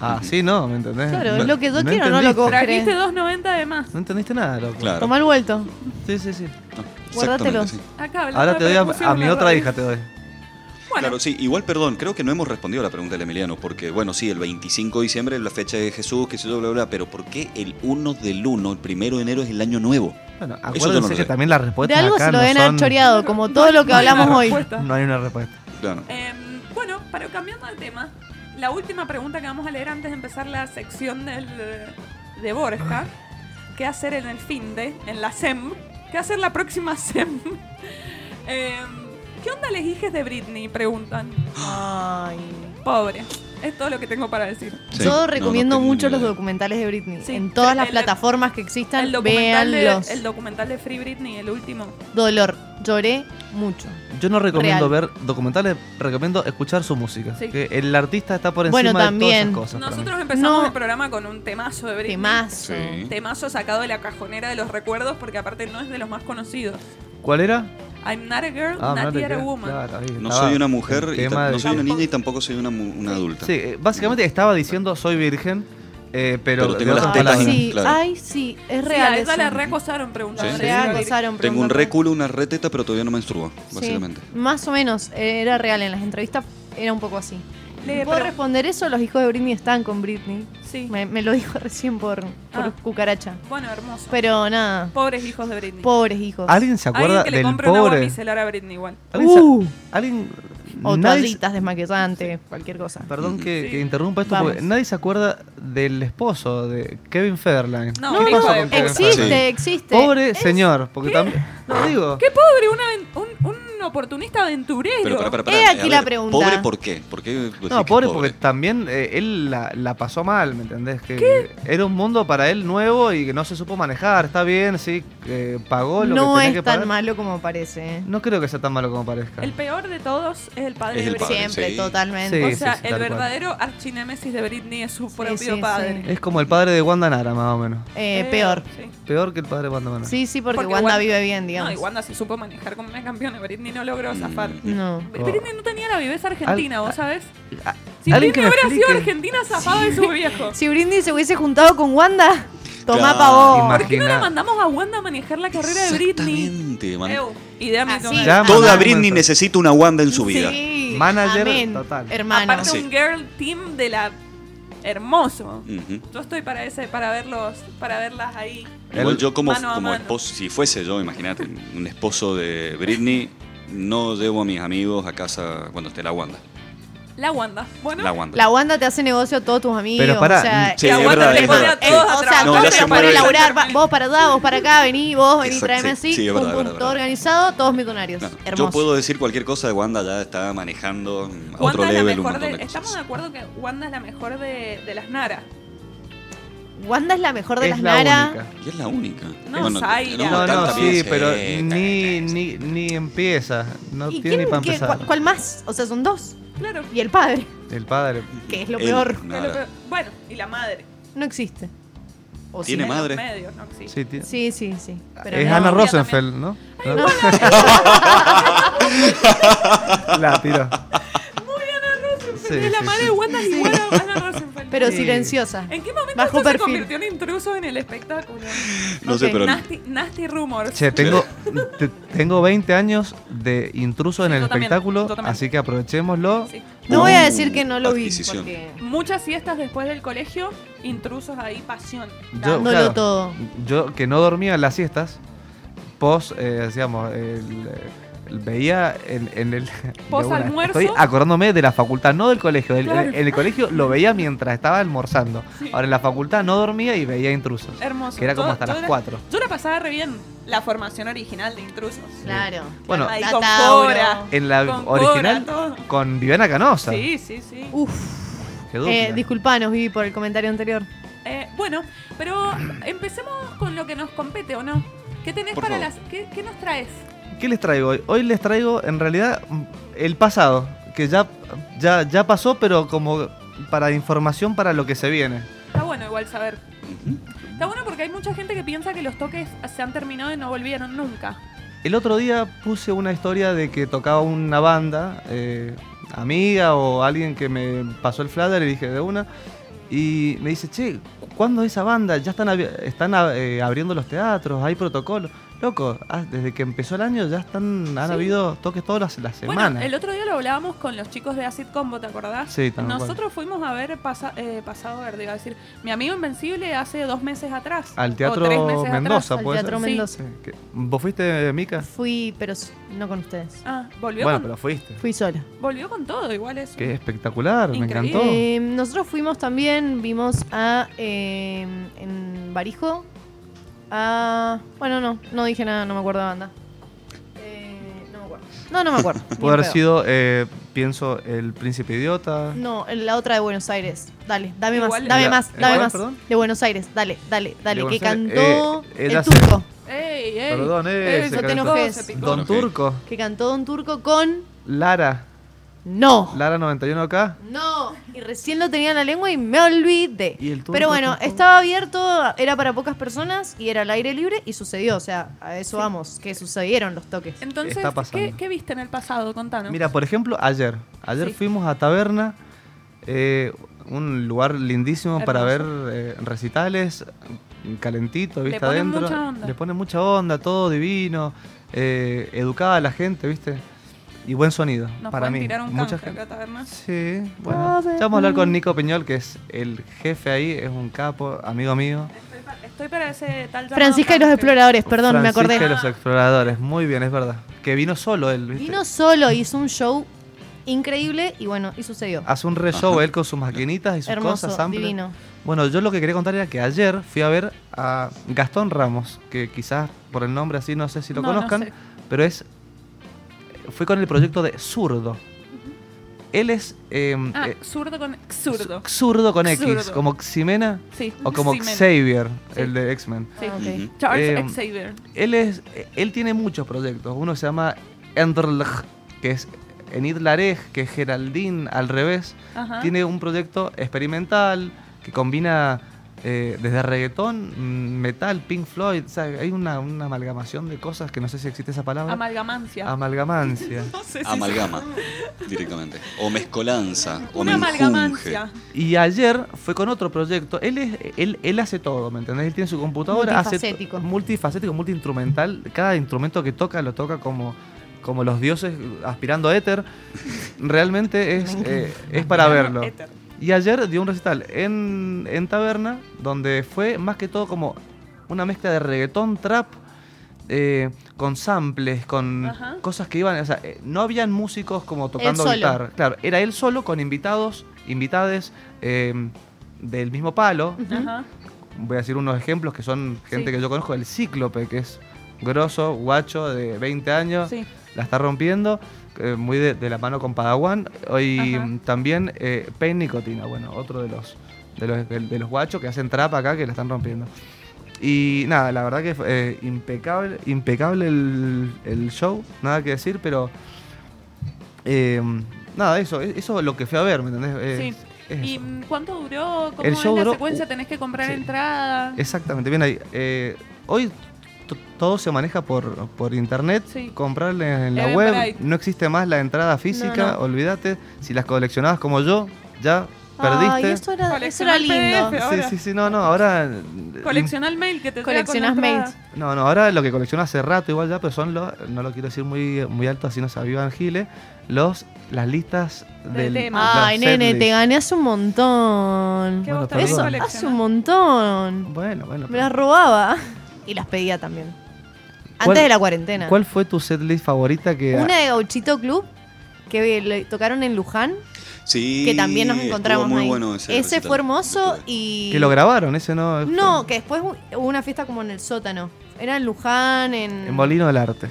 Speaker 2: ah, sí, no, ¿me entendés?
Speaker 6: Claro, es lo que yo quiero, no lo
Speaker 2: entendiste.
Speaker 6: que vos crees.
Speaker 1: Trajiste 2.90 de más.
Speaker 2: No entendiste nada, loco.
Speaker 3: Claro.
Speaker 6: Toma el vuelto.
Speaker 2: Sí, sí, sí.
Speaker 3: No,
Speaker 6: Guárdatelo.
Speaker 3: exactamente, sí.
Speaker 1: Acá, hablando
Speaker 2: Ahora te
Speaker 1: de
Speaker 2: doy a-
Speaker 1: prepucios,
Speaker 2: a, mi
Speaker 1: una
Speaker 2: otra
Speaker 1: radio.
Speaker 2: hija, te doy.
Speaker 1: Bueno,
Speaker 3: Claro, sí, igual, perdón, creo que no hemos respondido a la pregunta del Emiliano, porque, bueno, sí, el 25 de diciembre es la fecha de Jesús, que se yo, bla, bla, bla, pero ¿por qué el 1 del 1, el primero de enero, es el año nuevo?
Speaker 2: Bueno,
Speaker 3: yo no lo
Speaker 2: acuérdense
Speaker 3: sé.
Speaker 2: que también las
Speaker 6: De
Speaker 2: respuestas
Speaker 6: algo
Speaker 2: Pues acá
Speaker 6: se lo
Speaker 2: no
Speaker 6: deben haber
Speaker 2: son-
Speaker 6: choreado, como todo lo que
Speaker 1: No hay una
Speaker 6: hablamos hoy.
Speaker 1: respuesta.
Speaker 2: No hay una respuesta.
Speaker 3: Claro.
Speaker 6: Eh,
Speaker 1: Em, bueno, pero cambiando de tema, la última pregunta que vamos a leer antes de empezar la sección del, de Borja, ¿qué hacer en el fin de, en la SEM? ¿Qué hacer la próxima SEM? Em, ¿Qué onda les hijes de Britney? Preguntan.
Speaker 6: Ay.
Speaker 1: Pobre. Es todo lo que tengo para decir.
Speaker 3: Sí, no,
Speaker 6: Yo
Speaker 3: no
Speaker 6: recomiendo
Speaker 3: tengo ni
Speaker 6: mucho los
Speaker 3: idea.
Speaker 6: documentales de Britney.
Speaker 1: Sí,
Speaker 6: en todas las
Speaker 1: el-
Speaker 6: plataformas que existan,
Speaker 1: El documental, de,
Speaker 6: véanlos.
Speaker 1: el documental de Free Britney, el último.
Speaker 6: Dolor. Lloré mucho.
Speaker 2: Yo no recomiendo
Speaker 6: Real.
Speaker 2: ver documentales, recomiendo escuchar su música.
Speaker 1: Sí.
Speaker 2: Que el artista está por encima
Speaker 6: Bueno,
Speaker 2: de
Speaker 6: también.
Speaker 2: todas esas cosas. para mí.
Speaker 1: Nosotros empezamos
Speaker 6: No.
Speaker 1: el programa con un temazo de Britney.
Speaker 6: Temazo.
Speaker 3: Sí.
Speaker 1: Temazo sacado de la cajonera de los recuerdos porque aparte no es de los más conocidos.
Speaker 2: ¿Cuál era?
Speaker 1: I'm not a girl,
Speaker 2: Ah,
Speaker 1: not,
Speaker 2: no te
Speaker 1: yet a
Speaker 2: creo.
Speaker 1: woman.
Speaker 2: Claro, ahí
Speaker 3: No
Speaker 2: estaba
Speaker 3: soy una
Speaker 2: Ah, el
Speaker 3: mujer, y
Speaker 2: tema
Speaker 3: ta- no
Speaker 2: de-
Speaker 3: soy una
Speaker 1: Tampoco.
Speaker 3: niña y tampoco soy una, mu- una adulta.
Speaker 2: Sí, eh, básicamente estaba diciendo soy virgen, eh, pero,
Speaker 3: Pero
Speaker 2: de
Speaker 3: tengo las
Speaker 2: otra
Speaker 6: Ay,
Speaker 3: tetas
Speaker 2: palabra.
Speaker 3: in-
Speaker 6: sí.
Speaker 3: claro.
Speaker 6: Ay, sí. Es
Speaker 1: Sí,
Speaker 6: real.
Speaker 1: a
Speaker 6: eso.
Speaker 1: esa la reacosaron preguntando.
Speaker 3: Sí, sí,
Speaker 6: Re
Speaker 3: sí. Tengo
Speaker 6: acosaron,
Speaker 3: un
Speaker 6: preguntando.
Speaker 3: re culo, una re teta, pero todavía no menstruo,
Speaker 6: Sí,
Speaker 3: básicamente.
Speaker 6: Más o menos. eh, Era real. En las entrevistas era un poco así.
Speaker 1: Le-
Speaker 6: ¿Puedo
Speaker 1: Eh, pero-
Speaker 6: responder eso? Los hijos de Britney están con Britney.
Speaker 1: sí.
Speaker 6: Me, me lo dijo recién por, por
Speaker 1: Ah.
Speaker 6: cucaracha.
Speaker 1: Bueno, hermoso.
Speaker 6: Pero nada.
Speaker 1: Pobres hijos de Britney.
Speaker 6: Pobres hijos.
Speaker 2: ¿Alguien se acuerda
Speaker 1: Alguien que le
Speaker 2: del
Speaker 1: compre una agua
Speaker 2: pobre?
Speaker 1: micelar a Britney igual.
Speaker 2: ¿Alguien, se-
Speaker 6: Uh.
Speaker 2: alguien-
Speaker 6: O
Speaker 2: nadie-
Speaker 6: toallitas desmaquillantes, cualquier cosa.
Speaker 2: Perdón que,
Speaker 1: Sí.
Speaker 2: que interrumpa esto, porque
Speaker 6: Vamos.
Speaker 2: nadie se acuerda del esposo de Kevin Federline.
Speaker 1: No,
Speaker 6: No,
Speaker 1: ¿qué
Speaker 6: no,
Speaker 1: hijo de puta?
Speaker 6: existe,
Speaker 3: Sí.
Speaker 6: existe.
Speaker 2: Pobre señor, porque también... No digo.
Speaker 1: ¡Qué pobre! Una aven- un, un oportunista aventurero.
Speaker 3: Pero para, para,
Speaker 6: He aquí la pregunta.
Speaker 3: ¿Pobre por qué? ¿Por qué decís Pues que
Speaker 2: No,
Speaker 3: es
Speaker 2: pobre, porque también eh, él la, la pasó mal, ¿me entendés? Que era un mundo para él nuevo y que no se supo manejar. Está bien, sí, eh, pagó lo
Speaker 6: No
Speaker 2: que tenía que
Speaker 6: es tan
Speaker 2: pagar.
Speaker 6: malo como parece. ¿eh?
Speaker 2: No creo que sea tan malo como parezca.
Speaker 1: El peor de todos es el padre
Speaker 3: Es
Speaker 1: de
Speaker 3: el
Speaker 1: Britney.
Speaker 3: padre,
Speaker 6: Siempre,
Speaker 3: sí.
Speaker 6: totalmente.
Speaker 2: Sí,
Speaker 1: o sea,
Speaker 2: sí, sí,
Speaker 1: el
Speaker 2: tal cual.
Speaker 1: verdadero archinémesis de Britney es su propio
Speaker 6: sí,
Speaker 1: padre.
Speaker 6: sí.
Speaker 2: Es como el padre de Wanda Nara, más o menos.
Speaker 6: Eh,
Speaker 1: Eh,
Speaker 6: peor.
Speaker 1: sí.
Speaker 2: Peor que el padre de Wanda Nara.
Speaker 6: Sí, sí, porque,
Speaker 1: Porque
Speaker 6: Wanda
Speaker 1: Wanda-
Speaker 6: vive bien, digamos.
Speaker 1: No, y Wanda se supo manejar como una campeona. Britney no logró zafar.
Speaker 3: Mm.
Speaker 6: No.
Speaker 1: Britney no tenía la viveza argentina,
Speaker 2: Oh. Al-
Speaker 1: ¿vos
Speaker 2: a-
Speaker 1: sabés?
Speaker 2: a-
Speaker 1: Si Britney
Speaker 2: alguien que me
Speaker 1: hubiera sido
Speaker 2: explique.
Speaker 1: argentina, zafaba de su viejo.
Speaker 6: Si Britney se hubiese juntado con Wanda, toma
Speaker 3: Claro.
Speaker 6: pa' vos.
Speaker 2: Imagínate.
Speaker 1: ¿Por qué no la mandamos a Wanda a manejar la carrera de Britney?
Speaker 3: Exactamente, man.
Speaker 1: Ew, idea
Speaker 6: Así.
Speaker 1: millonaria.
Speaker 3: Toda
Speaker 2: Mandamos
Speaker 3: Britney
Speaker 2: eso.
Speaker 3: necesita una Wanda en su vida.
Speaker 6: Sí.
Speaker 2: Manager
Speaker 6: Amén,
Speaker 2: total.
Speaker 6: Hermano.
Speaker 1: Aparte
Speaker 3: Sí.
Speaker 1: un girl team de la... Hermoso.
Speaker 3: Ujú.
Speaker 1: Yo estoy para ese, para verlos, para verlas ahí.
Speaker 3: Igual yo como,
Speaker 1: Mano a
Speaker 3: como
Speaker 1: mano.
Speaker 3: esposo, si fuese yo, imagínate, un esposo de Britney, no llevo a mis amigos a casa cuando esté la Wanda.
Speaker 1: La Wanda. Bueno,
Speaker 3: La Wanda.
Speaker 6: La Wanda te hace negocio a todos tus amigos.
Speaker 2: Pero pará,
Speaker 6: o sea,
Speaker 3: sí,
Speaker 1: la
Speaker 3: es
Speaker 1: Wanda
Speaker 3: verdad,
Speaker 1: te
Speaker 3: es
Speaker 1: pone
Speaker 3: verdad.
Speaker 1: a todos
Speaker 6: o
Speaker 1: a
Speaker 6: sea,
Speaker 1: trabajar.
Speaker 3: No,
Speaker 6: todos
Speaker 3: le
Speaker 6: se
Speaker 3: hacen
Speaker 6: ponen a
Speaker 3: varios-
Speaker 6: laborar, va- vos para allá, vos para acá, vení, vos, vení,
Speaker 3: Exacto,
Speaker 6: tráeme
Speaker 3: sí,
Speaker 6: así.
Speaker 3: sí, es
Speaker 6: pum,
Speaker 3: verdad,
Speaker 6: pum,
Speaker 3: verdad,
Speaker 6: todo
Speaker 3: verdad.
Speaker 6: organizado, todos millonarios.
Speaker 3: No,
Speaker 6: Hermoso.
Speaker 3: yo puedo decir cualquier cosa de Wanda ya está manejando a otro
Speaker 1: Wanda es la
Speaker 3: level un
Speaker 1: mejor
Speaker 3: montón
Speaker 1: de,
Speaker 3: de
Speaker 1: Estamos de
Speaker 3: cosas.
Speaker 1: acuerdo que Wanda es la mejor de, de las Nara.
Speaker 6: Wanda es la mejor de
Speaker 2: Es la
Speaker 6: las Nara.
Speaker 2: única.
Speaker 3: Y es la única.
Speaker 1: No, Zaira.
Speaker 2: No, no,
Speaker 3: tanta
Speaker 2: sí,
Speaker 3: pieza.
Speaker 2: pero
Speaker 3: Eh,
Speaker 2: ni, ni, ni empieza. No
Speaker 6: ¿Y
Speaker 2: tiene ni
Speaker 6: quién-
Speaker 2: para
Speaker 6: qué-
Speaker 2: empezar.
Speaker 6: cuál, cuál más? O sea, son dos.
Speaker 1: Claro.
Speaker 6: Y el padre,
Speaker 2: El padre.
Speaker 6: que es lo
Speaker 3: Él,
Speaker 6: peor.
Speaker 1: Es lo
Speaker 3: nada.
Speaker 1: peor. Bueno, y la madre.
Speaker 6: No existe. O
Speaker 3: Tiene
Speaker 6: sí.
Speaker 3: más- Madre.
Speaker 1: Los medios, no existe.
Speaker 2: Sí, tiene-
Speaker 6: Sí, sí, sí. Pero
Speaker 2: es
Speaker 6: no.
Speaker 2: Ana
Speaker 1: Yo
Speaker 2: Rosenfeld, ¿no? ¿No? la tiró.
Speaker 1: Muy Ana Rosenfeld.
Speaker 2: Sí,
Speaker 1: la
Speaker 2: sí,
Speaker 1: madre
Speaker 2: sí.
Speaker 1: de Wanda es igual a Ana Rosenfeld.
Speaker 6: Pero
Speaker 2: Sí.
Speaker 6: silenciosa.
Speaker 1: ¿En qué momento
Speaker 6: Bajo
Speaker 1: esto se
Speaker 6: perfil.
Speaker 1: convirtió en intruso en el espectáculo?
Speaker 3: No sé,
Speaker 6: Ok,
Speaker 3: pero
Speaker 1: Nasty, nasty rumors.
Speaker 2: Che, tengo, te- tengo 20 años de intruso en
Speaker 1: Sí,
Speaker 2: el
Speaker 1: yo también,
Speaker 2: espectáculo,
Speaker 1: yo también.
Speaker 2: así que aprovechémoslo.
Speaker 1: Sí.
Speaker 6: No voy a
Speaker 3: Uh,
Speaker 6: decir que no lo vi.
Speaker 3: adquisición.
Speaker 6: Porque
Speaker 1: Muchas siestas después del colegio, intrusos ahí, pasión.
Speaker 2: Yo-
Speaker 1: Dando-
Speaker 6: dándolo
Speaker 2: claro.
Speaker 6: todo.
Speaker 2: Yo que no dormía en las siestas, pos, eh, digamos, el- el- veía en, en el... de
Speaker 1: Pos
Speaker 2: una-
Speaker 1: almuerzo.
Speaker 2: Estoy acordándome de la facultad, no del colegio. del-
Speaker 1: Claro.
Speaker 2: En el colegio lo veía mientras estaba almorzando. Ahora en la facultad no dormía y veía intrusos.
Speaker 1: Hermoso.
Speaker 2: Que era como
Speaker 1: Yo-
Speaker 2: hasta
Speaker 1: yo
Speaker 2: las
Speaker 1: la-
Speaker 2: 4.
Speaker 1: Yo la pasaba re bien, la formación original de intrusos.
Speaker 6: Claro.
Speaker 2: Bueno,
Speaker 1: Ahí
Speaker 6: La
Speaker 1: con
Speaker 6: Tauro.
Speaker 1: Cora.
Speaker 2: En la
Speaker 1: Con Cora,
Speaker 2: original, Uh.
Speaker 1: todo.
Speaker 2: con Viviana Canosa.
Speaker 1: Sí, sí, sí.
Speaker 6: Uf.
Speaker 2: Qué
Speaker 6: Eh,
Speaker 2: dupla.
Speaker 6: disculpanos, Vivi, por el comentario anterior.
Speaker 1: Eh, bueno, pero empecemos con lo que nos compete, ¿o no? ¿Qué tenés
Speaker 3: Por
Speaker 1: para
Speaker 3: favor.
Speaker 1: las... ¿Qué, qué nos traes?
Speaker 2: ¿Qué les traigo hoy? Hoy les traigo, en realidad, mm, el pasado. Que ya, ya, ya pasó, pero como para información para lo que se viene.
Speaker 1: Está bueno igual saber. Está bueno porque hay mucha gente que piensa que los toques se han terminado y no volvieron nunca.
Speaker 2: El otro día puse una historia de que tocaba una banda, eh, amiga o alguien que me pasó el flatter y dije de una. Y me dice, che, ¿cuándo esa banda? Ya están, abri- están ah, eh, abriendo los teatros, hay protocolo. Loco, ah, desde que empezó el año ya están, han
Speaker 1: Sí.
Speaker 2: habido toques todas las, las semanas.
Speaker 1: Bueno, el otro día lo hablábamos con los chicos de Acid Combo, ¿te acordás?
Speaker 2: Sí, tal cual.
Speaker 1: Nosotros fuimos a ver pasa- eh, Pasado Verde, iba a decir, mi amigo Invencible hace dos meses atrás.
Speaker 2: Al
Speaker 1: o
Speaker 2: Teatro
Speaker 1: tres meses atrás.
Speaker 2: Mendoza,
Speaker 6: al
Speaker 2: puede
Speaker 6: Teatro
Speaker 2: ser.
Speaker 1: Sí.
Speaker 6: Mendoza.
Speaker 2: Sí, que- ¿Vos fuiste, Mica?
Speaker 6: Fui, pero s- no con ustedes.
Speaker 1: Ah, volvió,
Speaker 2: Bueno,
Speaker 1: con,
Speaker 2: pero fuiste.
Speaker 6: Fui sola.
Speaker 1: volvió con todo, igual eso.
Speaker 2: Qué espectacular, me
Speaker 1: Increíble.
Speaker 2: encantó.
Speaker 6: Eh, nosotros fuimos también, vimos a. eh, en Barijo. A. Bueno, no, no dije nada, no me acuerdo de banda. Eh, no me acuerdo. No, no me acuerdo. ni en
Speaker 2: Puede haber
Speaker 6: pedo.
Speaker 2: sido eh, pienso El Príncipe Idiota.
Speaker 6: No, la otra de Buenos Aires. Dale, dame
Speaker 1: Igual-
Speaker 6: más, dame
Speaker 2: La-
Speaker 6: más,
Speaker 2: ¿en
Speaker 6: dame
Speaker 2: cuál,
Speaker 6: más.
Speaker 2: perdón?
Speaker 6: De Buenos Aires, dale, dale, dale. Que
Speaker 2: Buenos Aires,
Speaker 6: cantó
Speaker 2: eh, él
Speaker 6: el
Speaker 2: hace-
Speaker 6: turco.
Speaker 1: ¡Ey, ey!
Speaker 2: Perdón, eh,
Speaker 6: Eso
Speaker 2: se
Speaker 6: te
Speaker 2: calentó.
Speaker 6: enojes.
Speaker 1: Se picó.
Speaker 2: Don
Speaker 3: Ok.
Speaker 2: Turco,
Speaker 6: Que cantó Don Turco con
Speaker 2: Lara,
Speaker 6: No.
Speaker 2: Lara 91 acá.
Speaker 6: No, y recién lo tenía en la lengua y me olvidé.
Speaker 2: ¿Y el turco
Speaker 6: Pero bueno,
Speaker 2: tampoco?
Speaker 6: estaba abierto, era para pocas personas y era al aire libre y sucedió. O sea, a eso vamos, que sucedieron los toques.
Speaker 1: Entonces,
Speaker 2: Está
Speaker 1: ¿qué,
Speaker 2: pasando.
Speaker 1: qué viste en el pasado? Contanos.
Speaker 2: Mira, pues, por ejemplo, ayer. Ayer
Speaker 1: Sí.
Speaker 2: fuimos a Taberna, eh, un lugar lindísimo para ver
Speaker 1: Hermoso.
Speaker 2: eh, recitales, calentito, viste
Speaker 1: ponen
Speaker 2: adentro.
Speaker 1: mucha onda.
Speaker 2: Le ponen mucha onda, todo divino, eh, educada la gente, viste. Y buen sonido,
Speaker 1: Nos
Speaker 2: para
Speaker 1: pueden
Speaker 2: mí.
Speaker 1: tirar un
Speaker 2: Mucha
Speaker 1: canje
Speaker 2: gente.
Speaker 1: acá, taberna.
Speaker 2: Sí, bueno. Ya vamos a hablar con Nico Peñol, que es el jefe ahí, es un capo, amigo mío.
Speaker 1: Estoy pa- Estoy para ese tal llamado
Speaker 6: Francisca y los
Speaker 1: canje.
Speaker 6: exploradores, perdón, me
Speaker 2: Francisca y
Speaker 6: acordé.
Speaker 2: los exploradores, muy bien, es verdad. Que vino solo él, ¿viste?
Speaker 6: Vino solo, hizo un show increíble y bueno, y sucedió.
Speaker 2: Hace un re show él con sus maquinitas Ah, y sus
Speaker 6: Hermoso,
Speaker 2: cosas, sample.
Speaker 6: divino.
Speaker 2: Bueno, yo lo que quería contar era que ayer fui a ver a Gastón Ramos, que quizás por el nombre así no sé si lo
Speaker 1: No, no
Speaker 2: conozcan,
Speaker 1: sé.
Speaker 2: pero es. Fue con el proyecto de Zurdo. Él es. eh,
Speaker 1: Ah,
Speaker 2: eh,
Speaker 1: zurdo con zurdo.
Speaker 2: Zurdo con X,
Speaker 1: Zurdo.
Speaker 2: como Ximena
Speaker 1: Sí.
Speaker 2: o como
Speaker 1: Ximena.
Speaker 2: Xavier,
Speaker 1: Sí.
Speaker 2: el de X-Men.
Speaker 1: Sí.
Speaker 6: Ah, ok.
Speaker 3: Ujú.
Speaker 1: Charles
Speaker 2: Eh,
Speaker 1: Xavier.
Speaker 2: Él es. Él tiene muchos proyectos. Uno se llama Enderlech, que es Enid Larej, que es Geraldine al revés.
Speaker 1: Ajá.
Speaker 2: Tiene un proyecto experimental que combina eh, desde reggaetón, mm, metal, Pink Floyd. o sea, hay una, una amalgamación de cosas que no sé si existe esa palabra.
Speaker 1: Amalgamancia.
Speaker 2: Amalgamancia.
Speaker 5: No sé si
Speaker 3: Amalgama, directamente. O mezcolanza, o
Speaker 1: Una
Speaker 3: menjunje.
Speaker 1: amalgamancia.
Speaker 2: Y ayer fue con otro proyecto. Él es, él, él hace todo, ¿me entendés? Él tiene su computadora,
Speaker 6: Multifacético.
Speaker 2: hace to- multifacético, multiinstrumental. Cada instrumento que toca lo toca como, como los dioses aspirando a éter. Realmente es, eh, es para verlo.
Speaker 5: Éter.
Speaker 2: Y ayer dio un recital en, en Taberna, donde fue más que todo como una mezcla de reggaetón, trap, eh, con samples, con
Speaker 1: Ajá.
Speaker 2: cosas que iban. O sea, eh, no habían músicos como tocando
Speaker 6: solo.
Speaker 2: guitarra. Claro, era él solo con invitados, invitades eh, del mismo palo.
Speaker 1: Ajá.
Speaker 2: Voy a decir unos ejemplos que son gente
Speaker 1: Sí.
Speaker 2: que yo conozco: el Cíclope, que es grosso, guacho, de 20 años
Speaker 1: Sí.
Speaker 2: la está rompiendo, eh, muy de, de la mano con Padawan. Hoy
Speaker 1: Ajá.
Speaker 2: mm, también eh, Pain Nicotina, bueno, otro de los, de los, de, de los guachos que hacen trap acá que la están rompiendo. Y nada, la verdad que eh, impecable, impecable el, el show, nada que decir, pero eh, nada, eso, e- eso es lo que fui a ver, ¿me entendés? Es-
Speaker 1: Sí.
Speaker 2: es
Speaker 1: ¿Y
Speaker 2: eso.
Speaker 1: mm, cuánto duró? ¿Cómo
Speaker 2: El
Speaker 1: es
Speaker 2: show
Speaker 1: la
Speaker 2: duró-
Speaker 1: secuencia?
Speaker 2: uh,
Speaker 1: ¿Tenés que comprar
Speaker 2: sí.
Speaker 1: entrada?
Speaker 2: Exactamente, bien ahí. Eh, hoy to- todo se maneja por, por internet,
Speaker 1: Sí.
Speaker 2: comprarle en la web,
Speaker 1: Eventbrite.
Speaker 2: no existe más la entrada física,
Speaker 6: Eh, No, no.
Speaker 2: olvídate, si las coleccionabas como yo, ya
Speaker 6: Ay,
Speaker 2: perdiste.
Speaker 6: eso era, eso
Speaker 1: Coleccionar
Speaker 6: era lindo.
Speaker 1: PDF.
Speaker 2: Sí,
Speaker 1: ahora.
Speaker 2: sí, sí, no, no, ahora... eh,
Speaker 1: Colecciona el mail que te llega con la
Speaker 6: Coleccionás
Speaker 1: entrada.
Speaker 6: mails.
Speaker 2: No, no, ahora lo que colecciono hace rato igual ya, pero son los, no lo quiero decir muy, muy alto, así no se avivan giles, los, las listas
Speaker 1: Del
Speaker 2: del...
Speaker 1: tema.
Speaker 6: Ay,
Speaker 2: las
Speaker 6: nene, te
Speaker 2: Ah, setlist.
Speaker 6: gané hace un montón.
Speaker 1: ¿Qué
Speaker 2: Bueno,
Speaker 1: vos también
Speaker 2: perdón.
Speaker 6: Eso,
Speaker 1: coleccionás?
Speaker 6: hace un montón.
Speaker 2: Bueno, bueno.
Speaker 6: Me las robaba y las pedía también.
Speaker 2: ¿Cuál-
Speaker 6: Antes de la cuarentena.
Speaker 2: ¿Cuál fue tu setlist favorita que...
Speaker 6: Una de Gauchito Club que le tocaron en Luján,
Speaker 3: Sí,
Speaker 6: que también nos
Speaker 3: estuvo
Speaker 6: encontramos
Speaker 3: muy
Speaker 6: ahí.
Speaker 3: bueno ese. recital.
Speaker 6: fue hermoso
Speaker 3: Estuvo.
Speaker 6: y
Speaker 2: que lo grabaron, ese no...
Speaker 6: No, que después hu- hubo una fiesta como en el sótano. Era en Luján, en
Speaker 2: En Molino del Arte.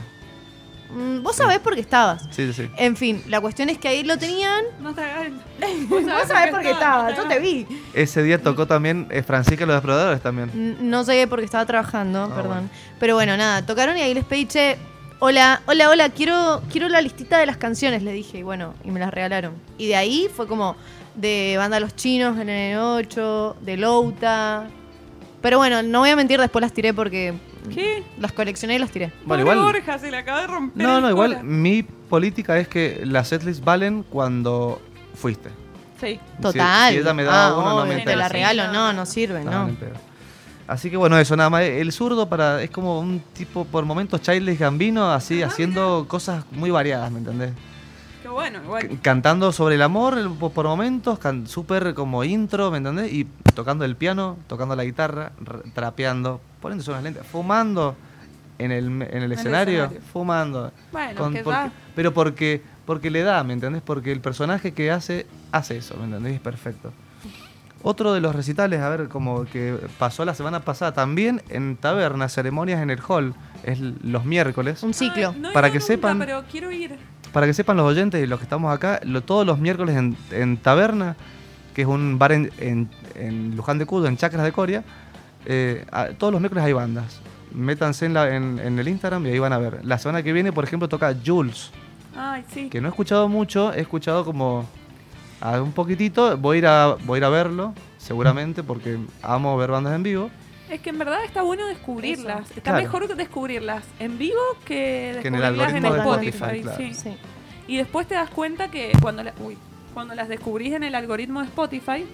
Speaker 6: Mm, Vos sabés por qué estabas.
Speaker 2: Sí, sí, sí.
Speaker 6: En fin, la cuestión es que ahí lo tenían.
Speaker 1: No te hagas.
Speaker 6: Vos sabés por qué estabas,
Speaker 1: no
Speaker 6: yo
Speaker 1: te
Speaker 6: te vi.
Speaker 2: Ese día tocó también eh, Francisca y los exploradores también.
Speaker 6: N- No llegué porque estaba trabajando,
Speaker 2: Ah,
Speaker 6: perdón.
Speaker 2: bueno.
Speaker 6: Pero bueno, nada, tocaron y ahí les pedí, che, hola, hola, hola, quiero, quiero la listita de las canciones, le dije, y bueno, y me las regalaron. Y de ahí fue como de Banda Los Chinos, el N8, de Louta. Pero bueno, no voy a mentir, después las tiré porque
Speaker 1: ¿Qué?
Speaker 6: las coleccioné y las tiré.
Speaker 2: Bueno,
Speaker 1: Pobre
Speaker 2: igual-
Speaker 1: Borja, se le acaba de romper.
Speaker 2: No,
Speaker 1: el
Speaker 2: no, igual
Speaker 1: cola.
Speaker 2: mi política es que las setlists valen cuando fuiste.
Speaker 1: Sí.
Speaker 2: Si-
Speaker 6: Total.
Speaker 2: Si, ella me daba
Speaker 6: Ah,
Speaker 2: uno, no
Speaker 6: obvio,
Speaker 2: me
Speaker 6: te la
Speaker 2: interesa.
Speaker 6: regalo, no, no sirve,
Speaker 2: No,
Speaker 6: no.
Speaker 2: ni en pedo. Así que bueno, eso nada más. El zurdo para es como un tipo por momentos Childish Gambino, así haciendo cosas muy variadas, ¿me entendés?
Speaker 1: Qué bueno, igual.
Speaker 2: C- Cantando sobre el amor el- po- por momentos, can- súper como intro, ¿me entendés? Y tocando el piano, tocando la guitarra, r- trapeando, poniéndose unas lentes, fumando en el, me- en el escenario,
Speaker 1: escenario.
Speaker 2: fumando.
Speaker 1: Bueno,
Speaker 2: Con-
Speaker 1: que
Speaker 2: porque-
Speaker 1: ya.
Speaker 2: pero porque porque le da, ¿me entendés? Porque el personaje que hace hace eso, ¿me entendés? Es perfecto. Otro de los recitales, a ver, como que pasó la semana pasada, también en tabernas, ceremonias en el hall, es l- los miércoles.
Speaker 6: Un ciclo.
Speaker 1: Ay, no he
Speaker 2: Para
Speaker 1: ido
Speaker 2: que
Speaker 1: nunca,
Speaker 2: sepan-
Speaker 1: Pero quiero ir.
Speaker 2: Para que sepan los oyentes y los que estamos acá, lo- todos los miércoles en, en Taberna, que es un bar en, en- en Luján de Cudo, en Chacras de Coria, eh, a- todos los miércoles hay bandas. Métanse en, la- en- en el Instagram y ahí van a ver. La semana que viene, por ejemplo, toca Jules,
Speaker 1: Ay, sí.
Speaker 2: que no he escuchado mucho, he escuchado como a un poquitito. Voy a ir a, voy a, ir a verlo, seguramente, porque amo ver bandas en vivo.
Speaker 1: Es que en verdad está bueno descubrirlas. Está
Speaker 2: Claro.
Speaker 1: mejor descubrirlas en vivo que
Speaker 2: Que en el
Speaker 1: descubrirlas en,
Speaker 6: algoritmo de
Speaker 1: Spotify.
Speaker 2: Spotify, claro.
Speaker 1: sí.
Speaker 6: Sí.
Speaker 1: Y después te das cuenta que cuando, la- uy, cuando las descubrís en el algoritmo de Spotify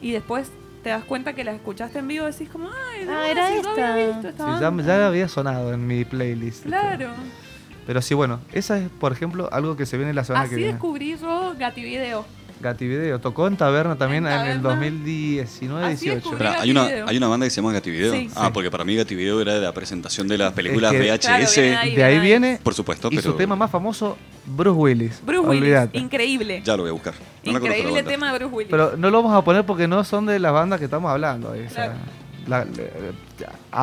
Speaker 1: y después te das cuenta que las escuchaste en vivo, decís como, ay, no,
Speaker 6: Ah, era
Speaker 1: si no había
Speaker 6: esta.
Speaker 1: visto esta
Speaker 2: Sí, ya,
Speaker 1: banda".
Speaker 2: ya había sonado en mi playlist.
Speaker 1: Claro.
Speaker 2: Pero sí, bueno, esa es, por ejemplo, algo que se viene la semana
Speaker 1: Así
Speaker 2: que viene.
Speaker 1: descubrí yo Gativideo.
Speaker 2: Gativideo. Tocó en Taberna también en,
Speaker 1: En
Speaker 2: el
Speaker 1: Taberna.
Speaker 2: 2019
Speaker 1: Así
Speaker 2: 18
Speaker 1: descubrí.
Speaker 3: Espera, hay, una,
Speaker 1: Gativideo.
Speaker 3: hay una banda que se llama Gativideo.
Speaker 1: Sí.
Speaker 3: Ah,
Speaker 2: Sí.
Speaker 3: porque para mí Gativideo era de la presentación de las películas
Speaker 2: que-
Speaker 1: Claro,
Speaker 3: VHS.
Speaker 1: viene de
Speaker 2: De ahí viene
Speaker 3: Por supuesto,
Speaker 2: y
Speaker 3: pero
Speaker 2: su tema más famoso, Bruce Willis.
Speaker 1: Bruce Willis,
Speaker 2: Olvídate.
Speaker 1: increíble.
Speaker 3: ya lo voy a buscar. No la conozco la
Speaker 1: increíble
Speaker 3: banda.
Speaker 1: tema de Bruce Willis.
Speaker 2: Pero no lo vamos a poner porque no son de las bandas que estamos hablando. o sea,
Speaker 1: Claro.
Speaker 2: la- la-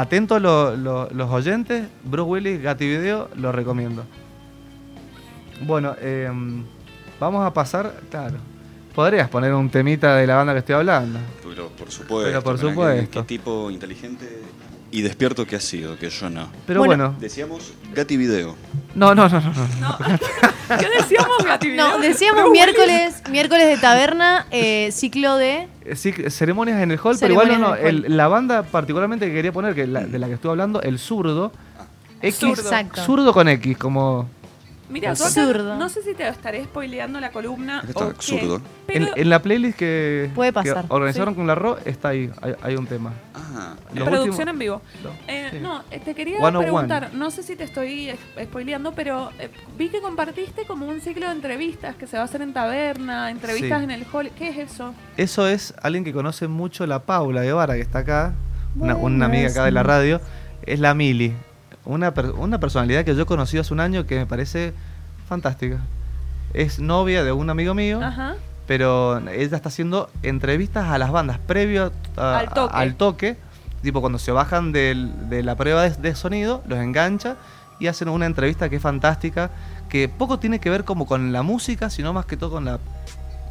Speaker 2: atentos lo- lo- los oyentes, Bruce Willis, Gativideo, lo recomiendo. Bueno, eh, vamos a pasar, claro. Podrías poner un temita de la banda que estoy hablando.
Speaker 3: Pero por supuesto.
Speaker 2: Pero por
Speaker 3: mirá,
Speaker 2: supuesto.
Speaker 3: Qué, qué tipo inteligente y despierto que ha sido, que yo no.
Speaker 2: Pero
Speaker 6: Bueno.
Speaker 2: bueno,
Speaker 3: Decíamos Gativideo.
Speaker 2: no, no, no, no, no.
Speaker 1: ¿Qué decíamos Gativideo?
Speaker 6: No, decíamos
Speaker 1: Bruce Willis.
Speaker 6: miércoles, miércoles de taberna, eh, ciclo de.
Speaker 2: Eh, Sí, que- ceremonias en el hall, pero igual no, no,
Speaker 6: Ceremonias en el hall.
Speaker 2: el- la banda particularmente que quería poner, que la- de la que estuve hablando, el zurdo. X,
Speaker 1: Zurdo.
Speaker 6: Ah, Exacto.
Speaker 2: Zurdo con X, como
Speaker 1: Mira, yo acá
Speaker 6: Absurdo.
Speaker 1: no sé si te estaré spoileando la columna.
Speaker 3: Está
Speaker 1: o qué,
Speaker 3: absurdo.
Speaker 1: pero
Speaker 2: en, en la playlist que,
Speaker 6: Puede
Speaker 2: que
Speaker 6: pasar,
Speaker 2: organizaron
Speaker 6: sí.
Speaker 2: con la RO, está ahí, hay, hay un tema.
Speaker 3: Ah,
Speaker 2: Los
Speaker 1: producción
Speaker 2: últimos-
Speaker 1: en vivo.
Speaker 2: no,
Speaker 1: Eh,
Speaker 2: sí.
Speaker 1: No, eh, te quería
Speaker 2: 101.
Speaker 1: preguntar, no sé si te estoy es- spoileando, pero eh, vi que compartiste como un ciclo de entrevistas que se va a hacer en taberna, entrevistas
Speaker 2: Sí.
Speaker 1: en el hall. ¿Qué es eso?
Speaker 2: Eso es alguien que conoce mucho la Paula Guevara, que está acá, una, una
Speaker 6: Bueno,
Speaker 2: amiga acá de la
Speaker 6: sí.
Speaker 2: radio, es la Mili. Una, per- una personalidad que yo conocí hace un año que me parece fantástica. Es novia de un amigo mío.
Speaker 6: Ah.
Speaker 1: Ajá.
Speaker 2: pero ella está haciendo entrevistas a las bandas previo a-
Speaker 1: Al toque.
Speaker 2: al toque. Tipo, cuando se bajan del- de la prueba de, de sonido, los engancha y hacen una entrevista que es fantástica, que poco tiene que ver como con la música, sino más que todo con la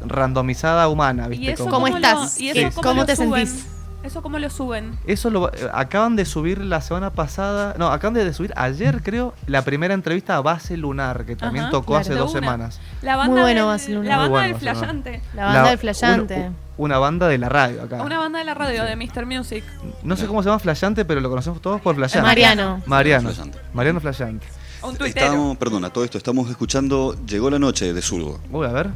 Speaker 2: randomizada humana, ¿viste?
Speaker 1: ¿Y eso
Speaker 2: Como-
Speaker 6: ¿Cómo
Speaker 1: lo-
Speaker 6: estás?
Speaker 1: y
Speaker 6: Sí.
Speaker 1: eso
Speaker 6: ¿Cómo
Speaker 1: lo
Speaker 6: te
Speaker 1: suben?
Speaker 6: sentís?
Speaker 1: ¿Eso cómo lo suben?
Speaker 2: Eso lo eh, acaban de subir la semana pasada, no, acaban de subir ayer, creo, la primera entrevista a Base Lunar, que también
Speaker 1: Ajá,
Speaker 2: tocó
Speaker 6: claro.
Speaker 2: hace
Speaker 1: De
Speaker 2: dos
Speaker 1: una.
Speaker 2: semanas.
Speaker 1: La banda
Speaker 6: Muy bueno,
Speaker 1: del,
Speaker 6: Barcelona.
Speaker 1: la
Speaker 2: Muy
Speaker 1: banda
Speaker 2: bueno,
Speaker 1: del
Speaker 2: Barcelona.
Speaker 1: flayante.
Speaker 6: La banda del
Speaker 2: un-
Speaker 6: flayante.
Speaker 2: una banda de la radio acá.
Speaker 1: Una banda de la radio, de Mr. Music.
Speaker 2: No sé cómo se llama Flayante, pero lo conocemos todos por Flayante.
Speaker 6: Mariano.
Speaker 2: Mariano.
Speaker 3: Flayante.
Speaker 2: Mariano Flayante.
Speaker 1: Un tuitero.
Speaker 3: estamos, perdona, todo esto. Estamos escuchando Llegó la noche de Zurdo.
Speaker 2: Uy, a ver.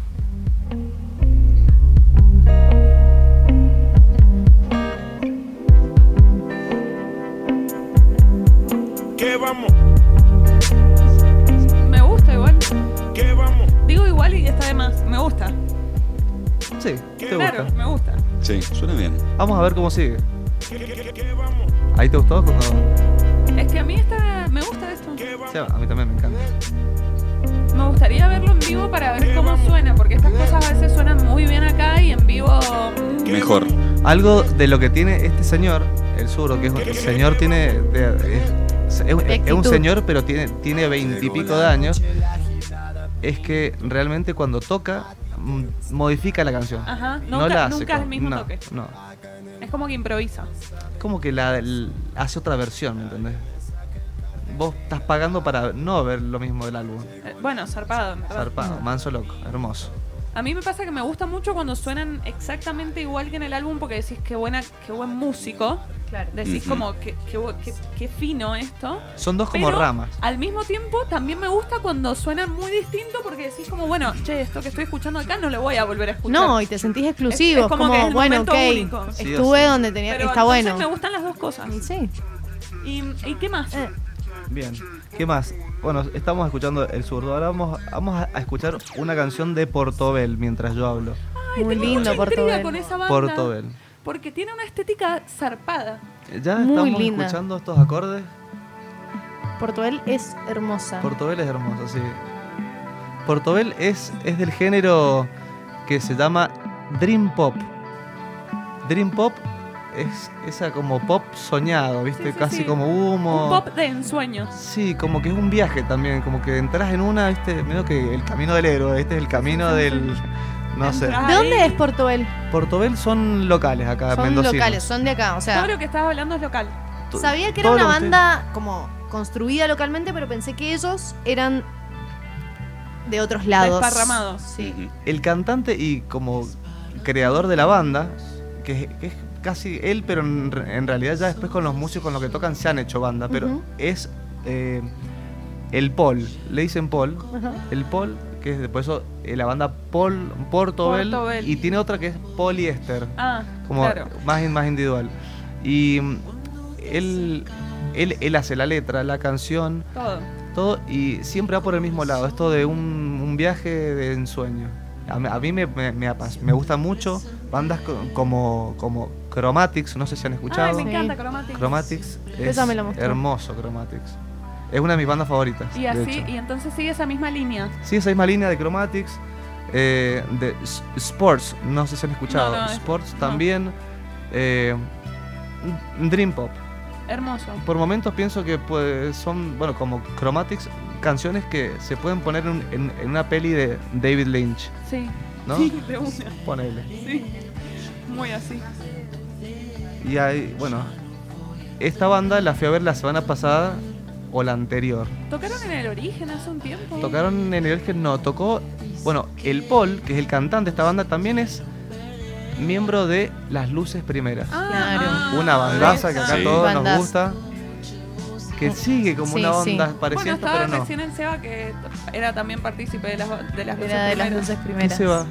Speaker 7: ¿Qué vamos?
Speaker 1: Me gusta igual.
Speaker 7: ¿Qué vamos?
Speaker 1: Digo igual y está de más. Me gusta.
Speaker 2: Sí, te
Speaker 1: claro,
Speaker 2: gusta.
Speaker 1: me gusta.
Speaker 3: Sí, suena bien.
Speaker 2: Vamos a ver cómo sigue.
Speaker 7: ¿Qué, qué, qué vamos?
Speaker 2: ¿Ahí te gustó? Cuando...
Speaker 1: Es que a mí esta, me gusta esto.
Speaker 7: ¿Qué
Speaker 2: Sí,
Speaker 7: vamos?
Speaker 2: a mí también me encanta.
Speaker 1: Me gustaría verlo en vivo para ver cómo suena, porque estas cosas a veces suenan muy bien acá y en vivo. mm,
Speaker 3: Mejor.
Speaker 2: Algo de lo que tiene este señor, el suro, que es un señor, tiene. de- es, es un- es un
Speaker 6: actitud.
Speaker 2: señor, pero tiene tiene veintipico
Speaker 3: la
Speaker 2: de años. Es que realmente cuando toca, mm, modifica la canción.
Speaker 1: Ajá,
Speaker 2: no
Speaker 1: nunca-
Speaker 2: la hace.
Speaker 1: nunca es el
Speaker 2: como-
Speaker 1: mismo
Speaker 2: no,
Speaker 1: toque.
Speaker 2: No.
Speaker 1: Es como que improvisa.
Speaker 2: como que la, l- hace otra versión, ¿me entendés? Vos estás pagando para no ver lo mismo del álbum.
Speaker 1: Eh, Bueno, zarpado, en verdad.
Speaker 2: Zarpado, manso loco, hermoso.
Speaker 1: A mí me pasa que me gusta mucho cuando suenan exactamente igual que en el álbum porque decís qué, buena, qué buen músico.
Speaker 6: Claro.
Speaker 1: Decís
Speaker 3: Ujú.
Speaker 1: como qué, qué bu- qué- qué fino esto.
Speaker 2: Son dos como
Speaker 1: Pero,
Speaker 2: ramas.
Speaker 1: Al mismo tiempo, también me gusta cuando suenan muy distinto porque decís como, bueno, che, esto que estoy escuchando acá no lo voy a volver a escuchar.
Speaker 6: No, y te sentís exclusivo.
Speaker 1: Es- es como
Speaker 6: como,
Speaker 1: que es el
Speaker 6: bueno,
Speaker 1: momento
Speaker 6: ok.
Speaker 1: único.
Speaker 2: Sí o
Speaker 6: Estuve
Speaker 2: sí.
Speaker 6: donde tenía que
Speaker 1: Pero
Speaker 6: Está
Speaker 1: entonces
Speaker 6: bueno.
Speaker 1: Me gustan las dos cosas.
Speaker 6: Y Sí.
Speaker 1: ¿Y, y qué más?
Speaker 6: Eh.
Speaker 2: Bien, ¿qué más? Bueno, estamos escuchando El Zurdo. Ahora vamos, vamos a a escuchar una canción de Portobel mientras yo hablo.
Speaker 6: Muy
Speaker 1: Tengo
Speaker 6: lindo,
Speaker 1: mucha intriga
Speaker 6: Portobel.
Speaker 1: con esa banda.
Speaker 2: Portobel.
Speaker 1: Porque tiene una estética zarpada.
Speaker 2: Ya
Speaker 6: Muy
Speaker 2: estamos
Speaker 6: linda.
Speaker 2: escuchando estos acordes.
Speaker 6: Portobel es hermosa.
Speaker 2: Portobel es hermoso, sí. Portobel es, es del género que se llama Dream Pop. Dream Pop es esa como pop soñado, ¿viste?
Speaker 1: Sí, sí,
Speaker 2: Casi
Speaker 1: sí.
Speaker 2: como humo.
Speaker 1: Un pop de ensueños.
Speaker 2: Sí, como que es un viaje también, como que entras en una, ¿viste? Medio que el camino del héroe, este es el camino del. No sé.
Speaker 1: Entras.
Speaker 6: ¿De dónde
Speaker 1: Ahí.
Speaker 6: es Portobel?
Speaker 2: Portobel son locales acá,
Speaker 6: Son
Speaker 2: mendocinos.
Speaker 6: locales, son de acá. O sea,
Speaker 1: Todo lo que estás hablando es local.
Speaker 2: to-
Speaker 6: sabía que era
Speaker 2: todo
Speaker 6: una
Speaker 2: lo que usted-
Speaker 6: banda como construida localmente, pero pensé que ellos eran de otros lados.
Speaker 1: Desparramados.
Speaker 6: Sí.
Speaker 3: Ujú.
Speaker 2: El cantante y como creador de la banda, que, que es casi él, pero en, re- en realidad ya después con los músicos, con lo que tocan, se han hecho banda, pero
Speaker 6: Ujú.
Speaker 2: es eh, el Paul, le dicen Paul,
Speaker 6: Ajá.
Speaker 2: el Paul, que es después eso, eh, la banda Paul Portobel,
Speaker 1: Portobel.
Speaker 2: y tiene otra que es Poliéster.
Speaker 1: Ah,
Speaker 2: como
Speaker 1: claro.
Speaker 2: más, in- más individual. Y mm, él, él, él hace la letra, la canción,
Speaker 1: Todo.
Speaker 2: todo, y siempre va por el mismo lado, esto de un, un viaje de ensueño. A, mí- a mí me, me, me apas- me gusta mucho bandas co- como, como Chromatics, no sé si han escuchado.
Speaker 1: Ay, me
Speaker 6: Sí.
Speaker 1: encanta Chromatic.
Speaker 2: Chromatics es
Speaker 6: Esa me la mostró.
Speaker 2: hermoso, Chromatics. Es una de mis bandas favoritas.
Speaker 1: Y
Speaker 2: de
Speaker 1: así,
Speaker 2: hecho.
Speaker 1: y entonces sigue esa misma línea.
Speaker 2: Sí, esa misma línea de Chromatics. eh, de S- Sports, no sé si han escuchado.
Speaker 1: No, no, es-
Speaker 2: Sports
Speaker 1: no.
Speaker 2: también. eh, Dream Pop.
Speaker 1: Hermoso.
Speaker 2: Por momentos pienso que pues, son, bueno, como Chromatics, canciones que se pueden poner en, en- en una peli de David Lynch,
Speaker 1: Sí.
Speaker 2: ¿no?
Speaker 1: Sí, de una.
Speaker 2: Ponele.
Speaker 1: Sí. Muy así.
Speaker 2: Y ahí, bueno, esta banda la fui a ver la semana pasada o la anterior.
Speaker 1: ¿Tocaron en el origen hace un tiempo?
Speaker 2: Tocaron en el que no, tocó. Bueno, el Paul, que es el cantante de esta banda, también es miembro de Las Luces Primeras.
Speaker 1: Ah,
Speaker 6: Claro.
Speaker 1: ah,
Speaker 2: una bandaza
Speaker 1: ahí
Speaker 2: que acá
Speaker 1: está.
Speaker 3: Sí.
Speaker 2: todos
Speaker 6: Bandaza.
Speaker 2: nos gusta. Que sigue como
Speaker 6: Sí,
Speaker 2: una
Speaker 6: sí.
Speaker 2: onda
Speaker 1: Bueno,
Speaker 2: parecida,
Speaker 1: estaba
Speaker 2: pero no.
Speaker 1: recién en Seba que era también partícipe de las, de las luces
Speaker 6: Era de las
Speaker 1: primeras.
Speaker 6: luces
Speaker 2: ¿Qué
Speaker 6: primeras.
Speaker 2: se va?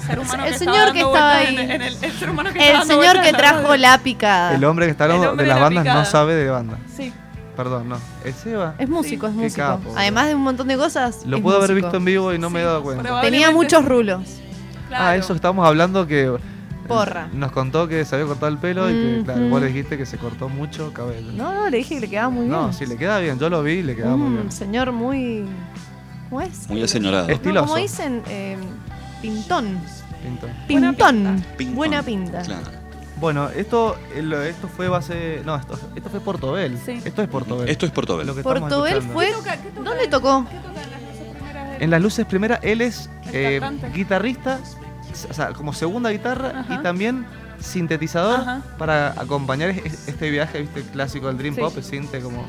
Speaker 1: El ser humano
Speaker 6: El
Speaker 1: que
Speaker 6: señor
Speaker 1: estaba
Speaker 6: que
Speaker 1: dando
Speaker 6: estaba
Speaker 1: vueltas
Speaker 6: ahí.
Speaker 1: en- en el, el ser humano que estaba
Speaker 6: El
Speaker 1: dando
Speaker 6: señor
Speaker 1: vueltas
Speaker 6: que
Speaker 1: en la
Speaker 6: trajo
Speaker 1: radio.
Speaker 6: la picada.
Speaker 2: El hombre que está
Speaker 1: El
Speaker 2: hablando
Speaker 1: hombre
Speaker 2: de
Speaker 1: de
Speaker 2: las
Speaker 1: la
Speaker 2: bandas
Speaker 1: picada.
Speaker 2: no sabe de banda.
Speaker 1: Sí.
Speaker 2: Perdón, no. El Seba.
Speaker 6: Es músico, es
Speaker 2: Qué
Speaker 6: músico.
Speaker 2: capo, boludo.
Speaker 6: Además de un montón de cosas.
Speaker 2: Lo
Speaker 6: es
Speaker 2: puedo haber
Speaker 6: músico.
Speaker 2: visto en vivo y no me he dado cuenta.
Speaker 6: Tenía muchos rulos.
Speaker 2: Ah, eso estábamos hablando que.
Speaker 6: Porra.
Speaker 2: Nos contó que se había cortado el pelo y que, claro,
Speaker 6: Ujú.
Speaker 2: vos le dijiste que se cortó mucho cabello.
Speaker 6: No, no, le dije que le quedaba muy bien. Mm.
Speaker 2: No, sí, le queda bien, yo lo vi, le queda muy
Speaker 6: Un
Speaker 2: bien.
Speaker 6: señor muy. ¿Cómo es?
Speaker 3: Muy aseñorado.
Speaker 2: Es-
Speaker 6: No,
Speaker 2: estiloso.
Speaker 6: como dicen, eh, pintón.
Speaker 2: Pinto.
Speaker 1: Buena
Speaker 6: Pintón.
Speaker 3: Ping pong.
Speaker 6: Buena pinta.
Speaker 3: Claro.
Speaker 2: Bueno, esto, eh, lo- esto fue base. No, esto, esto fue Portobel.
Speaker 1: Sí.
Speaker 2: Esto es Portobel.
Speaker 3: Esto es Portobel.
Speaker 2: Lo que estamos
Speaker 6: Portobel
Speaker 2: escuchando.
Speaker 6: fue. ¿Dónde tocó?
Speaker 1: ¿Qué tocan las luces primeras?
Speaker 2: En las luces primera, él es
Speaker 1: El
Speaker 2: eh,
Speaker 1: cantante.
Speaker 2: guitarrista, s- o sea, como segunda guitarra
Speaker 1: Ajá.
Speaker 2: y también sintetizador
Speaker 1: Ajá.
Speaker 2: para acompañar es- este viaje, viste, clásico del Dream
Speaker 1: Sí.
Speaker 2: Pop, el sinte como...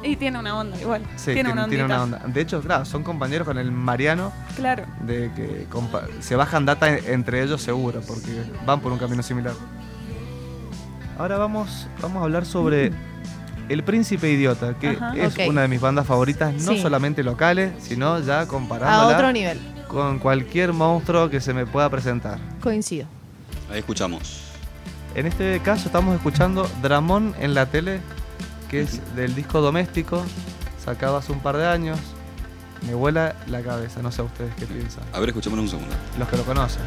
Speaker 1: Y tiene una onda igual.
Speaker 2: Sí,
Speaker 1: tiene, una ondita.
Speaker 2: onda. De hecho, claro, son compañeros con el Mariano
Speaker 1: Claro.
Speaker 2: de que compa- se bajan data en- entre ellos seguro, porque van por un camino similar. Ahora vamos, vamos a hablar sobre El Príncipe Idiota, que
Speaker 1: Mm. Ajá.
Speaker 2: es
Speaker 6: Ok.
Speaker 2: una de mis bandas favoritas, no
Speaker 6: Sí.
Speaker 2: solamente locales, sino ya comparándola
Speaker 6: A otro nivel.
Speaker 2: con cualquier monstruo que se me pueda presentar.
Speaker 6: Coincido.
Speaker 3: Ahí escuchamos.
Speaker 2: En este caso estamos escuchando Dramón en la tele, que es del disco doméstico, sacado hace un par de años. Me vuela la cabeza, no sé a ustedes qué piensan,
Speaker 3: A ver, escuchémoslo un segundo.
Speaker 2: los que lo conocen.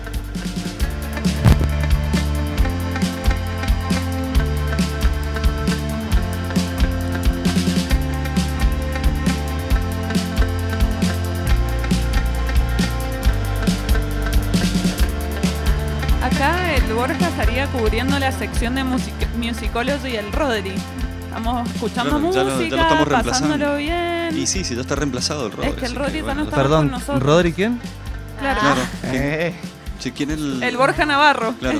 Speaker 1: Acá el Borja estaría cubriendo la sección de music musicology y el Rodri. Estamos escuchando
Speaker 3: Claro, ya lo- ya lo
Speaker 1: música,
Speaker 3: estamos reemplazando.
Speaker 1: pasándolo bien.
Speaker 3: Y sí, sí, ya está reemplazado el Rodri.
Speaker 1: Em. que el
Speaker 3: así
Speaker 1: Rodri ya no está- Estamos
Speaker 2: Perdón,
Speaker 1: con nosotros.
Speaker 2: ¿Rodri quién?
Speaker 1: Claro.
Speaker 3: Claro.
Speaker 2: Eh,
Speaker 3: Sí, ¿quién es el...?
Speaker 1: El Borja Navarro.
Speaker 3: Claro,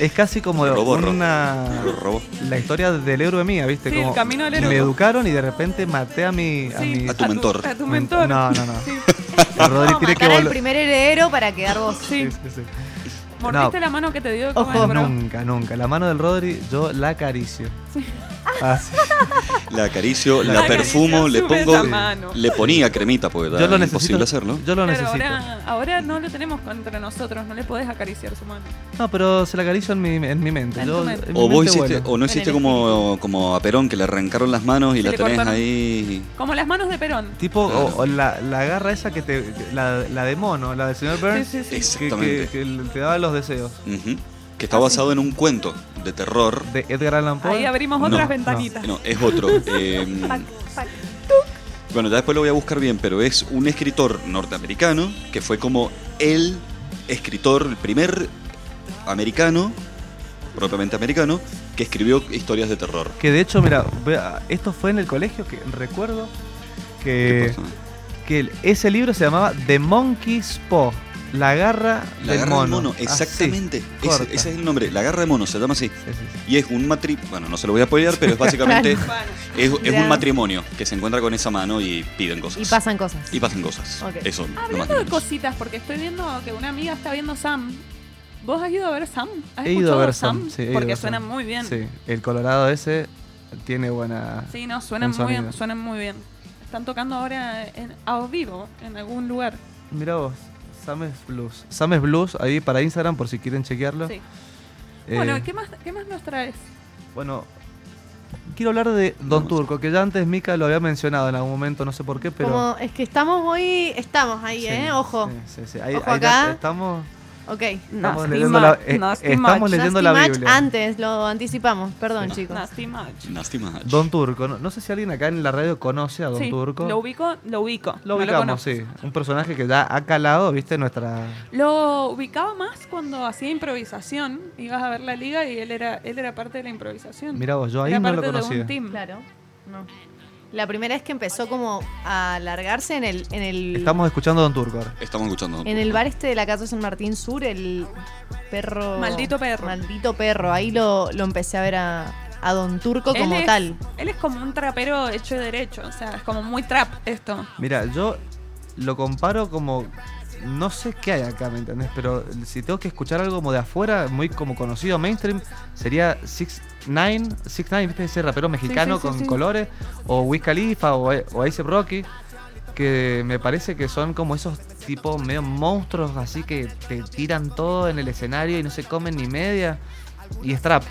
Speaker 2: es casi como
Speaker 3: Lo borro. lo
Speaker 2: una...
Speaker 3: robó.
Speaker 2: La historia del héroe mía, ¿viste?
Speaker 1: Sí, el
Speaker 2: como
Speaker 1: camino del
Speaker 2: Me
Speaker 1: héroe.
Speaker 2: educaron y de repente maté a mi... A,
Speaker 1: Sí,
Speaker 2: mi-
Speaker 3: A tu mentor.
Speaker 1: A tu mentor.
Speaker 2: No, no, no.
Speaker 1: Sí.
Speaker 2: El Rodri
Speaker 6: Vamos a
Speaker 2: tiene que
Speaker 6: matar al
Speaker 2: volver...
Speaker 6: primer heredero para quedar vos.
Speaker 1: Sí.
Speaker 2: Sí, sí, sí.
Speaker 1: Mordiste
Speaker 2: No.
Speaker 1: la mano que te dio de
Speaker 6: Ojo.
Speaker 1: comer, bro.
Speaker 2: Nunca, nunca. La mano del Rodri, yo la acaricio. Ah, Así.
Speaker 3: La acaricio, la,
Speaker 2: La acaricio,
Speaker 3: perfumo, le
Speaker 1: sube
Speaker 3: pongo...
Speaker 1: esa mano.
Speaker 3: Le ponía cremita porque
Speaker 2: Yo
Speaker 3: era
Speaker 2: lo necesito.
Speaker 3: imposible hacerlo.
Speaker 2: Yo
Speaker 1: Pero
Speaker 2: lo necesito.
Speaker 1: ahora, ahora no lo tenemos contra nosotros, no le podés acariciar su mano.
Speaker 2: No, pero se la acaricio en mi, en mi mente.
Speaker 1: En
Speaker 2: Yo-
Speaker 1: tu mente.
Speaker 2: en mi
Speaker 3: O vos
Speaker 2: mente
Speaker 3: hiciste,
Speaker 2: vuela.
Speaker 3: o no
Speaker 6: En
Speaker 3: hiciste
Speaker 6: el
Speaker 3: como, como a Perón que le arrancaron las manos y
Speaker 1: Se
Speaker 3: la
Speaker 1: le
Speaker 3: tenés
Speaker 1: cortaron.
Speaker 3: ahí.
Speaker 1: Como las manos de Perón.
Speaker 2: Tipo, o, o la, la garra esa que te. La, la de mono, la del señor Burns.
Speaker 1: Sí, sí, sí.
Speaker 2: Que,
Speaker 3: Exactamente.
Speaker 2: que- que te daba los deseos.
Speaker 3: Ujú. Que está basado en un cuento de terror.
Speaker 2: De Edgar Allan Poe.
Speaker 1: Ahí abrimos
Speaker 3: No,
Speaker 1: otras
Speaker 3: no.
Speaker 1: ventanitas.
Speaker 3: No, es otro. Em,
Speaker 1: Pac, pac.
Speaker 3: bueno, ya después lo voy a buscar bien, pero es un escritor norteamericano que fue como el escritor, el primer americano, propiamente americano, que escribió historias de terror.
Speaker 2: Que de hecho, mira, vea, esto fue en el colegio que recuerdo
Speaker 3: ¿Qué
Speaker 2: que,
Speaker 3: pasa?
Speaker 2: que el- ese libro se llamaba The Monkey's Paw, la garra
Speaker 3: La
Speaker 2: del
Speaker 3: garra
Speaker 2: mono. Ah,
Speaker 3: de mono,
Speaker 2: Así.
Speaker 3: exactamente. Ese-
Speaker 2: corta.
Speaker 3: ese, es el nombre, la garra de mono, se llama así.
Speaker 2: Sí, sí, sí.
Speaker 3: Y es un matri... Bueno, no se lo voy a apoyar, pero es básicamente... es, es
Speaker 6: Ya.
Speaker 3: un matrimonio que se encuentra con esa mano y piden cosas.
Speaker 6: Y pasan cosas.
Speaker 3: Y pasan cosas.
Speaker 6: Ok.
Speaker 3: Eso, no más
Speaker 1: Hablando
Speaker 3: ni
Speaker 1: de
Speaker 3: menos.
Speaker 1: cositas, porque estoy viendo que una amiga está viendo Sam. ¿Vos has ido a ver Sam? ¿Has
Speaker 2: He ido
Speaker 1: escuchado
Speaker 2: a ver Sam, sí, he ido a
Speaker 1: Porque
Speaker 2: ver
Speaker 1: suena
Speaker 2: Sam.
Speaker 1: muy bien. Sí,
Speaker 2: Sí, el colorado ese tiene buena...
Speaker 1: no, suenan
Speaker 2: Buen
Speaker 1: muy bien,
Speaker 2: sonido.
Speaker 1: suenan muy bien. Están tocando ahora en, a vivo en algún lugar.
Speaker 2: Mira vos, Sames Blues. Sames Blues, ahí para Instagram por si quieren chequearlo.
Speaker 1: Sí.
Speaker 2: Eh,
Speaker 1: Bueno, ¿qué más, ¿qué más nos traes?
Speaker 2: bueno, quiero hablar de Don
Speaker 3: Vamos.
Speaker 2: Turco, que ya antes Mika lo había mencionado en algún momento, no sé por qué, pero...
Speaker 6: Como, es que estamos hoy, estamos ahí,
Speaker 2: Sí,
Speaker 6: ¿eh? Ojo.
Speaker 2: sí, sí, sí. Ahí-
Speaker 6: Ojo
Speaker 2: ahí ya
Speaker 6: acá.
Speaker 2: Estamos,
Speaker 6: Ok.
Speaker 2: estamos
Speaker 1: Nasty
Speaker 2: leyendo, la,
Speaker 1: Match,
Speaker 2: eh,
Speaker 1: Nasty
Speaker 2: estamos
Speaker 1: Match.
Speaker 2: leyendo
Speaker 6: Nasty
Speaker 2: la
Speaker 6: match
Speaker 2: Biblia.
Speaker 6: antes, lo anticipamos. Perdón, chicos.
Speaker 1: Nasty Match.
Speaker 3: Nasty Match.
Speaker 2: Don Turco, no, no sé si alguien acá en la radio conoce a Don
Speaker 1: Sí,
Speaker 2: Turco.
Speaker 1: Lo ubico, lo ubico. no
Speaker 2: Lo ubicamos,
Speaker 1: conozco.
Speaker 2: sí. Un personaje que ya ha calado, viste, nuestra...
Speaker 1: Lo ubicaba más cuando hacía improvisación. Ibas a ver la liga y él era, él era parte de la improvisación.
Speaker 2: Mira vos, yo ahí
Speaker 1: era
Speaker 2: no
Speaker 1: parte
Speaker 2: lo
Speaker 1: de
Speaker 2: conocía.
Speaker 1: un team.
Speaker 6: Claro. No. La primera es que empezó como a alargarse en el, en el,
Speaker 2: Estamos escuchando a Don Turco ahora.
Speaker 3: Estamos escuchando.
Speaker 6: en el bar este de la casa San Martín Sur, el perro.
Speaker 1: Maldito perro.
Speaker 6: Maldito perro. Ahí lo, lo empecé a ver a, a Don Turco como
Speaker 1: él es-
Speaker 6: tal.
Speaker 1: Él es como un trapero hecho y derecho. O sea, es como muy trap esto.
Speaker 2: Mira, yo lo comparo como. No sé qué hay acá, ¿me entendés? Pero si tengo que escuchar algo como de afuera, muy como conocido mainstream, sería Six Nine, Six Nine, ¿viste? Ese rapero mexicano
Speaker 1: sí, sí,
Speaker 2: con
Speaker 1: sí.
Speaker 2: colores, o Wiz Khalifa, o, o A$AP Rocky, que me parece que son como esos tipos medio monstruos, así que te tiran todo en el escenario y no se comen ni media. Y es trap.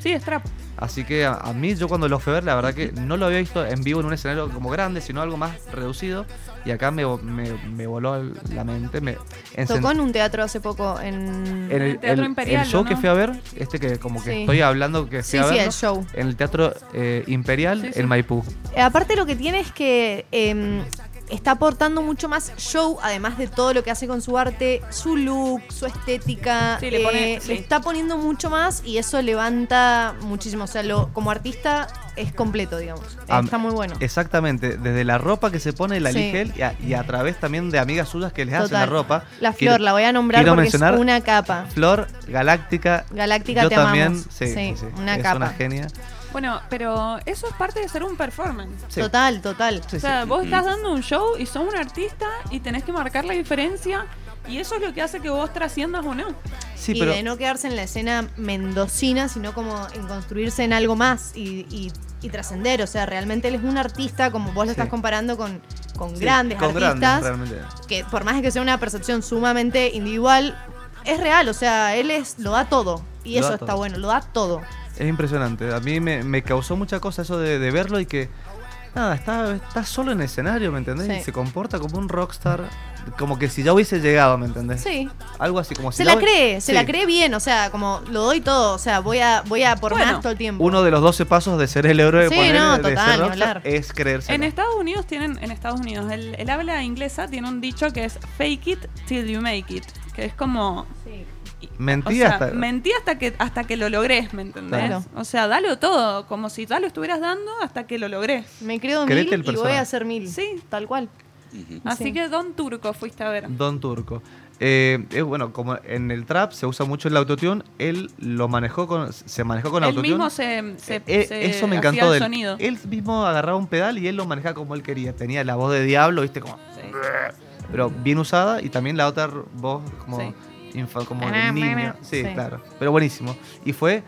Speaker 1: Sí, es trap.
Speaker 2: Así que a, a mí, yo cuando lo fui a ver, la verdad que no lo había visto en vivo en un escenario como grande, sino algo más reducido. Y acá me, vo- me- me voló el- la mente. Me encen-
Speaker 6: Tocó en un teatro hace poco en.
Speaker 2: en
Speaker 1: el Teatro Imperial,
Speaker 2: el show
Speaker 1: ¿o
Speaker 2: que
Speaker 1: no?
Speaker 2: fui a ver, este que como que
Speaker 6: Sí.
Speaker 2: estoy hablando que fui
Speaker 6: sí,
Speaker 2: a
Speaker 6: sí,
Speaker 2: verlo,
Speaker 6: el show.
Speaker 2: en el Teatro eh, Imperial
Speaker 1: Sí, sí.
Speaker 2: en Maipú.
Speaker 6: Eh, Aparte lo que tiene es que eh, está aportando mucho más show, además de todo lo que hace con su arte, su look, su estética.
Speaker 1: Sí, le pone-
Speaker 6: eh,
Speaker 1: sí.
Speaker 6: le está poniendo mucho más y eso levanta muchísimo. O sea, lo, como artista es completo, digamos. Eh,
Speaker 2: Ah,
Speaker 6: está muy bueno.
Speaker 2: Exactamente, desde la ropa que se pone, la
Speaker 6: Sí.
Speaker 2: elige él, y a, y a través también de amigas suyas que les hacen la
Speaker 6: Total.
Speaker 2: ropa.
Speaker 6: La
Speaker 2: Quiero-
Speaker 6: flor, la voy a nombrar
Speaker 2: quiero
Speaker 6: porque
Speaker 2: mencionar-
Speaker 6: es una capa.
Speaker 2: Flor Galáctica.
Speaker 6: Galáctica
Speaker 2: yo
Speaker 6: te
Speaker 2: también,
Speaker 6: amamos.
Speaker 2: sí, sí, sí,
Speaker 6: una
Speaker 2: es
Speaker 6: capa.
Speaker 2: una genia.
Speaker 1: Bueno, pero eso es parte de ser un performance.
Speaker 2: Sí.
Speaker 6: Total, total.
Speaker 2: Sí,
Speaker 1: O
Speaker 2: sí.
Speaker 1: sea, vos estás
Speaker 3: Mm.
Speaker 1: dando un show y sos un artista y tenés que marcar la diferencia. Y eso es lo que hace que vos trasciendas o no.
Speaker 2: Sí,
Speaker 6: y
Speaker 2: pero-
Speaker 6: de no quedarse en la escena mendocina, sino como en construirse en algo más y, y- y trascender. O sea, realmente él es un artista, como vos
Speaker 2: Sí.
Speaker 6: lo estás comparando con, con
Speaker 2: Sí,
Speaker 6: grandes
Speaker 2: con
Speaker 6: artistas,
Speaker 2: grandes, realmente.
Speaker 6: que por más que sea una percepción sumamente individual, es real. O sea, él es lo da todo. Y
Speaker 2: Lo
Speaker 6: eso
Speaker 2: da
Speaker 6: está
Speaker 2: todo.
Speaker 6: bueno, lo da todo.
Speaker 2: Es impresionante. A mí me, me causó mucha cosa eso de, de verlo y que. Nada, está, está solo en el escenario, ¿me entendés?
Speaker 6: Sí.
Speaker 2: Y se comporta como un rockstar. Como que si ya hubiese llegado, ¿me entendés?
Speaker 6: Sí.
Speaker 2: Algo así como si
Speaker 6: Se
Speaker 2: ya
Speaker 6: la
Speaker 2: hu-
Speaker 6: cree, se
Speaker 2: Sí.
Speaker 6: la cree bien, o sea, como lo doy todo, o sea, voy a, voy a por
Speaker 1: Bueno,
Speaker 6: más todo el tiempo.
Speaker 2: Uno de los 12 pasos de ser el héroe
Speaker 6: Sí,
Speaker 2: ponele,
Speaker 6: no,
Speaker 2: de ser
Speaker 6: total, ni
Speaker 2: rockstar,
Speaker 6: hablar.
Speaker 2: es creerse.
Speaker 1: En este Estados Unidos tienen, en Estados Unidos, el, el habla inglesa tiene un dicho que es fake it till you make it. Que es como
Speaker 6: Sí.
Speaker 2: Mentí
Speaker 1: o sea,
Speaker 2: hasta.
Speaker 1: mentí hasta que hasta que lo logres, ¿me entendés?
Speaker 6: Claro.
Speaker 1: O sea, dalo todo, como si ya lo estuvieras dando hasta que lo logrés.
Speaker 6: Me creo
Speaker 2: Créete el
Speaker 6: mil y voy
Speaker 2: personaje.
Speaker 6: a hacer mil.
Speaker 1: Sí.
Speaker 6: tal cual.
Speaker 3: Ujú.
Speaker 1: Así
Speaker 6: Sí.
Speaker 1: que Don Turco fuiste a ver.
Speaker 2: Don Turco. Eh, es bueno, como en el trap se usa mucho el autotune, él lo manejó con, se manejó con
Speaker 1: Él
Speaker 2: autotune.
Speaker 1: mismo se, se-
Speaker 2: Eh,
Speaker 1: se
Speaker 2: eso me
Speaker 1: hacía
Speaker 2: encantó eh,
Speaker 1: el
Speaker 2: de él.
Speaker 1: sonido.
Speaker 2: Él mismo agarraba un pedal y él lo manejaba como él quería. Tenía la voz de diablo, viste, como,
Speaker 1: Sí.
Speaker 2: pero bien usada y también la otra voz como,
Speaker 1: Sí.
Speaker 2: infa- como
Speaker 6: Ah,
Speaker 2: de niño.
Speaker 6: bueno,
Speaker 2: Sí,
Speaker 6: sí.
Speaker 2: claro. Pero buenísimo. Y fue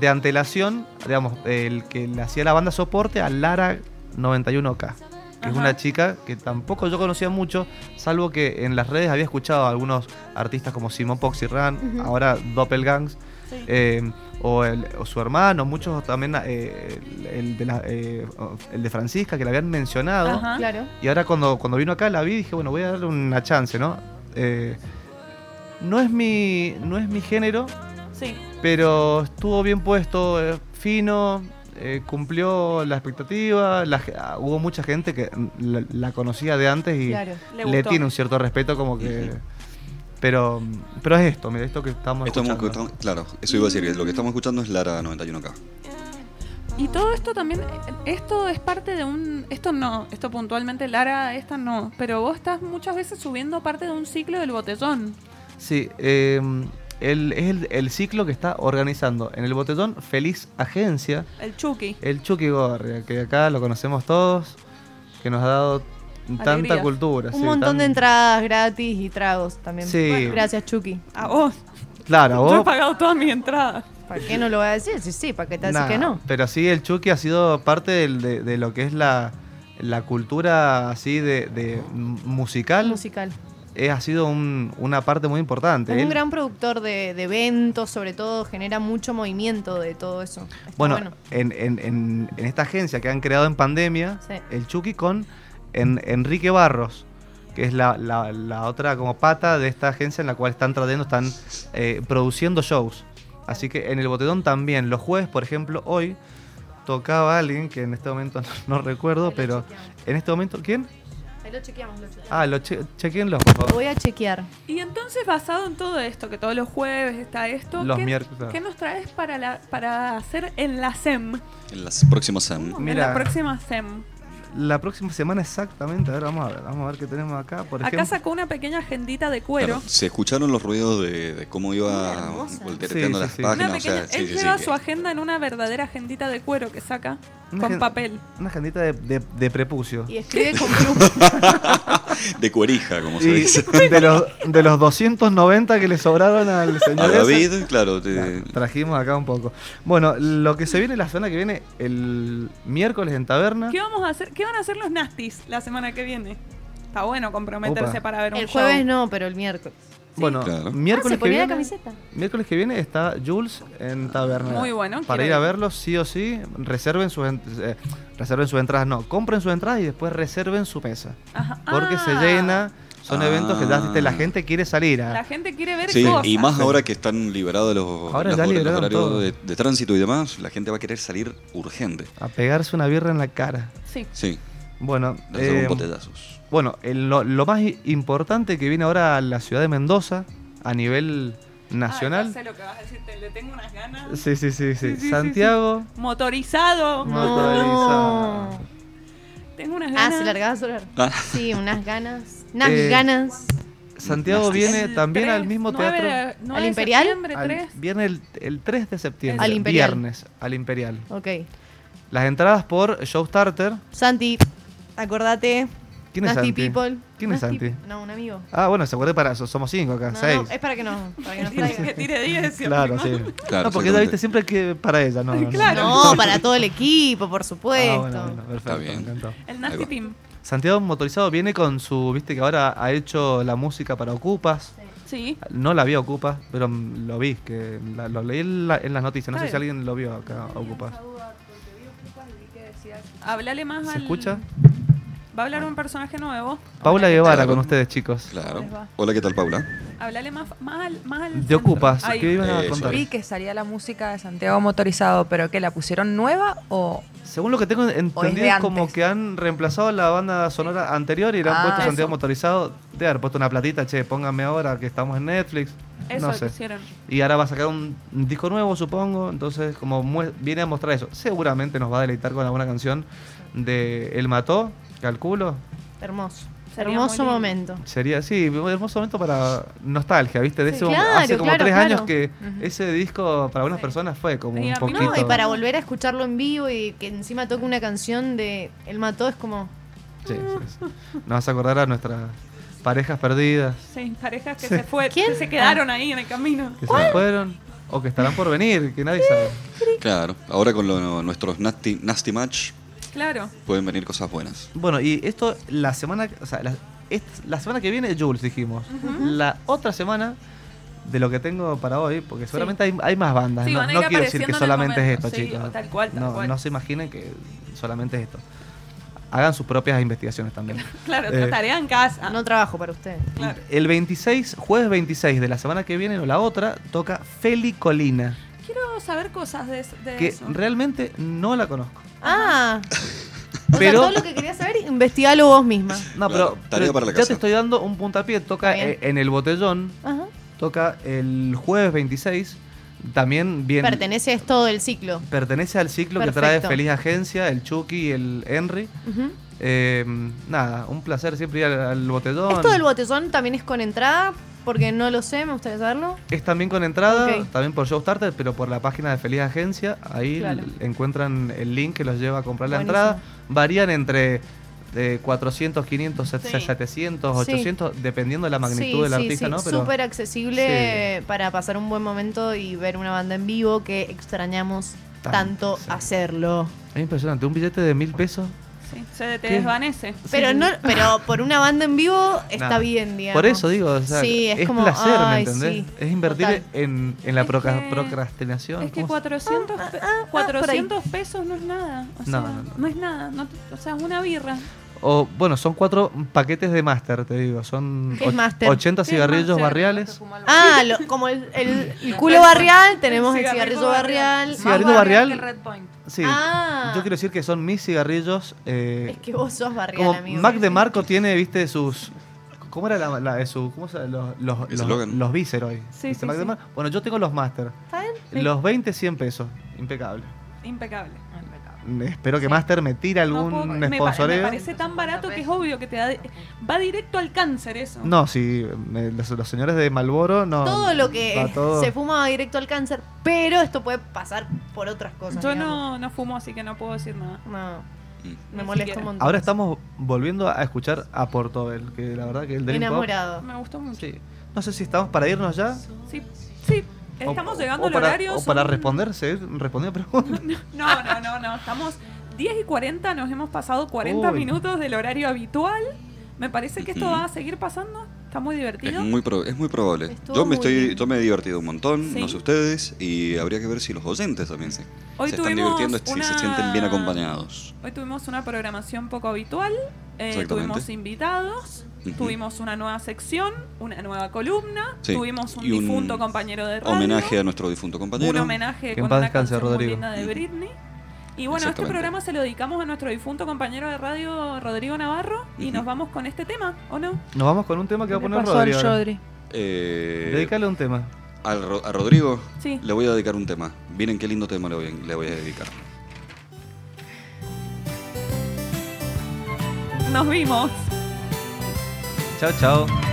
Speaker 2: de antelación, digamos, el que le hacía la banda soporte a Lara 91K. Que es
Speaker 1: Ajá.
Speaker 2: una chica que tampoco yo conocía mucho, salvo que en las redes había escuchado a algunos artistas como Simon Poxy Run,
Speaker 6: Ujú.
Speaker 2: ahora Doppelgangs,
Speaker 1: Sí.
Speaker 2: eh, o, el- o su hermano, muchos también, eh, el, el de la- eh, el de Francisca, que la habían mencionado.
Speaker 1: Ajá.
Speaker 6: Claro.
Speaker 2: Y ahora cuando, cuando vino acá la vi dije, bueno, voy a darle una chance, ¿no? Eh, no, es mi, no es mi género,
Speaker 1: Sí.
Speaker 2: pero estuvo bien puesto, eh, fino, eh, cumplió la expectativa, la ge- ah, hubo mucha gente que mm, la, la conocía de antes y
Speaker 6: Claro.
Speaker 1: Le
Speaker 2: le
Speaker 1: gustó.
Speaker 2: tiene un cierto respeto como que... Pero, pero es esto, mira, esto que estamos
Speaker 3: Esto hemos-
Speaker 2: escuchando.
Speaker 3: estamos- claro, eso iba a decir. Lo que estamos escuchando es Lara 91K.
Speaker 1: Y todo esto también, esto es parte de un, esto no, esto puntualmente Lara, esta no, pero vos estás muchas veces subiendo parte de un ciclo del botellón.
Speaker 2: Sí, eh, el- es el, el ciclo que está organizando en el botellón Feliz Agencia,
Speaker 1: El Chucky.
Speaker 2: el Chucky Gorria, que acá lo conocemos todos, que nos ha dado tanta
Speaker 1: Alegrías.
Speaker 2: cultura.
Speaker 6: Un
Speaker 2: sí,
Speaker 6: montón
Speaker 2: tan-
Speaker 6: de entradas gratis y tragos también.
Speaker 2: Sí.
Speaker 6: Bueno, gracias, Chucky.
Speaker 1: A vos.
Speaker 2: Claro,
Speaker 1: Yo he
Speaker 2: vos.
Speaker 1: pagado todas mis entradas.
Speaker 6: ¿Para qué no lo voy a decir? Sí, sí, ¿para qué te hace
Speaker 2: Nah,
Speaker 6: que no?
Speaker 2: Pero sí, el Chucky ha sido parte del- de, de lo que es la, la cultura así de, de musical.
Speaker 6: Musical.
Speaker 2: eh, ha sido un- una parte muy importante.
Speaker 6: Es
Speaker 2: Él-
Speaker 6: un gran productor de, de eventos, sobre todo, genera mucho movimiento de todo eso. Está
Speaker 2: Bueno, En, en- en- en esta agencia que han creado en pandemia,
Speaker 6: Sí.
Speaker 2: el Chucky con en- Enrique Barros, que es la, la- la otra como pata de esta agencia en la cual están trayendo, están eh, produciendo shows. Así que en el botellón también, los jueves, por ejemplo, hoy tocaba alguien que en este momento no, no recuerdo,
Speaker 6: Ahí lo
Speaker 2: pero
Speaker 6: chequeamos.
Speaker 2: en este momento, ¿quién?
Speaker 6: Ahí lo chequeamos, lo chequeamos.
Speaker 2: Ah, lo che chequenlo, por favor.
Speaker 6: Voy a chequear.
Speaker 1: Y entonces, basado en todo esto, que todos los jueves está esto,
Speaker 2: Los
Speaker 1: ¿qué,
Speaker 2: miércoles, claro.
Speaker 1: ¿qué nos traes para, la, para hacer en la SEM?
Speaker 3: En las próximas em, SEM.
Speaker 1: En la
Speaker 2: Mira.
Speaker 1: próxima SEM.
Speaker 2: La próxima semana exactamente, a ver, vamos a ver, vamos a ver qué tenemos acá. Por
Speaker 1: Acá
Speaker 2: ejemplo.
Speaker 1: sacó una pequeña agendita de
Speaker 3: Claro,
Speaker 1: cuero.
Speaker 3: se escucharon los ruidos de, de cómo
Speaker 6: Muy
Speaker 3: iba
Speaker 6: hermosa.
Speaker 3: voltereteando
Speaker 2: Sí,
Speaker 3: las
Speaker 2: sí, sí.
Speaker 1: Una
Speaker 3: páginas. o sea,
Speaker 1: pequeña,
Speaker 3: sí,
Speaker 1: él
Speaker 3: sí,
Speaker 1: lleva
Speaker 3: sí,
Speaker 1: su
Speaker 3: que-
Speaker 1: agendita en una verdadera agendita de cuero que saca
Speaker 2: Una
Speaker 1: con
Speaker 2: agen-
Speaker 1: papel.
Speaker 2: Una agendita de, de- de prepucio.
Speaker 6: Y escribe con pluma.
Speaker 3: De cuerija, como se
Speaker 2: Y
Speaker 3: dice.
Speaker 2: de, los, de los 290 que le sobraron al
Speaker 3: A
Speaker 2: señor. ese,
Speaker 3: David, eh. claro, te-
Speaker 2: Trajimos acá un poco. Bueno, lo que se viene la semana que viene, el miércoles en taberna.
Speaker 1: ¿Qué vamos a hacer? ¿Qué van a hacer los nasties la semana que viene? Está bueno comprometerse
Speaker 2: Opa.
Speaker 1: para ver un
Speaker 6: El
Speaker 1: show.
Speaker 6: jueves no, pero el miércoles.
Speaker 2: Bueno,
Speaker 3: Claro.
Speaker 6: Ah,
Speaker 2: miércoles,
Speaker 6: se
Speaker 2: que
Speaker 6: ponía
Speaker 2: viene,
Speaker 6: la camiseta.
Speaker 2: miércoles que viene está Jules en taberna.
Speaker 1: Muy bueno,
Speaker 2: Para
Speaker 1: quiero
Speaker 2: ir a
Speaker 1: ir.
Speaker 2: verlo, sí o sí, reserven sus, ent- eh, reserven sus entradas. No, compren sus entradas y después reserven su mesa.
Speaker 1: Ajá.
Speaker 2: Porque se
Speaker 1: Ah,
Speaker 2: llena. Son eventos que ya
Speaker 3: Ah.
Speaker 2: viste, la gente quiere salir a.
Speaker 1: La gente quiere ver
Speaker 3: Sí,
Speaker 1: cosas.
Speaker 3: y más ahora que están liberados los,
Speaker 2: Ahora
Speaker 3: los
Speaker 2: ya
Speaker 3: hor- los
Speaker 2: liberaron todo.
Speaker 3: horarios de, de tránsito y demás, la gente va a querer salir urgente.
Speaker 2: a pegarse una birra en la cara.
Speaker 1: Sí.
Speaker 3: Sí,
Speaker 2: Bueno,
Speaker 3: darse
Speaker 2: eh,
Speaker 3: un botellazos.
Speaker 2: bueno el- lo, lo más i- importante que viene ahora a la ciudad de Mendoza a nivel
Speaker 1: Ah, ya
Speaker 2: nacional.
Speaker 1: sé lo que vas a decir, te- le tengo unas ganas.
Speaker 2: sí, sí,
Speaker 1: Sí,
Speaker 2: sí, sí,
Speaker 1: sí, sí,
Speaker 2: Santiago.
Speaker 1: Motorizado.
Speaker 2: motorizado.
Speaker 6: No.
Speaker 1: Tengo unas
Speaker 6: Ah,
Speaker 1: ganas.
Speaker 6: se largaba a solar.
Speaker 3: Ah.
Speaker 6: Sí, unas ganas. Unas
Speaker 2: Eh,
Speaker 6: ganas.
Speaker 2: Santiago
Speaker 3: Nasty.
Speaker 2: viene
Speaker 1: El
Speaker 2: también al
Speaker 1: tres,
Speaker 2: mismo
Speaker 1: nueve
Speaker 2: teatro.
Speaker 1: de- nueve
Speaker 6: ¿Al
Speaker 1: de
Speaker 6: Imperial?
Speaker 1: septiembre,
Speaker 2: al-
Speaker 1: tres.
Speaker 2: viene el, el 3 de septiembre.
Speaker 6: Al Imperial.
Speaker 2: Viernes, al Imperial.
Speaker 6: Ok.
Speaker 2: Las entradas por Showstarter.
Speaker 6: Santi, acordate.
Speaker 2: ¿Quién es
Speaker 6: Nasty
Speaker 2: Santi?
Speaker 6: People.
Speaker 2: ¿Quién es
Speaker 6: Nasty-
Speaker 2: Santi?
Speaker 6: No, un amigo.
Speaker 2: Ah, bueno, se acuerde para eso. Somos 5 acá,
Speaker 6: No, no,
Speaker 2: 6.
Speaker 6: es para que no. Para que nos
Speaker 1: Que
Speaker 6: traiga.
Speaker 1: tire 10.
Speaker 2: claro, sí.
Speaker 3: Claro,
Speaker 2: no, porque ella
Speaker 3: exactamente.
Speaker 2: viste siempre que para ella, ¿no? no, no.
Speaker 1: Claro.
Speaker 6: No, para todo el equipo, por
Speaker 2: Ah,
Speaker 6: supuesto.
Speaker 2: bueno, bueno, perfecto.
Speaker 3: bien.
Speaker 2: me encantó.
Speaker 1: El
Speaker 3: Ahí
Speaker 1: Nasty
Speaker 3: va.
Speaker 1: Pim.
Speaker 2: Santiago Motorizado viene con su, viste que ahora ha hecho la música para Ocupas.
Speaker 1: Sí.
Speaker 2: No la vi a Ocupas, pero mm, lo vi, que la- lo leí en, la- en las noticias. No
Speaker 1: Está
Speaker 2: sé si
Speaker 1: bien.
Speaker 2: alguien lo vio acá a Ocupas.
Speaker 1: Hablale más
Speaker 2: ¿Se
Speaker 1: al-
Speaker 2: escucha?
Speaker 1: Va a hablar un personaje nuevo.
Speaker 2: Paula Guevara
Speaker 3: tal?
Speaker 2: con ustedes, chicos.
Speaker 1: Ahí va.
Speaker 3: Claro. Hola, ¿qué tal, Paula?
Speaker 1: Hablale más, más al. Más al
Speaker 2: De
Speaker 1: centro.
Speaker 2: Ocupas,
Speaker 1: Ahí.
Speaker 2: ¿qué iban a
Speaker 3: Eso.
Speaker 2: contar?
Speaker 8: Vi que salía la música de Santiago Motorizado, pero que la pusieron nueva o
Speaker 2: Según lo que tengo entendido, es como
Speaker 8: antes.
Speaker 2: que han reemplazado la banda sonora anterior y le han
Speaker 8: Ah,
Speaker 2: puesto Santiago
Speaker 8: eso.
Speaker 2: Motorizado. De haber puesto una platita, che, póngame ahora que estamos en Netflix.
Speaker 1: Eso
Speaker 2: no sé.
Speaker 1: hicieron.
Speaker 2: Y ahora va a sacar un disco nuevo, supongo. Entonces, como mue- viene a mostrar eso. Seguramente nos va a deleitar con alguna canción de El Mató, calculo.
Speaker 6: Hermoso.
Speaker 1: Sería
Speaker 6: Hermoso
Speaker 1: muy lindo.
Speaker 6: momento.
Speaker 2: Sería, sí, un hermoso momento para nostalgia, ¿viste? De
Speaker 6: Sí,
Speaker 2: ese mom-
Speaker 6: claro,
Speaker 2: hace como
Speaker 6: claro,
Speaker 2: tres
Speaker 6: claro.
Speaker 2: años que ese disco para algunas personas fue como
Speaker 1: Sí,
Speaker 2: un
Speaker 1: a mí no,
Speaker 2: poquito.
Speaker 6: No, y para volver a escucharlo en vivo y que encima toque una canción de El Mató es como.
Speaker 2: Sí, sí, sí. Nos vas a acordar a nuestras parejas perdidas
Speaker 1: Sí, parejas que se fue,
Speaker 6: ¿Quién? Ah.
Speaker 1: que se quedaron ahí en el camino.
Speaker 2: que se fueron o que estarán por venir, que nadie sabe.
Speaker 3: Claro, ahora con lo- nuestros nasty, nasty Match
Speaker 1: Claro.
Speaker 3: pueden venir cosas buenas.
Speaker 2: Bueno, y esto la semana, o sea, la, est- la semana que viene Jules dijimos. La otra semana de lo que tengo para hoy, porque seguramente hay, hay más bandas.
Speaker 1: Sí,
Speaker 2: no
Speaker 1: van a
Speaker 2: no
Speaker 1: ir
Speaker 2: quiero decir
Speaker 1: apareciendo
Speaker 2: que
Speaker 1: en el
Speaker 2: solamente es
Speaker 1: momento.
Speaker 2: esto,
Speaker 1: Sí,
Speaker 2: chicos.
Speaker 1: tal cual, tal
Speaker 2: no,
Speaker 1: cual.
Speaker 2: no se imaginen que solamente es esto. Hagan sus propias investigaciones también.
Speaker 1: Claro,
Speaker 2: Eh,
Speaker 1: tarea en casa.
Speaker 6: No trabajo para ustedes.
Speaker 1: Claro.
Speaker 2: El 26, jueves 26 de la semana que viene o la otra, toca Feli Colina,
Speaker 1: Quiero saber cosas de, es- de
Speaker 2: que
Speaker 1: eso.
Speaker 2: realmente no la conozco.
Speaker 6: Ah, O sea,
Speaker 2: Pero-
Speaker 6: todo lo que querías saber, investigalo vos misma.
Speaker 2: No,
Speaker 3: Claro,
Speaker 2: pero,
Speaker 3: tarea
Speaker 2: pero
Speaker 3: para la
Speaker 2: ya
Speaker 3: casa.
Speaker 2: te estoy dando un puntapié. Toca
Speaker 6: Está bien.
Speaker 2: eh, en el botellón,
Speaker 6: Ajá.
Speaker 2: toca el jueves 26. También viene.
Speaker 6: Pertenece a esto del ciclo.
Speaker 2: pertenece al ciclo que trae
Speaker 6: Perfecto.
Speaker 2: Feliz Agencia, el Chucky y el Henry.
Speaker 6: Ujú.
Speaker 2: Eh, nada, un placer siempre ir al, al botellón.
Speaker 6: Esto del botellón también es con entrada, porque no lo sé, me gustaría saberlo.
Speaker 2: Es también con entrada,
Speaker 6: Ok.
Speaker 2: también por Showstarter, pero por la página de Feliz Agencia. Ahí
Speaker 6: Claro.
Speaker 2: l- encuentran el link que los lleva a comprar
Speaker 6: Buenísimo.
Speaker 2: la entrada. Varían entre eh, 400, 500, set-
Speaker 1: Sí.
Speaker 2: 700,
Speaker 6: Sí.
Speaker 2: 800, dependiendo de la magnitud del artista, ¿no? Pero
Speaker 6: Súper accesible para pasar un buen momento y ver una banda en vivo que extrañamos
Speaker 2: Tan-
Speaker 6: tanto
Speaker 2: sí.
Speaker 6: hacerlo.
Speaker 2: es impresionante. Un billete de mil pesos.
Speaker 1: Sí, se te
Speaker 2: ¿Qué?
Speaker 1: desvanece.
Speaker 6: Pero no, pero por una banda en vivo está
Speaker 2: Nah.
Speaker 6: bien, digamos.
Speaker 2: Por eso digo, o sea,
Speaker 6: Sí, es
Speaker 2: es,
Speaker 6: como,
Speaker 2: placer, ¿me
Speaker 6: ay,
Speaker 2: entendés?
Speaker 6: sí,
Speaker 2: es invertir
Speaker 6: total.
Speaker 2: en, en la
Speaker 1: Es
Speaker 2: proca-
Speaker 1: que-
Speaker 2: procrastinación.
Speaker 1: Es que
Speaker 2: ¿cómo se-
Speaker 1: 400,
Speaker 6: Ah,
Speaker 1: pe- 400 pesos no es nada. O sea,
Speaker 2: No,
Speaker 1: no,
Speaker 2: no, no.
Speaker 1: es nada. no te- o sea, es una birra.
Speaker 2: O, bueno, son cuatro paquetes de máster, te digo. Son
Speaker 6: ¿Qué es
Speaker 2: och-
Speaker 6: máster?
Speaker 1: ¿Qué
Speaker 2: 80
Speaker 1: es
Speaker 2: cigarrillos
Speaker 1: máster?
Speaker 2: barriales.
Speaker 6: Ah, lo- como el, el- el culo barrial, tenemos el cigarrillo barrial.
Speaker 2: Cigarrillo barrial. Sí.
Speaker 6: Ah,
Speaker 2: Yo quiero decir que son mis cigarrillos. eh,
Speaker 6: es que vos sos barrial,
Speaker 2: como
Speaker 6: amigo.
Speaker 2: Mac de Marco tiene, viste, sus. ¿Cómo era la, la- de su, cómo se, los, los,
Speaker 3: El
Speaker 2: los,
Speaker 3: eslogan.
Speaker 2: los Viser hoy?
Speaker 1: Sí,
Speaker 2: ¿Viste
Speaker 1: sí,
Speaker 2: Mac de
Speaker 1: sí.
Speaker 2: Marco? Bueno, yo tengo los Master.
Speaker 6: ¿Está bien?
Speaker 2: Los 20, 100 pesos. Impecable.
Speaker 1: Impecable.
Speaker 2: Espero que Master me tire
Speaker 1: No puedo-
Speaker 2: algún
Speaker 1: me, pa- me
Speaker 2: sponsoreo.
Speaker 1: parece tan barato que es obvio que te da de- va directo al cáncer eso.
Speaker 2: No, si los, los señores de Malboro no.
Speaker 6: Todo lo que
Speaker 2: va todo-
Speaker 6: se fuma va directo al cáncer, pero esto puede pasar por otras cosas.
Speaker 1: Yo
Speaker 6: digamos.
Speaker 1: no, no fumo, así que no puedo decir nada.
Speaker 6: No, me
Speaker 1: Ni
Speaker 6: molesta
Speaker 1: siquiera.
Speaker 6: un montón.
Speaker 2: Ahora estamos volviendo a escuchar a Portobel, que la verdad que el Dream Pop-
Speaker 6: enamorado.
Speaker 1: Me gustó mucho.
Speaker 2: Sí. No sé si estamos para irnos ya.
Speaker 1: Sí, sí.
Speaker 2: o-
Speaker 1: Estamos
Speaker 2: o-
Speaker 1: llegando
Speaker 2: o
Speaker 1: al
Speaker 2: para,
Speaker 1: horario.
Speaker 2: O para
Speaker 1: son-
Speaker 2: responderse, respondió preguntas.
Speaker 1: No, no, no, no. Estamos 10 y 40, nos hemos pasado 40
Speaker 2: Uy.
Speaker 1: minutos del horario habitual. Me parece que esto va a seguir pasando. Está muy
Speaker 3: Es
Speaker 1: divertido.
Speaker 3: muy, pro- es muy probable.
Speaker 6: Estuvo
Speaker 3: Yo
Speaker 6: muy
Speaker 3: me, estoy,
Speaker 6: bien.
Speaker 3: yo me he divertido un montón,
Speaker 1: Sí.
Speaker 3: no sé ustedes, y habría que ver si los oyentes también se,
Speaker 1: Hoy
Speaker 3: se están
Speaker 1: tuvimos
Speaker 3: divirtiendo, si se
Speaker 1: una-
Speaker 3: sienten bien acompañados.
Speaker 1: Hoy tuvimos una programación poco habitual. eh,
Speaker 3: Exactamente.
Speaker 1: tuvimos invitados.
Speaker 3: Ujú.
Speaker 1: Tuvimos una nueva sección, una nueva columna.
Speaker 3: Sí,
Speaker 1: Tuvimos un
Speaker 3: y un
Speaker 1: difunto compañero de radio.
Speaker 3: Homenaje a nuestro difunto
Speaker 1: un
Speaker 3: compañero.
Speaker 1: homenaje
Speaker 2: Que en
Speaker 1: con
Speaker 2: paz
Speaker 1: una
Speaker 2: descanse,
Speaker 1: canción
Speaker 2: Rodrigo.
Speaker 1: muy linda de Britney. Y bueno, este
Speaker 3: Exactamente.
Speaker 1: programa se lo dedicamos a nuestro difunto compañero de radio, Rodrigo Navarro, y
Speaker 3: Ujú.
Speaker 1: nos vamos con este tema, ¿o no?
Speaker 2: Nos vamos con un tema que va a poner Rodrigo. ahora.
Speaker 3: Eh,
Speaker 2: Dedícale un tema.
Speaker 3: al Ro- a Rodrigo
Speaker 1: Sí.
Speaker 3: le voy a dedicar un tema. Miren qué lindo tema le voy a, le voy a dedicar.
Speaker 1: Nos vimos.
Speaker 2: Chao, chao.